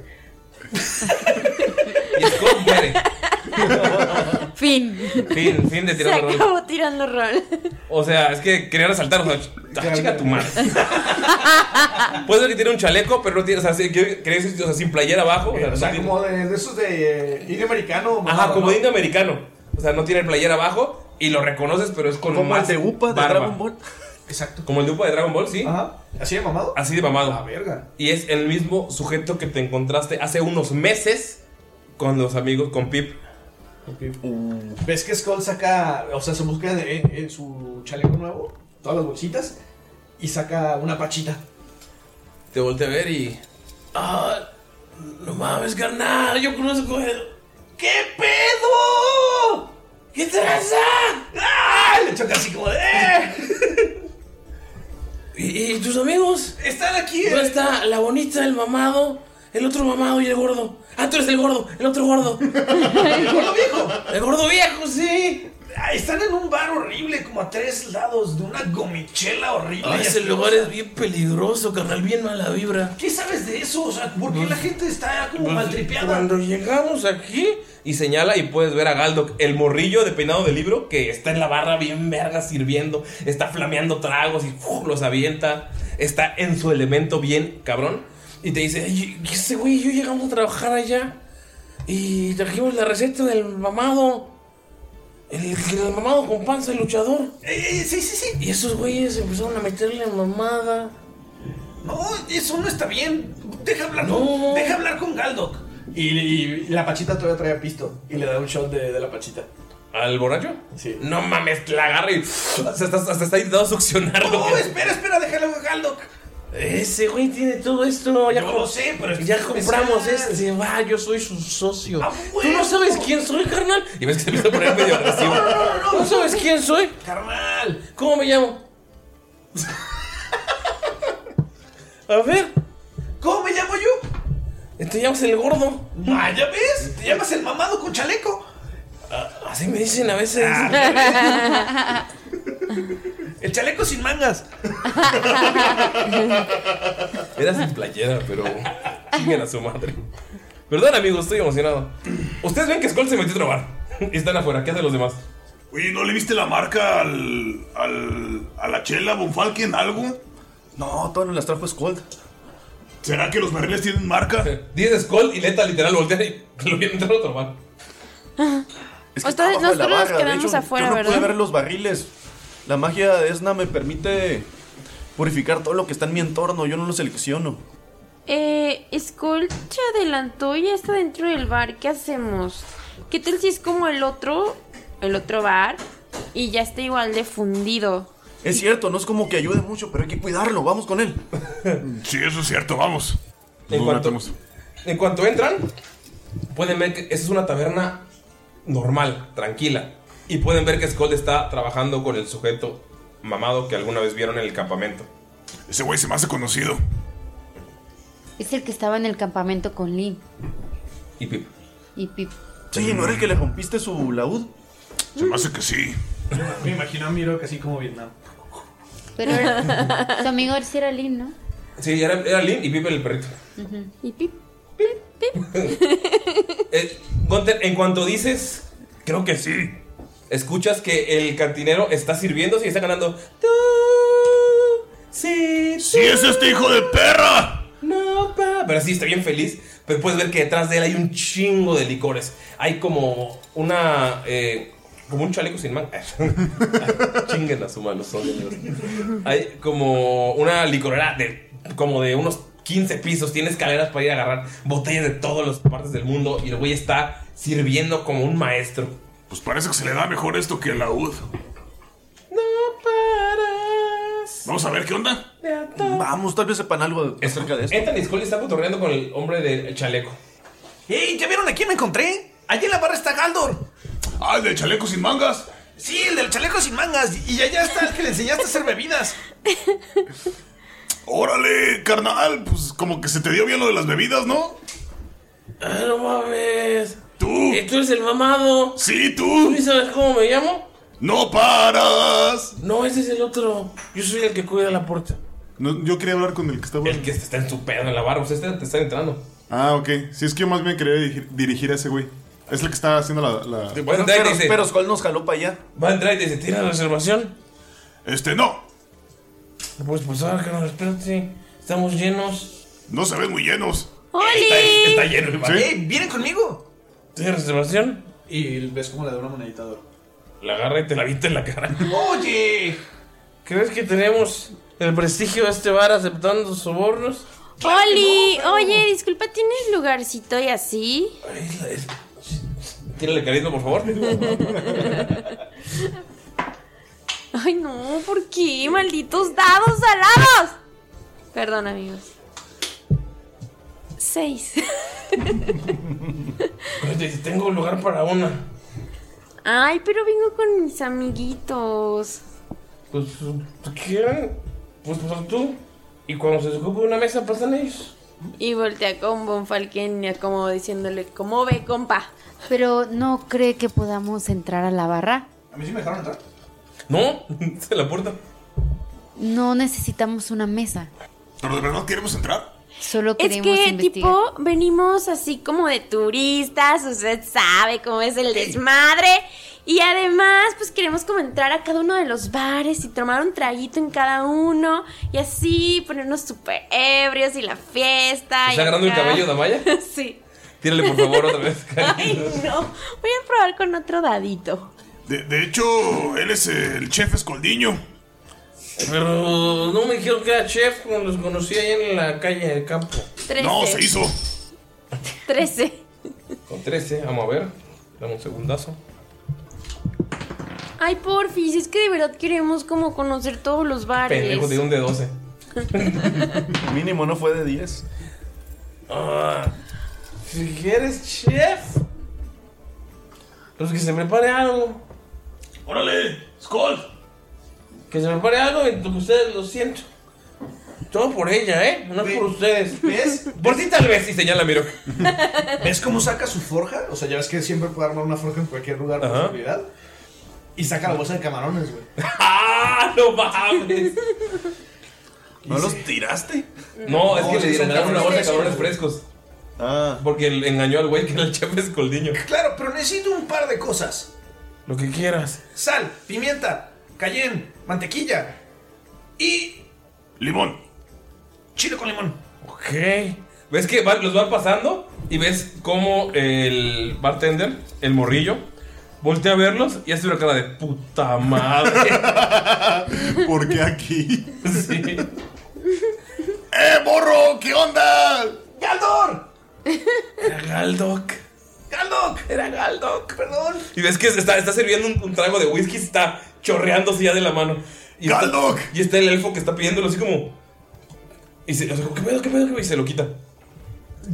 Fin. Fin, fin de Se tirar rol. acabó tirando rol. O sea, es que quería resaltar, o sea, ch- ah, chica tu madre. Puede ser que tiene un chaleco, pero no tiene, o sea, sí, que- quería decir, o sea, sin playera abajo. O sea, O no sea, tiene- como de, de esos de eh, indio americano. ajá, mamado, como ¿no? indio americano. O sea, no tiene playera abajo y lo reconoces, pero es con Como más el de Upa de barba. Dragon Ball. Exacto. Como el de Upa de Dragon Ball, sí. Ajá. ¿Así de mamado? Así de mamado. Ah, verga. Y es el mismo sujeto que te encontraste hace unos meses con los amigos, con Pip. ¿Ves que Skull saca, o sea, se busca de- en, en su chaleco nuevo, todas las bolsitas, y saca una pachita? Te volteé a ver y. ¡Ah! No mames, carnal. Yo conozco el. ¿Qué pedo? ¿Qué traza? ¡Ah! Le choca así como de. ¡Eh! ¿Y, y tus amigos? Están aquí. No eh. está la bonita, el mamado, el otro mamado y el gordo. Ah, tú eres el gordo, el otro gordo. El gordo viejo. El gordo viejo, sí. Ah, Están en un bar horrible, como a tres lados de una gomichela horrible. Ah, y ese asquerosa. lugar es bien peligroso, carnal, bien mala vibra. ¿Qué sabes de eso? O sea, ¿por qué la gente está como Pues, maltripeada? Cuando llegamos aquí y señala y puedes ver a Galdoc, el morrillo de peinado de libro que está en la barra bien verga sirviendo, está flameando tragos y ¡fuu! los avienta, está en su elemento bien cabrón y te dice, "Ey, ese güey y yo llegamos a trabajar allá y trajimos la receta del mamado, el, el mamado con panza, el luchador. Eh, eh, sí, sí, sí. Y esos güeyes empezaron a meterle mamada. No, eso no está bien. Deja hablar, No. deja hablar con Galdoc. Y, y la pachita todavía trae a pisto, y le da un shot de, de la pachita. ¿Al borracho? Sí. No mames, la agarra y hasta, hasta está intentando succionarlo. No, espera, espera, déjalo a Galdoc. Ese güey tiene todo esto. Ya Yo com- lo sé, pero es Ya que- Ah, compramos este. Va, yo soy su socio. Tú no sabes quién soy, carnal. Y ves que se empieza a poner medio agresivo. No, no, no, no. ¿Tú no sabes quién soy? Carnal. ¿Cómo me llamo? A ver. ¿Cómo me llamo yo? Te llamas el gordo. Ah, ¿ya ves? Te llamas el mamado con chaleco. Ah, Así me dicen a veces. Ah. Ah, El chaleco sin mangas. Era sin playera, pero. Chinguen a su madre. Perdón, amigos, estoy emocionado. Ustedes ven que Skull se metió a trabar. Y están afuera. ¿Qué hacen los demás? Oye, ¿no le viste la marca al. al. a la chela Bonfalken algo? No, todavía no las trajo Scold. ¿Será que los barriles tienen marca? Dice Skull y Leta literal voltea y lo viene entrar a trabar. Ustedes- Abajo de la nosotros nos barra, de quedamos hecho, afuera, yo no ¿verdad? pude ver los barriles. La magia de Esna me permite purificar todo lo que está en mi entorno. Yo no lo selecciono. Eh, Skull se adelantó y ya está dentro del bar. ¿Qué hacemos? ¿Qué tal si es como el otro, el otro bar y ya está igual de fundido? Es cierto, no es como que ayude mucho, pero hay que cuidarlo. Vamos con él. Sí, eso es cierto, vamos. En cuanto, en cuanto entran, pueden ver que esa es una taberna normal, tranquila. Y pueden ver que Skull está trabajando con el sujeto mamado que alguna vez vieron en el campamento. Ese güey se me hace conocido. Es el que estaba en el campamento con Lynn Y Pip. y Pip. Sí, ¿no era el que le rompiste su laúd? Se me hace que sí. Me imagino a Miro que así como Vietnam. Pero era- su amigo sí era Lynn, ¿no? Sí, era, era Lin y Pip el perrito. Ujú. Y Pip. Eh, Gunter, en cuanto dices, creo que sí. Escuchas que el cantinero está sirviendo y está ganando. Tú, sí, ¡Sí es este hijo de perra! No, pa. Pero sí, está bien feliz. Pero puedes ver que detrás de él hay un chingo de licores. Hay como una. eh, como un chaleco sin manga. Chinguen a su mano, son de Dios. Hay como una licorera de. Como de unos 15 pisos. Tiene escaleras para ir a agarrar botellas de todas las partes del mundo. Y el güey está sirviendo como un maestro. Pues parece que se le da mejor esto que el laúd. No paras. Vamos a ver qué onda. de atar. Vamos, tal vez sepan algo acerca de esto. Entran y Scully está cotorreando con el hombre del chaleco. ¡Ey! ¿Ya vieron a quién me encontré? Allí en la barra está Galdor. Ah, el de chaleco sin mangas. Sí, el del chaleco sin mangas. Y allá está el que le enseñaste a hacer bebidas. Órale, carnal. Pues como que se te dio bien lo de las bebidas, ¿no? Ah, no mames. Tú. Eh, Tú eres el mamado. Sí, ¿Tú tú. ni sabes cómo me llamo? No paras. No, ese es el otro. Yo soy el que cuida la puerta. No, yo quería hablar con el que estaba. El que está en su pedo en la barra. Ustedes te- te están entrando. Ah, ok. Si es que yo más bien quería dirigir, dirigir a ese güey. Es el que estaba haciendo la. la- Va a Pero, entrar Ah. y pero, te dice, pero Skull nos jaló para allá. va a entrar y te dice, ¿tienes reservación? Este, no. No puedes pasar, carnal, espérate. Estamos llenos. No se ven muy llenos. Está, ¡Oli! está lleno el bar. ¡Ey! ¿Vienen conmigo? ¿Tienes reservación? Y ves como le da una monedita de oro. La agarra y te la avienta en la cara. ¡Oye! ¿Crees que tenemos el prestigio de este bar aceptando sobornos? ¡Oli! Oye, disculpa, ¿tienes lugarcito y así? Tírale carisma, por favor. Ay, no, ¿por qué? ¡Malditos dados salados! Perdón, amigos. Seis. Te dice, tengo lugar para una. Ay, pero vengo con mis amiguitos. Pues, ¿qué quieran? Pues, pues tú. Y cuando se ocupe una mesa, pasan ellos. Y voltea con Bonfalken como diciéndole, ¿cómo ve, compa? Pero no cree que podamos entrar a la barra. A mí sí me dejaron entrar. No, se la puerta. No necesitamos una mesa. Pero de verdad queremos entrar. Solo Es queremos que, investigar. tipo, venimos así como de turistas, usted sabe cómo es el desmadre. Y además, pues queremos como entrar a cada uno de los bares y tomar un traguito en cada uno. Y así, ponernos súper ebrios y la fiesta. y ¿Está agarrando el acá. cabello, Damaya? Sí. Tírale, por favor, otra vez. Ay, no. Voy a probar con otro dadito. De, de hecho, él es el chef escoldiño. Pero no me dijeron que era chef cuando los conocí allá en la calle del campo. Trece. No, Oh, se hizo. Trece. Con 13, vamos a ver. Dame un segundazo. Ay, porfis, es que de verdad queremos como conocer todos los bares. Pendejo, tiene un de 12. Mínimo no fue de 10. Ah. Si eres chef. Pues que se prepare algo. ¡Órale! ¡Skull! Que se prepare algo y que ustedes lo siento. Todo por ella, ¿eh? No es por ustedes. ¿Ves? Por ti tal vez, y señala Miro. ¿Ves cómo saca su forja? O sea, ya ves que siempre puede armar una forja en cualquier lugar con Ajá. seguridad. Y saca la bolsa de camarones, güey. ¡Ah! ¡No mames! ¿No los tiraste? No, es No, que sí, le son tiraron una cabrones bolsa de cabrones frescos. frescos. Ah. Porque le engañó al güey que era el chef escoldiño. Claro, pero necesito un par de cosas. Lo que quieras. Sal, pimienta, cayenne, mantequilla y Limón. chile con limón. Ok. ¿Ves que van- los van pasando? Y ves cómo el bartender, el morrillo, voltea a verlos y hace una cara de puta madre. ¿Por qué aquí? Sí. ¡Eh, morro! ¿Qué onda? ¡Galdor! Era Galdoc. ¡Galdoc! Era Galdoc. Perdón. Y ves que se está, está sirviendo un, un trago de whisky, se está chorreándose ya de la mano. Y está- ¡Galdoc! y está el elfo que está pidiéndolo así como. Y se, o sea, ¿qué pedo, qué pedo, qué pedo? Y se lo quita.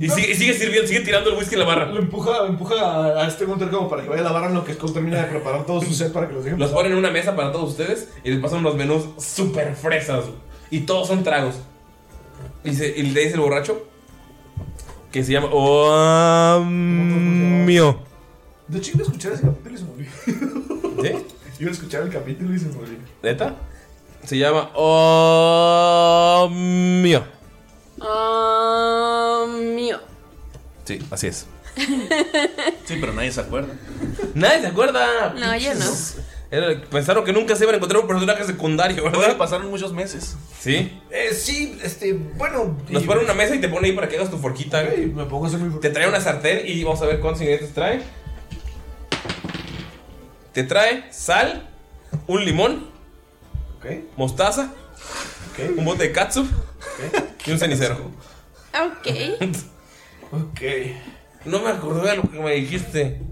Y sigue, y sigue sirviendo, sigue tirando el whisky en la barra. Lo empuja, lo empuja a, a este Gunter como para que vaya a la barra en lo que Skull termina de preparar todo su set para que los dejen. Los pasar. ponen en una mesa para todos ustedes y les pasan unos menús súper fresas. güey. Y todos son tragos. Y, se- y le dice el borracho que se llama. Oh, mío. De hecho, iba a escuchar ese capítulo y se morí. ¿Sí? Iba a escuchar el capítulo y se morí. ¿Neta? Se llama. Oh, mío. Ah, mío. Sí, así es. Sí, pero nadie se acuerda. Nadie se acuerda. No, yo no. Era- pensaron que nunca se iban a encontrar un personaje secundario, ¿verdad? Pasaron muchos meses. Sí. Eh, sí, este, bueno. Nos y- ponen una mesa y te ponen ahí para que hagas tu forquita. y güey. me pongo a hacer mi Te trae una sartén y vamos a ver cuántos ingredientes trae. Te trae sal, un limón, Ok, mostaza, ok, un bote de katsu y un cenicero. Ok. ok. No me acordé de lo que me dijiste.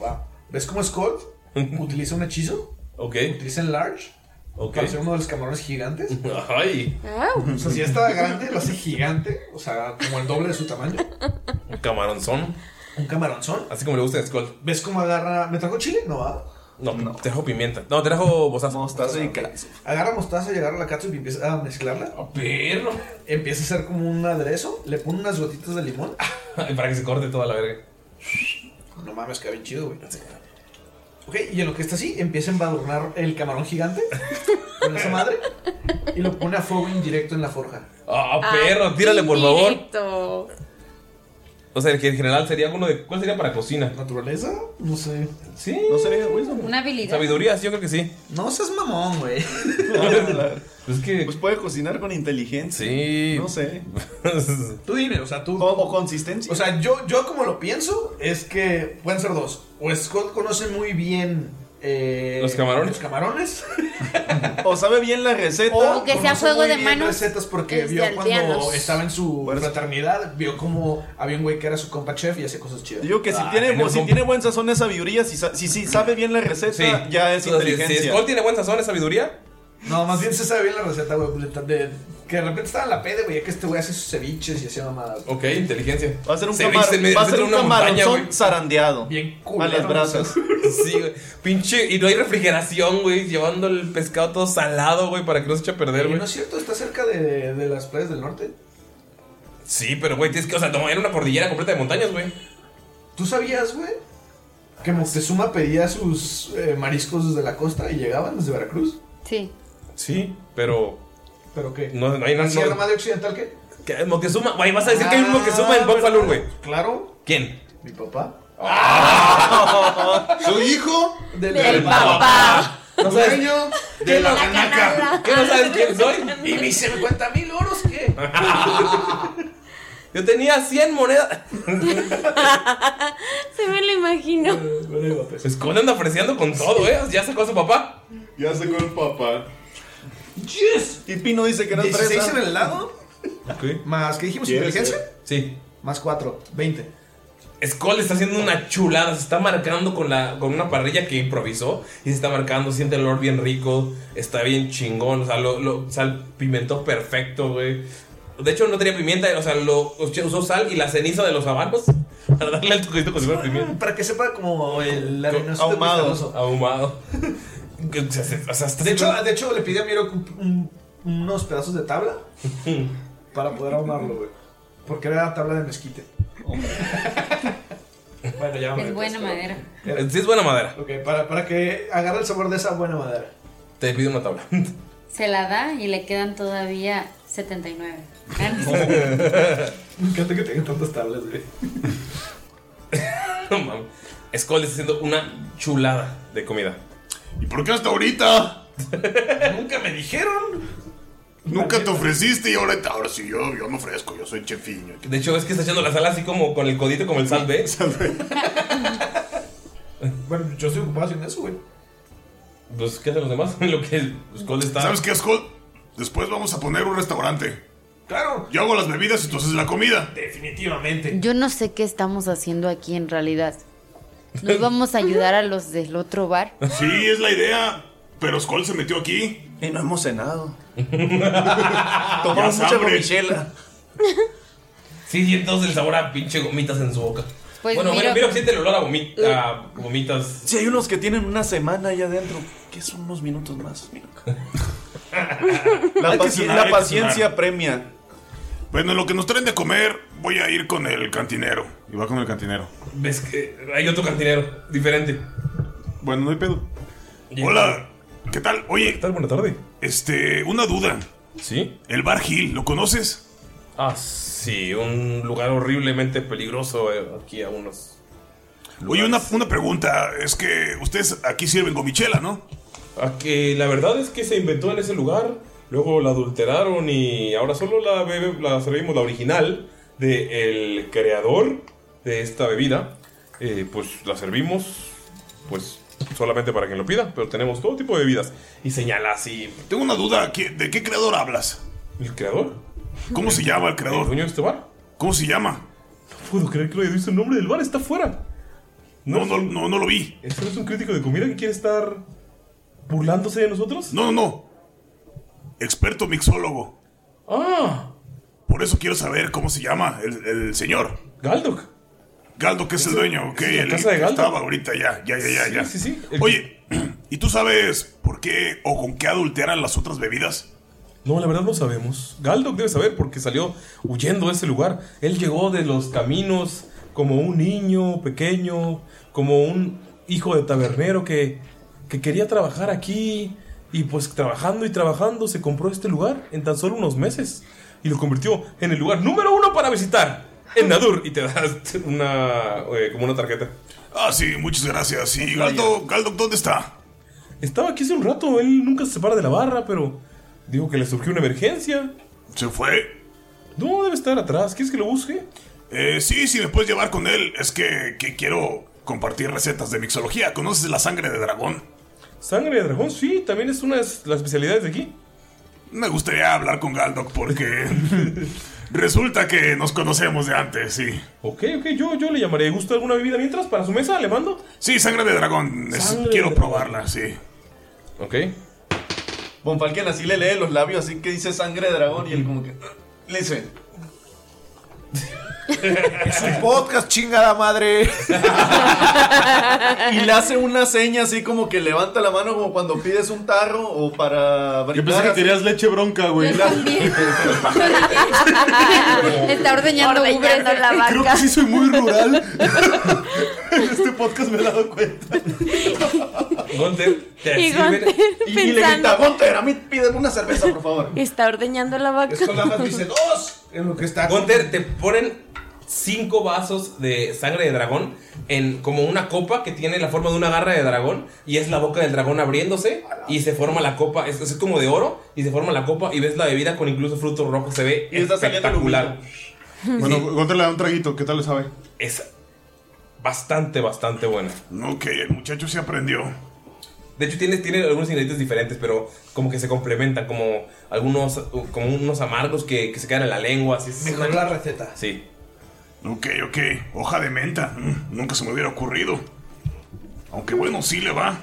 Va. ¿Ves cómo Skull utiliza un hechizo? Ok, Utiliza el Large ok. para ser uno de los camarones gigantes. Ay, O sea, si ya estaba grande, lo hace gigante. O sea, como el doble de su tamaño. un camaronzón. Un camaronzón. Así como le gusta a Skull. ¿Ves cómo agarra? ¿Me trajo chile? No, va. No, te dejo pimienta. No, te dejo bosazo. Mostaza y catsup. Agarra mostaza y agarra la catsup y empieza a mezclarla. Oh, perro. Empieza a hacer como un aderezo. Le pone unas gotitas de limón. Para que se corte toda la verga. Pues No mames, queda bien chido, güey. Ok, y en lo que está así, empieza a embadurnar el camarón gigante con esa madre y lo pone a fuego indirecto en la forja. Oh, Ah, perro, tírale por favor. Directo. O sea, que en general sería uno de. ¿Cuál sería para cocina? ¿Naturaleza? No sé. Sí. ¿No sería Wilson? Una habilidad. Sabiduría, Ah, sí, yo creo que sí. No seas mamón, güey. Ah. Es que. Pues puede cocinar con inteligencia. Sí. No sé. Tú dime, o sea, tú. O, o consistencia. O sea, yo, yo como lo pienso, es que pueden ser dos. O Scott conoce muy bien eh, Los camarones. Los camarones. O sabe bien la receta. O que sea conoce juego muy de bien manos recetas porque es vio de cuando aldeanos. estaba en su Por eso. fraternidad, vio como había un güey que era su compa chef y hacía cosas chidas. Digo que si, Ah, tiene, no, si no. tiene buen sazón es sabiduría, si, sa- si, si sabe bien la receta, Sí. ya es Entonces, Si inteligencia. Skull tiene buen sazón y sabiduría, No, más bien se sabe bien la receta, güey. de- de- que de repente estaba en la pede, güey, ya que este güey hace sus ceviches y hacía mamadas. güey. ok, inteligencia. Va a ser un, Se ve- camar- se me- va a se ser ve un una montaña, camaronzón güey. zarandeado. Bien A culero, las brasas. Sí, güey. Pinche. Y no hay refrigeración, güey. Llevando el pescado todo salado, güey, para que no se eche a perder, Y güey. no es cierto, está cerca de, de las playas del norte. Sí, pero, güey, tienes que. O sea, no, era una cordillera completa de montañas, güey. ¿Tú sabías, güey? Ah, Que Moctezuma pedía sus eh, mariscos desde la costa y llegaban desde Veracruz. Sí. Sí, pero. ¿Pero qué? No, Ah, no hay ¿La nada. Sierra No, Madre Occidental qué? que- Moctezuma, güey, vas a decir que hay un Moctezuma en pues, Ah, Buffalo, güey. Claro, ¿Quién? mi papá. ¿Su hijo? Del, Del papá. No sabes. Dueño ¿Qué no, canasta. ¿Qué no sabes quién soy? Y me hice 50 mil oros, ¿qué? Yo tenía 100 monedas. Se me lo imagino. Skull Pues, anda ofreciendo con todo, ¿eh? Ya sacó a su papá. Ya sacó el papá. ¡Yes! Y Pino dice que era 16 en fresa. el lado, Ok. más, ¿qué dijimos? Yes, ¿Inteligencia? Sí. Más 4, 20. Skull está haciendo una chulada, se está marcando con, la, con una parrilla que improvisó y se está marcando, siente el olor bien rico, está bien chingón, o sea, lo, lo salpimentó perfecto, güey. De hecho, no tenía pimienta, o sea, lo, usó sal y la ceniza de los abanos para darle el toquecito con pimienta. Para que sepa como el arenacito Ahumado, gustoso. ahumado. O sea, se- o sea, está De hecho, de hecho, le pide a Miro un- un- unos pedazos de tabla para poder ahumarlo, güey. Porque era tabla de mezquite. bueno, ya Es buena madera. Sí, es buena madera. Ok, para, para que agarre el sabor de esa buena madera. Te pido una tabla. Se la da y le quedan todavía 79. Me encanta que tenga tantas tablas, güey. No mames. Skull está haciendo una chulada de comida. ¿Y por qué hasta ahorita? Nunca me dijeron. Nunca te ofreciste y ahora, ahora sí yo, yo me ofrezco, yo soy chefiño. De hecho, es que está echando la sala así como con el codito, como el salve. Bueno, yo estoy ocupado haciendo eso, güey. Pues, ¿qué hacen los demás? Lo que Skull está. ¿Sabes qué, Scott? Después vamos a poner un restaurante. Claro. Yo hago las bebidas y tú haces la comida. Definitivamente. Yo no sé qué estamos haciendo aquí en realidad. ¿Nos vamos a ayudar a los del otro bar? Sí, es la idea. Pero Skull se metió aquí. Y no hemos cenado. Ya Ah, Tomamos mucha hambre. gomichela. Sí, y entonces el sabor a pinche gomitas en su boca. Pues bueno, miro- mira, mira, siente el olor a, gomi- a gomitas. Sí, hay unos que tienen una semana allá adentro. Que son unos minutos más. La, Hay que paci- cenar, la hay que paciencia cenar. premia. Bueno, en lo que nos traen de comer, voy a ir con el cantinero. Y va con el cantinero. Ves que hay otro cantinero diferente. Bueno, no hay pedo. Hola, ¿qué tal? ¿Qué Oye, tal? Buena tarde. este, una duda. ¿Sí? El Bar Hill, ¿lo conoces? Ah, sí, un lugar horriblemente peligroso eh, aquí a unos. Oye, una, una pregunta. Es que ustedes aquí sirven gomichela, ¿no? A Ah, que la verdad es que se inventó en ese lugar, luego la adulteraron y ahora solo la, bebe- la servimos la original del creador de esta bebida. Eh, pues la servimos, pues solamente para quien lo pida, pero tenemos todo tipo de bebidas. Y señala así, Tengo una duda. ¿qué- ¿De qué creador hablas? ¿el creador? ¿Cómo se llama el ¿El creador? dueño de este bar? ¿Cómo se llama? No puedo creer que lo haya visto el nombre del bar, está afuera. No, no, no, no lo vi. ¿Eso no es un crítico de comida que quiere estar burlándose de nosotros? No, no, no. Experto mixólogo. Ah, Por eso quiero saber cómo se llama el, el señor. Galdok. Galdo, que es el dueño, ok. la el casa de que Galdo. Estaba ahorita ya, ya, ya, ya. Sí, ya. sí, sí, el- Oye, ¿y tú sabes por qué o con qué adulteran las otras bebidas? No, la verdad no sabemos. Galdok debe saber porque salió huyendo de ese lugar. Él llegó de los caminos como un niño pequeño, como un hijo de tabernero que, que quería trabajar aquí. Y pues trabajando y trabajando se compró este lugar en tan solo unos meses. Y lo convirtió en el lugar número uno para visitar. En Nadur. Y te das una... eh, como una tarjeta. Ah, sí, muchas gracias. Y Galdo, Galdo, ¿dónde está? Estaba aquí hace un rato. Él nunca se separa de la barra, pero... Digo que le surgió una emergencia. ¿Se fue? No, debe estar atrás. ¿Quieres que lo busque? Eh, sí, sí, me puedes llevar con él. Es que, que quiero compartir recetas de mixología. ¿Conoces la sangre de dragón? Sangre de dragón, sí, también es una de las especialidades de aquí. Me gustaría hablar con Galdok porque resulta que nos conocemos de antes, sí. Ok, ok, yo, yo le llamaré. ¿Gusta alguna bebida mientras para su mesa? ¿Le mando? Sí, sangre de dragón. es- Sangre quiero de probarla, sí. Ok. Bonfalken así le lee los labios, así que dice sangre de dragón y él como que... Le dice... Es un podcast, chingada madre. Y le hace una seña así como que levanta la mano como cuando pides un tarro o para... Yo pensé que así. querías leche bronca, güey. Está ordeñando ubres. Ordeñando la Creo vaca. que sí soy muy rural. en este podcast me he dado cuenta. Gunter, te Y sirven. Gunter Y, y le grita, pensando. Gunter, a mí pídeme una cerveza, por favor. Está ordeñando la vaca. Skull nada más dice dos. En lo que está. Gunter, te ponen cinco vasos de sangre de dragón en como una copa que tiene la forma de una garra de dragón y es la boca del dragón abriéndose y se forma la copa. Es, es como de oro y se forma la copa y ves la bebida con incluso frutos rojos. Se ve Y está saliendo espectacular. Bueno, Gonzalo, le da un traguito. ¿Qué tal le sabe? Es bastante, bastante buena. Ok, el muchacho se aprendió. De hecho, tiene, tiene algunos ingredientes diferentes, pero como que se complementan, como uh, algunos como unos amargos que, que se quedan en la lengua. Así, es Mejor una- la receta. sí. Ok, ok. Hoja de menta. Mm, Nunca se me hubiera ocurrido. Aunque bueno, sí le va.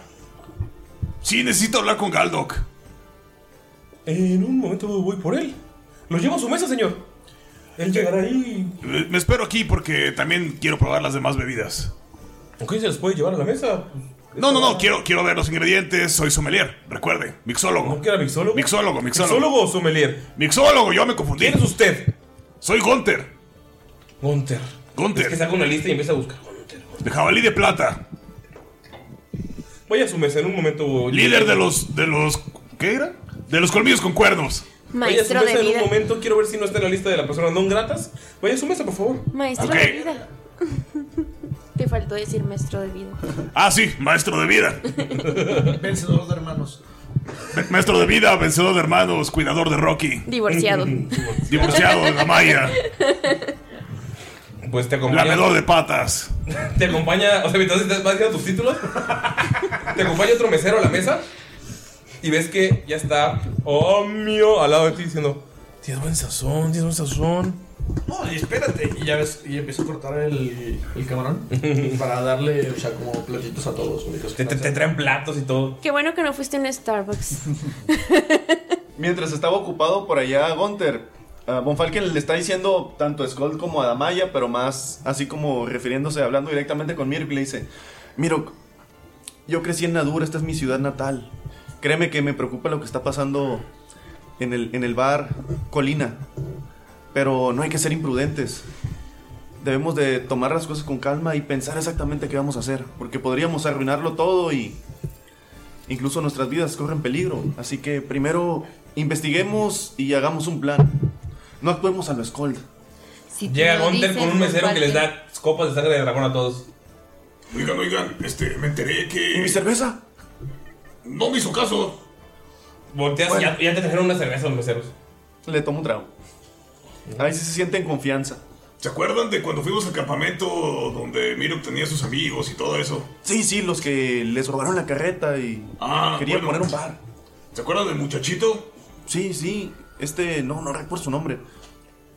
Sí, necesito hablar con Galdok. En un momento voy por él. Lo llevo a su mesa, señor. Él llegará ahí. Eh, Me espero aquí porque también quiero probar las demás bebidas. Ok, se los puede llevar a la mesa. No, no, no, quiero, quiero ver los ingredientes. Soy sommelier, recuerde, mixólogo. ¿No que era mixólogo? Mixólogo, mixólogo. ¿Mixólogo o sommelier? Mixólogo, yo me confundí. ¿Quién es usted? Soy Gunter. Gunter. Gunter. Es que saca una lista y empieza a buscar. De jabalí de plata. Voy a su mesa en un momento. Líder de los. de los. ¿Qué era? De los colmillos con cuernos. Vaya a su Maestro mesa de en un vida. momento. Quiero ver si no está en la lista de las personas no gratas. Vaya a su mesa, por favor. Maestro Ok. de vida. Te faltó decir maestro de vida. Ah, sí, maestro de vida. Vencedor de hermanos. Ma- Maestro de vida, vencedor de hermanos, cuidador de Rocky. Divorciado. Divorciado de Gamaya. Pues te acompaña. Lamedor de patas. Te acompaña. O sea, mientras estás vas diciendo tus títulos. te acompaña otro mesero a la mesa. Y ves que ya está. Oh, mío. Al lado de ti diciendo. Tienes buen sazón, tienes buen sazón. No, y espérate. Y ya ves, y empiezo a cortar el, el camarón para darle, o sea, como platitos a todos. Te, te- te traen platos y todo. Qué bueno que no fuiste en Starbucks. Mientras estaba ocupado por allá Gunter, a Von Falken le está diciendo tanto a Skull como a Damaya, pero más así como refiriéndose, hablando directamente con Mirk, le dice, Mirok, yo crecí en Nadur, esta es mi ciudad natal. Créeme que me preocupa lo que está pasando en el, en el bar Colina, pero no hay que ser imprudentes. Debemos de tomar las cosas con calma y pensar exactamente qué vamos a hacer, porque podríamos arruinarlo todo y Incluso nuestras vidas corren peligro. Así que primero investiguemos y hagamos un plan. No actuemos a lo Scold. Llega Gunter con un mesero que les da copas de sangre de dragón a todos. Oigan, oigan, este, me enteré que. ¿Y mi cerveza? No me hizo caso. Volteas Bueno. ya, ya te trajeron una cerveza a los meseros. Le tomo un trago. A veces se siente en confianza. ¿Se acuerdan de cuando fuimos al campamento donde Miro tenía a sus amigos y todo eso? Sí, sí, los que les robaron la carreta y Ah, querían poner bueno. un bar. ¿Se acuerdan del muchachito? Sí, sí. Este, no, no recuerdo su nombre.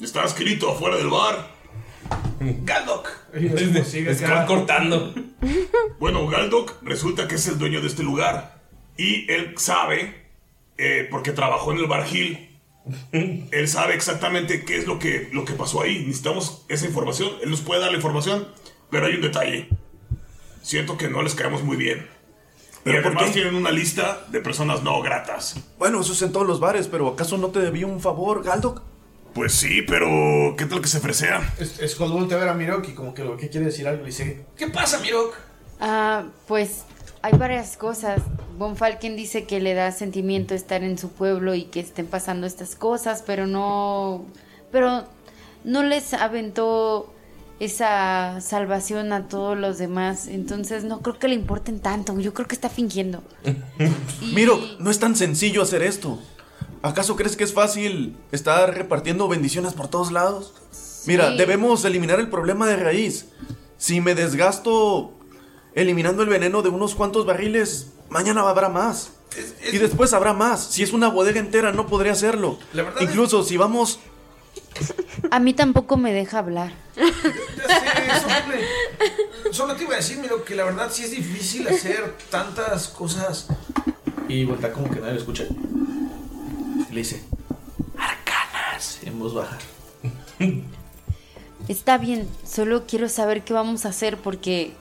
Estaba escrito afuera del bar. Galdok. Están cortando. Bueno, Galdok resulta que es el dueño de este lugar. Y él sabe, eh, porque trabajó en el Bar Hill, él sabe exactamente qué es lo que, lo que pasó ahí. Necesitamos esa información. Él nos puede dar la información, pero hay un detalle. Siento que no les caemos muy bien. Y ¿Pero por además qué? tienen una lista de personas no gratas. Bueno, eso es en todos los bares, pero ¿acaso no te debí un favor, Galdok? Pues sí, pero ¿qué tal que se fresea? Es cuando voltea a ver a Mirok y como que lo que quiere decir algo le dice, ¿qué pasa, Mirok? Ah, pues hay varias cosas. Von Falken dice que le da sentimiento estar en su pueblo y que estén pasando estas cosas, pero no. Pero no les aventó esa salvación a todos los demás. Entonces no creo que le importen tanto. Yo creo que está fingiendo. Y- Miro, no es tan sencillo hacer esto. ¿Acaso crees que es fácil estar repartiendo bendiciones por todos lados? Mira, debemos eliminar el problema de raíz. Si me desgasto eliminando el veneno de unos cuantos barriles, mañana habrá más. Y después habrá más. Si es una bodega entera, no podré hacerlo. La verdad es- Incluso si vamos... A mí tampoco me deja hablar. Ya sé, es horrible. Solo te iba a decir, Mirok, que la verdad sí es difícil hacer tantas cosas. Y vuelta como que nadie lo escucha. Y le dice, arcanas, en voz baja. Está bien, solo quiero saber qué vamos a hacer porque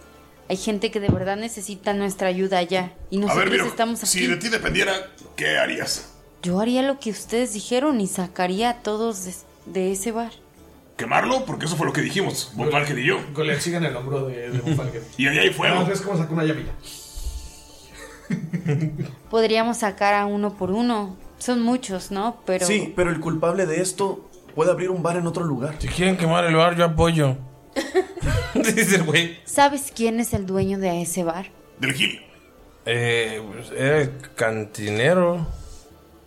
hay gente que de verdad necesita nuestra ayuda allá. Y A nosotros ver, mira, estamos aquí. si de ti dependiera, ¿qué harías? Yo haría lo que ustedes dijeron y sacaría a todos de, de ese bar. ¿Quemarlo? Porque eso fue lo que dijimos, Von Valken y yo. Le exigen el hombro de, de Von Falken. Y allá hay Nada fuego. más ves cómo sacó una llamita. Podríamos sacar a uno por uno. Son muchos, ¿no? Pero Sí, pero el culpable de esto puede abrir un bar en otro lugar. Si quieren quemar el bar, yo apoyo. Dice el güey. ¿sabes quién es el dueño de ese bar? Del Gil. Eh, pues, era el cantinero.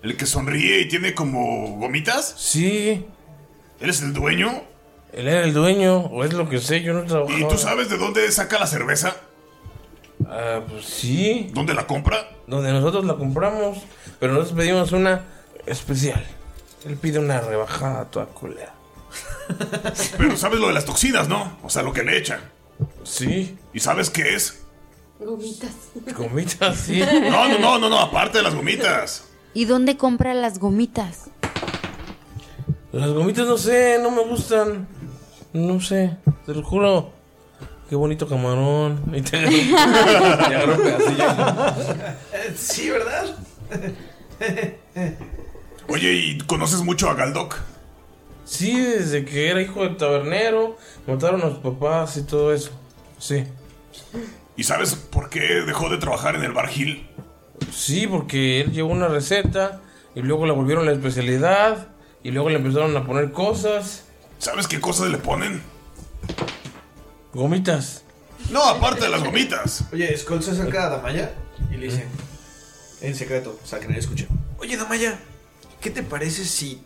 El que sonríe y tiene como gomitas. Sí, ¿Eres el dueño? él era el dueño, o es lo que sé, yo no trabajaba. ¿Y tú sabes de dónde saca la cerveza? Ah, pues sí, ¿Dónde la compra? donde nosotros la compramos, pero nosotros pedimos una especial. Él pide una rebajada a toda culera. Pero sabes lo de las toxinas, ¿no? O sea, lo que le echan. Sí. ¿Y sabes qué es? Gomitas. Gomitas, sí. No, no, no, no, no, aparte de las gomitas. ¿Y dónde compra las gomitas? Las gomitas no sé, no me gustan. No sé, te lo juro. Qué bonito camarón. Y te y agarró un pedacillo. Sí, ¿verdad? Oye, ¿y conoces mucho a Galdoc? Sí, desde que era hijo del tabernero, mataron a sus papás y todo eso. Sí. ¿Y sabes por qué dejó de trabajar en el Bar Gil? Sí, porque él llevó una receta y luego la volvieron la especialidad y luego le empezaron a poner cosas. ¿Sabes qué cosas le ponen? Gomitas. No, aparte de las gomitas. Oye, Skull se acerca a Damaya y le dice en secreto, o sea, que nadie escuche. Oye, Damaya, ¿qué te parece si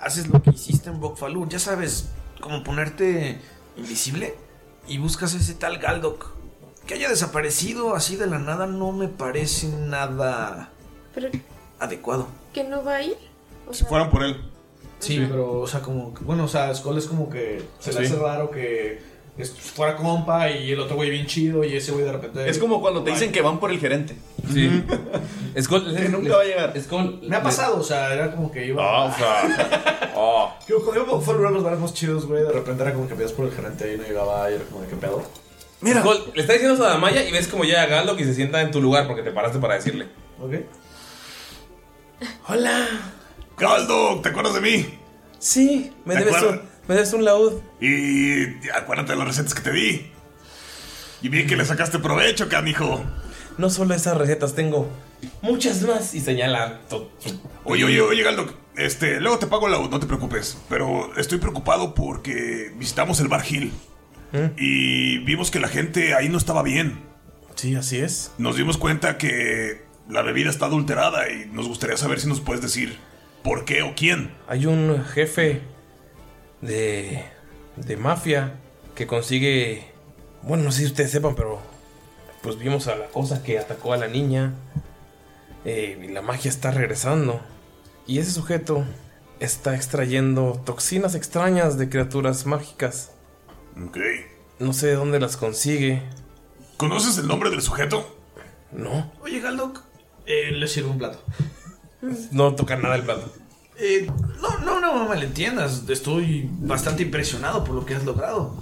haces lo que hiciste en Bokfalur? Ya sabes, como ponerte invisible y buscas ese tal Galdok. Que haya desaparecido así de la nada no me parece nada Pero adecuado. que no va a ir. O Si sea, fueran por él. Sí, pero, o sea, como. que- Bueno, o sea, Skull es como que se le Sí. hace raro que es- fuera compa y el otro güey bien chido y ese güey de repente. Es como cuando te dicen que van por el gerente. Sí. Skull, Que nunca va a llegar. Me ha pasado, o sea, era como que iba. Ah, o sea. ah. Yo, yo como fue uno de los bares más chidos, güey. De repente era como que pedías por el gerente y no llegaba y era como de qué pedo. Mira, Skull, le está diciendo eso a Damaya y ves como llega Galo que se sienta en tu lugar porque te paraste para decirle. ¿Ok? Hola. Galdok, ¿te acuerdas de mí? Sí, me ¿Te debes, acuerdas? un, me debes un laúd. Y acuérdate de las recetas que te di. Y bien que le sacaste provecho, canijo. No solo esas recetas, tengo muchas más. Y señala. to- Oye, oye, oye, Galdok. Este, luego te pago la no te preocupes. Pero estoy preocupado porque visitamos el Bar Hill. Y vimos que la gente ahí no estaba bien. Sí, así es. Nos dimos cuenta que la bebida está adulterada y nos gustaría saber si nos puedes decir por qué o quién. Hay un jefe de, de mafia que consigue... Bueno, no sé si ustedes sepan, pero pues vimos a la cosa que atacó a la niña. eh, y la magia está regresando. Y ese sujeto está extrayendo toxinas extrañas de criaturas mágicas. Ok. No sé de dónde las consigue. ¿Conoces el nombre del sujeto? No, Oye, Galdok, eh, le sirvo un plato. no toca nada el plato. Eh, no, no, no me malentiendas. Estoy bastante impresionado por lo que has logrado.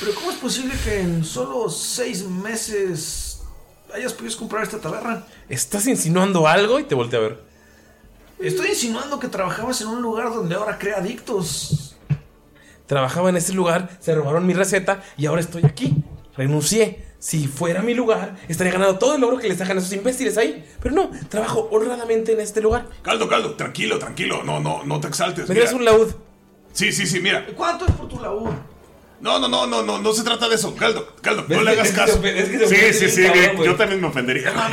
Pero, ¿cómo es posible que en solo seis meses hayas podido comprar esta taberna? ¿Estás insinuando algo? Y te volteé a ver. Estoy insinuando que trabajabas en un lugar donde ahora crea adictos. Trabajaba en ese lugar, se robaron mi receta y ahora estoy aquí. Renuncié. Si fuera mi lugar, estaría ganando todo el oro que les sacan esos imbéciles ahí. Pero no, trabajo honradamente en este lugar. Caldo, caldo, tranquilo, tranquilo. No, no, no te exaltes. Me mira. das un laúd. Sí, sí, sí, mira. ¿Cuánto es por tu labor? No, no, no, no, no, no se trata de eso. Caldo, caldo, ¿Ves no le que- hagas es que te caso. ofende- es que te ofende bien cabrón, güey. también me ofendería. Ahora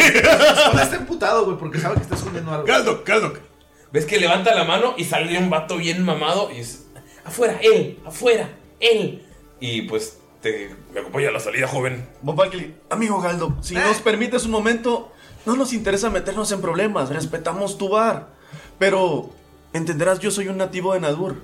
Ah, está emputado, güey, porque sabe que está escondiendo algo. Caldo, caldo. ¿Ves que levanta la mano y sale un vato bien mamado? Y es, afuera, él, afuera, él. Y pues te, me acompaña a la salida, joven. Bob Barkley, amigo Galdo, si nos permites un momento, no nos interesa meternos en problemas, respetamos tu bar. Pero entenderás, yo soy un nativo de Nadur.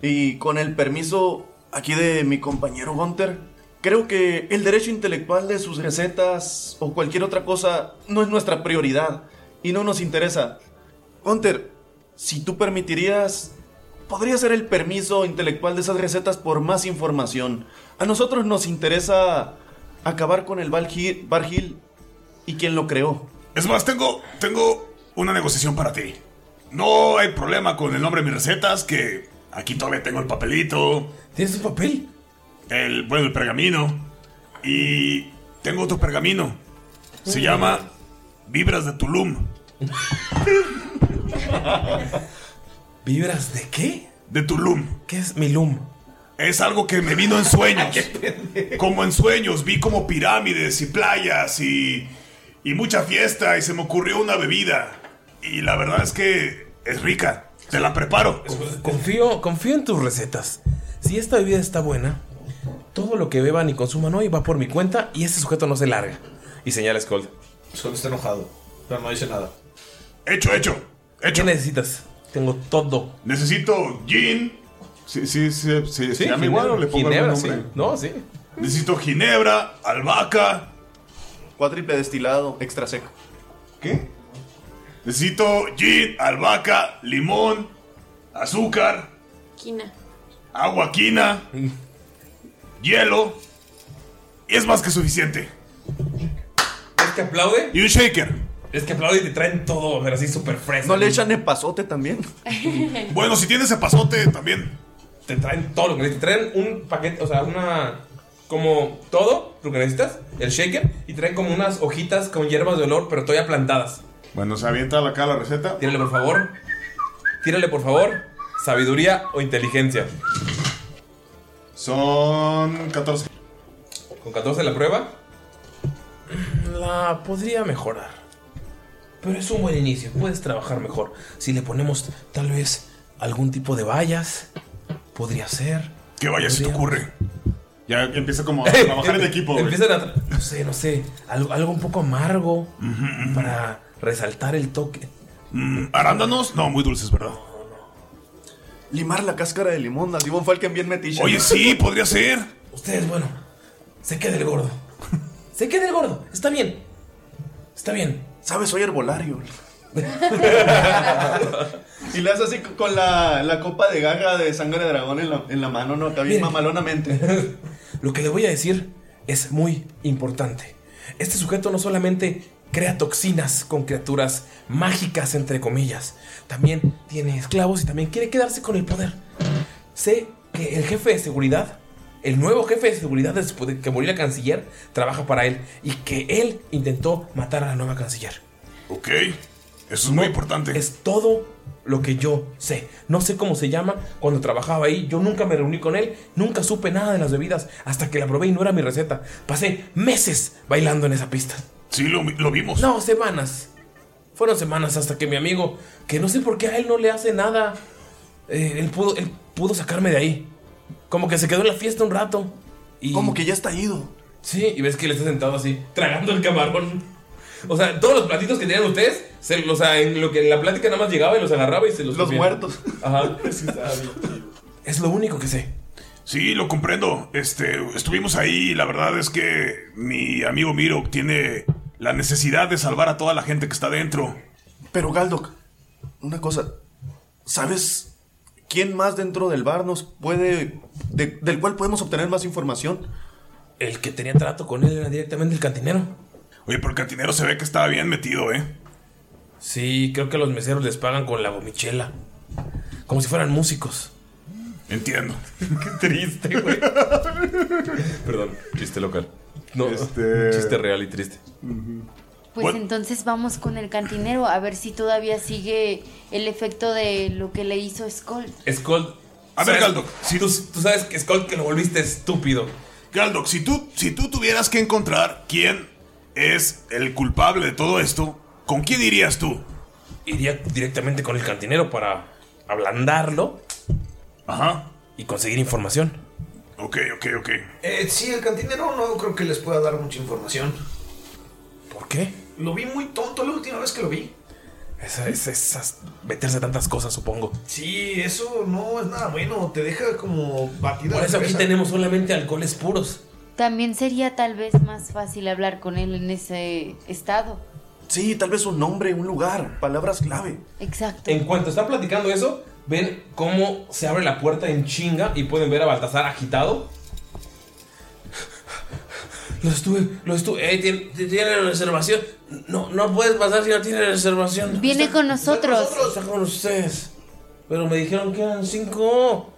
Y con el permiso aquí de mi compañero Gunter, creo que el derecho intelectual de sus recetas o cualquier otra cosa no es nuestra prioridad y no nos interesa. Gunter, si tú permitirías, podría ser el permiso intelectual de esas recetas por más información. A nosotros nos interesa acabar con el Valgil- Bar Gil y quien lo creó. Es más, tengo, tengo una negociación para ti. No hay problema con el nombre de mis recetas, que aquí todavía tengo el papelito, ¿Tienes un papel? el, bueno, el pergamino. Y tengo otro pergamino. Se llama Vibras de Tulum. ¿Vibras de qué? De Tulum. ¿Qué es Milum? Es algo que me vino en sueños. como en sueños, vi como pirámides y playas y, y mucha fiesta y se me ocurrió una bebida. Y la verdad es que es rica. Te la preparo. Confío, confío en tus recetas. Si esta bebida está buena, todo lo que beban y consuman hoy va por mi cuenta y este sujeto no se larga. Y señala Scold. Solo está enojado, pero no dice nada. Hecho, hecho. ¿Qué Hecho. necesitas? Tengo todo. Necesito gin, Sí, sí, sí, sí, Sí, ¿Se llama igual o le pongo Ginebra, algún nombre? sí. No, sí. Necesito ginebra, albahaca. Cuádriple destilado, extra seco. Necesito gin, albahaca, limón, azúcar, Quina. agua quina, hielo. Y es más que suficiente. ¿Es que aplaude? Y un shaker. Es que aplaude y te traen todo, pero así súper fresco. ¿No le echan epazote también? Bueno, si tienes epazote también. Te traen todo lo que necesitas. Te traen un paquete, o sea, una. Como todo lo que necesitas, el shaker, y traen como unas hojitas con hierbas de olor, pero todavía plantadas. Bueno, se avienta acá la receta. Tírale, por favor. Tírale, por favor. Sabiduría o inteligencia. Son 14. Con 14 la prueba. La podría mejorar. Pero es un buen inicio. Puedes trabajar mejor. Si le ponemos tal vez algún tipo de vallas, podría ser. ¿Qué vaya se te Podría- Eh, ocurre? Ya empieza como a trabajar en equipo. güey. Empiezan a. tra- No sé, no sé. Algo, algo un poco amargo para resaltar el toque. Mm, arándanos, no, muy dulces, ¿verdad? Limar la cáscara de limón, al Divon Falcon bien metiche. Oye, sí, podría ser. Ustedes, bueno, se queda el gordo. Se queda el gordo. Está bien. Está bien. ¿sabes? Soy herbolario. y le hace así con la, la copa de gaga de sangre de dragón en la, en la mano, ¿no? Acá bien Miren. mamalonamente. Lo que le voy a decir es muy importante. Este sujeto no solamente crea toxinas con criaturas mágicas, entre comillas, también tiene esclavos y también quiere quedarse con el poder. Sé que el jefe de seguridad, el nuevo jefe de seguridad después de que murió la canciller, trabaja para él y que él intentó matar a la nueva canciller. Ok, eso es muy importante. Es todo lo que yo sé. No sé cómo se llama cuando trabajaba ahí. Yo nunca me reuní con él. Nunca supe nada de las bebidas hasta que la probé y no era mi receta. Pasé meses bailando en esa pista. Sí, lo, lo vimos. No, semanas. Fueron semanas hasta que mi amigo, que no sé por qué a él no le hace nada, eh, él, pudo, él pudo sacarme de ahí. Como que se quedó en la fiesta un rato. Y Como que ya está ido. Sí, y ves que él está sentado así, tragando el camarón. O sea, todos los platitos que tenían ustedes, se, o sea, en lo que en la plática nada más llegaba y los agarraba y se los Los comía. muertos. Ajá. Sí, estaba bien chido. es lo único que sé. Sí, lo comprendo. Este, estuvimos ahí y la verdad es que mi amigo Miro tiene la necesidad de salvar a toda la gente que está dentro. Pero Galdoc, una cosa, ¿sabes quién más dentro del bar nos puede, de- del cual podemos obtener más información? El que tenía trato con él era directamente el cantinero. Oye, pero el cantinero se ve que estaba bien metido, ¿eh? Sí, creo que los meseros les pagan con la gomichela. Como si fueran músicos. Entiendo. Qué triste, güey. Perdón, triste local. No, Este- chiste real y triste. Pues Bueno. entonces vamos con el cantinero a ver si todavía sigue el efecto de lo que le hizo Skull. Skull. A ¿sabes? ver, Galdok, si- Tú, tú sabes que Skull que lo volviste estúpido. Galdoc, si tú, si tú tuvieras que encontrar quién es el culpable de todo esto, ¿con quién irías tú? iría directamente con el cantinero para ablandarlo Ajá. y conseguir información. Ok, ok, ok. Eh, sí, el cantinero no creo que les pueda dar mucha información. ¿Por qué? Lo vi muy tonto la última vez que lo vi. Esa, es, esas, meterse a tantas cosas, supongo. Sí, eso no es nada bueno. Te deja como batida. Por la eso aquí cabeza. tenemos solamente alcoholes puros. También sería tal vez más fácil hablar con él en ese estado. Sí, tal vez un nombre, un lugar, palabras clave. Exacto. En cuanto están platicando eso, ven cómo se abre la puerta en chinga y pueden ver a Baltasar agitado. Lo estuve, lo estuve. Eh, tiene, tiene reservación. No, no puedes pasar si no tiene reservación. Viene con nosotros. Está con ustedes. Pero me dijeron que eran cinco.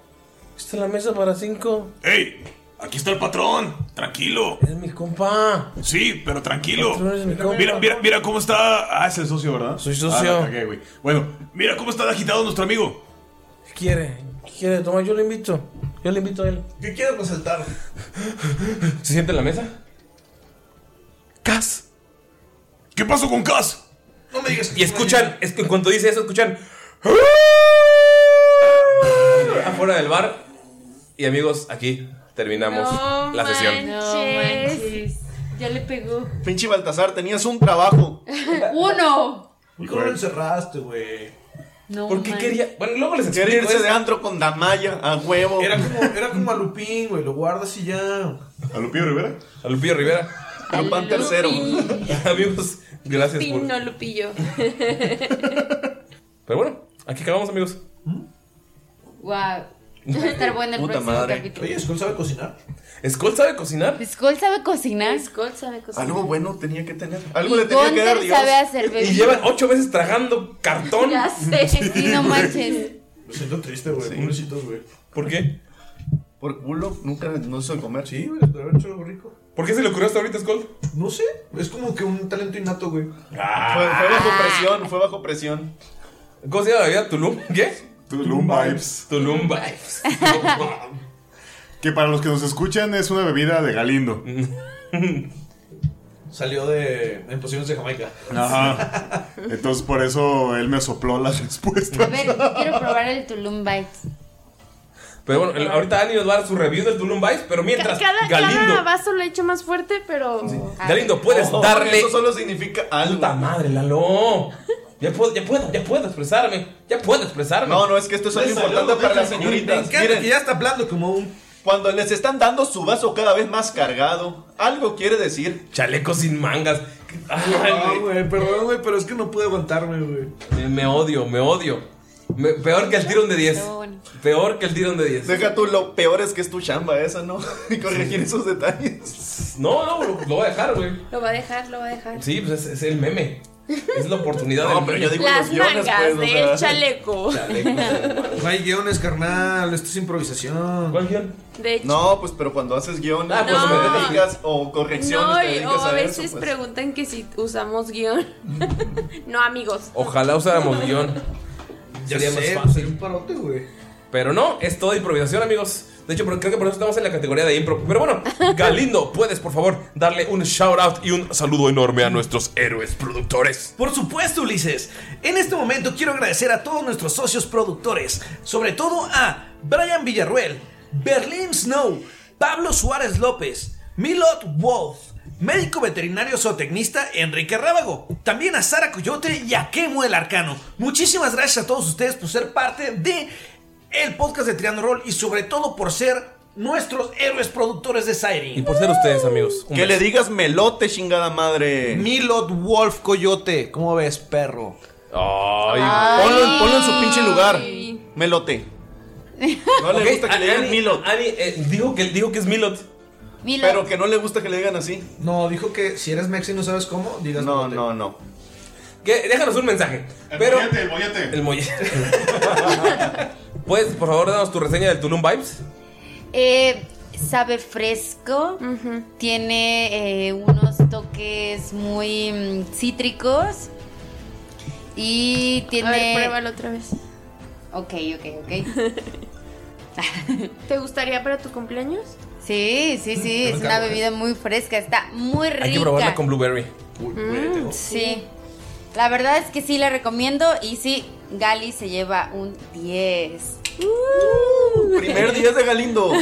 Está la mesa para cinco. ¡Ey! Aquí está el patrón. Tranquilo. Es mi compa. Sí, pero tranquilo. Tú eres mi compa. Mira, mira, mira cómo está. Ah, es el socio, ¿verdad? Soy Ah, socio. la cagué, güey. Bueno, mira cómo está de agitado nuestro amigo. ¿Qué quiere? ¿Qué quiere tomar? Yo le invito. Yo le invito a él. ¿Qué quieres resaltar? ¿Se siente en la mesa? Cas. ¿Qué pasó con Cass? No me digas que Y escuchan, es que en cuanto dice eso, escuchan. Afuera del bar. Y amigos, aquí terminamos No la sesión. manches. No manches. Ya le pegó. Pinche Baltasar, tenías un trabajo. Uno. ¿Cómo lo encerraste, güey? No, ¿Por qué man. quería? Bueno, luego les Quiere explico. irse es- de antro con Damaya, a huevo. Era como, era como a Lupín, güey. Lo guardas y ya. ¿A Lupillo Rivera? A Lupillo Rivera. Un pan tercero. Amigos, gracias por. Pino Lupillo. Pero bueno, aquí acabamos, amigos. Guau. Va a estar bueno el Puta próximo madre. capítulo. Oye, ¿Skull sabe cocinar? ¿Skull sabe cocinar? Skull sabe cocinar. Skull sabe cocinar. Algo bueno tenía que tener. Algo Y Ah, le tenía que dar Gunther Dios. sabe hacer bebé. Y llevan ocho veces tragando cartón. Ya sé. Sí, no manches. Lo siento triste, güey. Pobrecitos, güey. ¿Por qué? Por culo, nunca no hizo comer. Sí, güey, de haber hecho algo rico. ¿Por qué se le ocurrió hasta ahorita, Skull? No sé, es como que un talento innato, güey. Ah. Fue, fue Ah. bajo presión, fue bajo presión. ¿Cómo se llama la bebida? ¿Tulum? ¿Qué? Tulum Vibes. Tulum Vibes. Que para los que nos escuchan es una bebida de Galindo. Salió de. en posiciones de Jamaica. Ajá. Entonces por eso él me sopló la A respuesta. ver, quiero probar el Tulum Bites. Pero bueno, el- ahorita Ani nos va a dar su review del Tulum Vibes, pero mientras, Cada, Galindo. cada vaso lo he hecho más fuerte, pero. Galindo, puedes Oh, darle. Eso solo significa ¡Puta algo. madre, Lalo! Ya puedo, ya puedo, ya puedo expresarme. Ya puedo expresarme. No, no, es que esto es algo importante para las señoritas. Miren. Miren, Que ya está hablando como un. cuando les están dando su vaso cada vez más cargado, algo quiere decir. Chaleco sin mangas. Ah, Ay, güey. güey, perdón, güey, pero es que no pude aguantarme, güey. me, me odio, me odio. Me- peor que el tirón de 10. Estuvo bueno. Peor que el tirón de 10. Deja tú, lo peor es que es tu chamba esa, ¿no? Y corregir esos detalles. No, no, lo, lo voy a dejar, güey. Lo va a dejar, lo va a dejar. Sí, pues es, es el meme. Es la oportunidad No, del pero meme. yo digo Las los guiones, mangas pues, o del sea. chaleco. No hay guiones, carnal. Esto es improvisación. ¿Cuál guión? De hecho. No, pues pero cuando haces guión, Ah, pues, cuando no. te dedicas o correcciones, No, te y- dedicas o a eso, veces pues. preguntan que si usamos guión. no, amigos. Ojalá usáramos guión. Ya Sería más sé, pues, fácil. sería un parote, güey. Pero no, es toda improvisación, amigos. De hecho, pero creo que por eso estamos en la categoría de impro. Pero bueno, Galindo, puedes por favor darle un shout out y un saludo enorme a nuestros héroes productores. Por supuesto, Ulises. En este momento quiero agradecer a todos nuestros socios productores, sobre todo a Brian Villarruel, Berlín Snow, Pablo Suárez López, Milot Wolf, médico veterinario zootecnista Enrique Rábago, también a Sara Coyote y a Kemo el Arcano. Muchísimas gracias a todos ustedes por ser parte de el podcast de Tirando Roll y sobre todo por ser nuestros héroes productores de Y Siren. por ser ustedes, amigos. un Que le beso. digas melote, chingada madre. Milot Wolf Coyote, ¿cómo ves, perro? Ay. Ponlo, en- ponlo en su pinche lugar. Melote. No le Ok, gusta que le Ani- digan Milot. Ani, eh, dijo, que, dijo que es Milot. Milo, Pero que no le gusta que le digan así. No, dijo que si eres mexi y no sabes cómo, digas No, mote. no, no. Que, déjanos un mensaje. Pero. el bollete. El molle. ¿Puedes, por favor, darnos tu reseña del Tulum Vibes? eh, sabe fresco, tiene eh, unos toques muy mm, cítricos y A ver, tiene... pruébalo otra vez. ok, ok, ok. ¿Te gustaría para tu cumpleaños? Sí, sí, Mm, sí, es una bebida muy fresca, está muy rica. Hay que probarla con Blueberry. Mm, Sí. La verdad es que sí la recomiendo y sí, Gali se lleva un 10. Primer 10 de Galindo.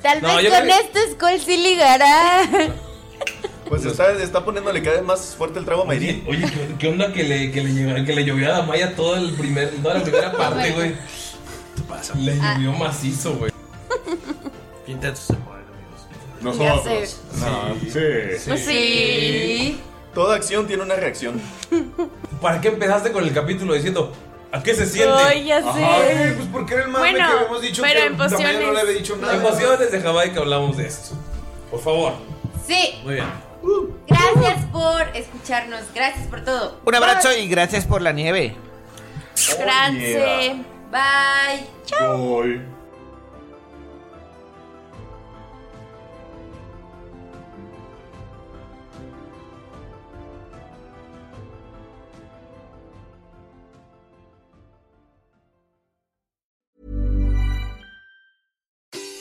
Tal No, vez yo con creo- esto Skull sí ligará. Pues está, está poniéndole cada vez más fuerte el trago a Mayrin. Oye, ¿qué, qué onda que le, que, le, llegó- que le llovió a Damaya toda, el primer, toda la primera parte, güey? Le Ah. llovió macizo, güey. Qué intensos se ponen, amigos. Ya Nosotros. sé. No, sí. Pues sí. Toda acción tiene una reacción. ¿Para qué empezaste con el capítulo diciendo a qué se siente? Ay, ya sé. Ay, pues porque era el mame Bueno, que habíamos dicho pero que en Damaya pociones. no le había dicho nada. Emociones de Hawái que hablamos de esto. Por favor. Sí, Muy bien. gracias por escucharnos, gracias por todo. Un abrazo y gracias por la nieve. Trance. Bye. Voy.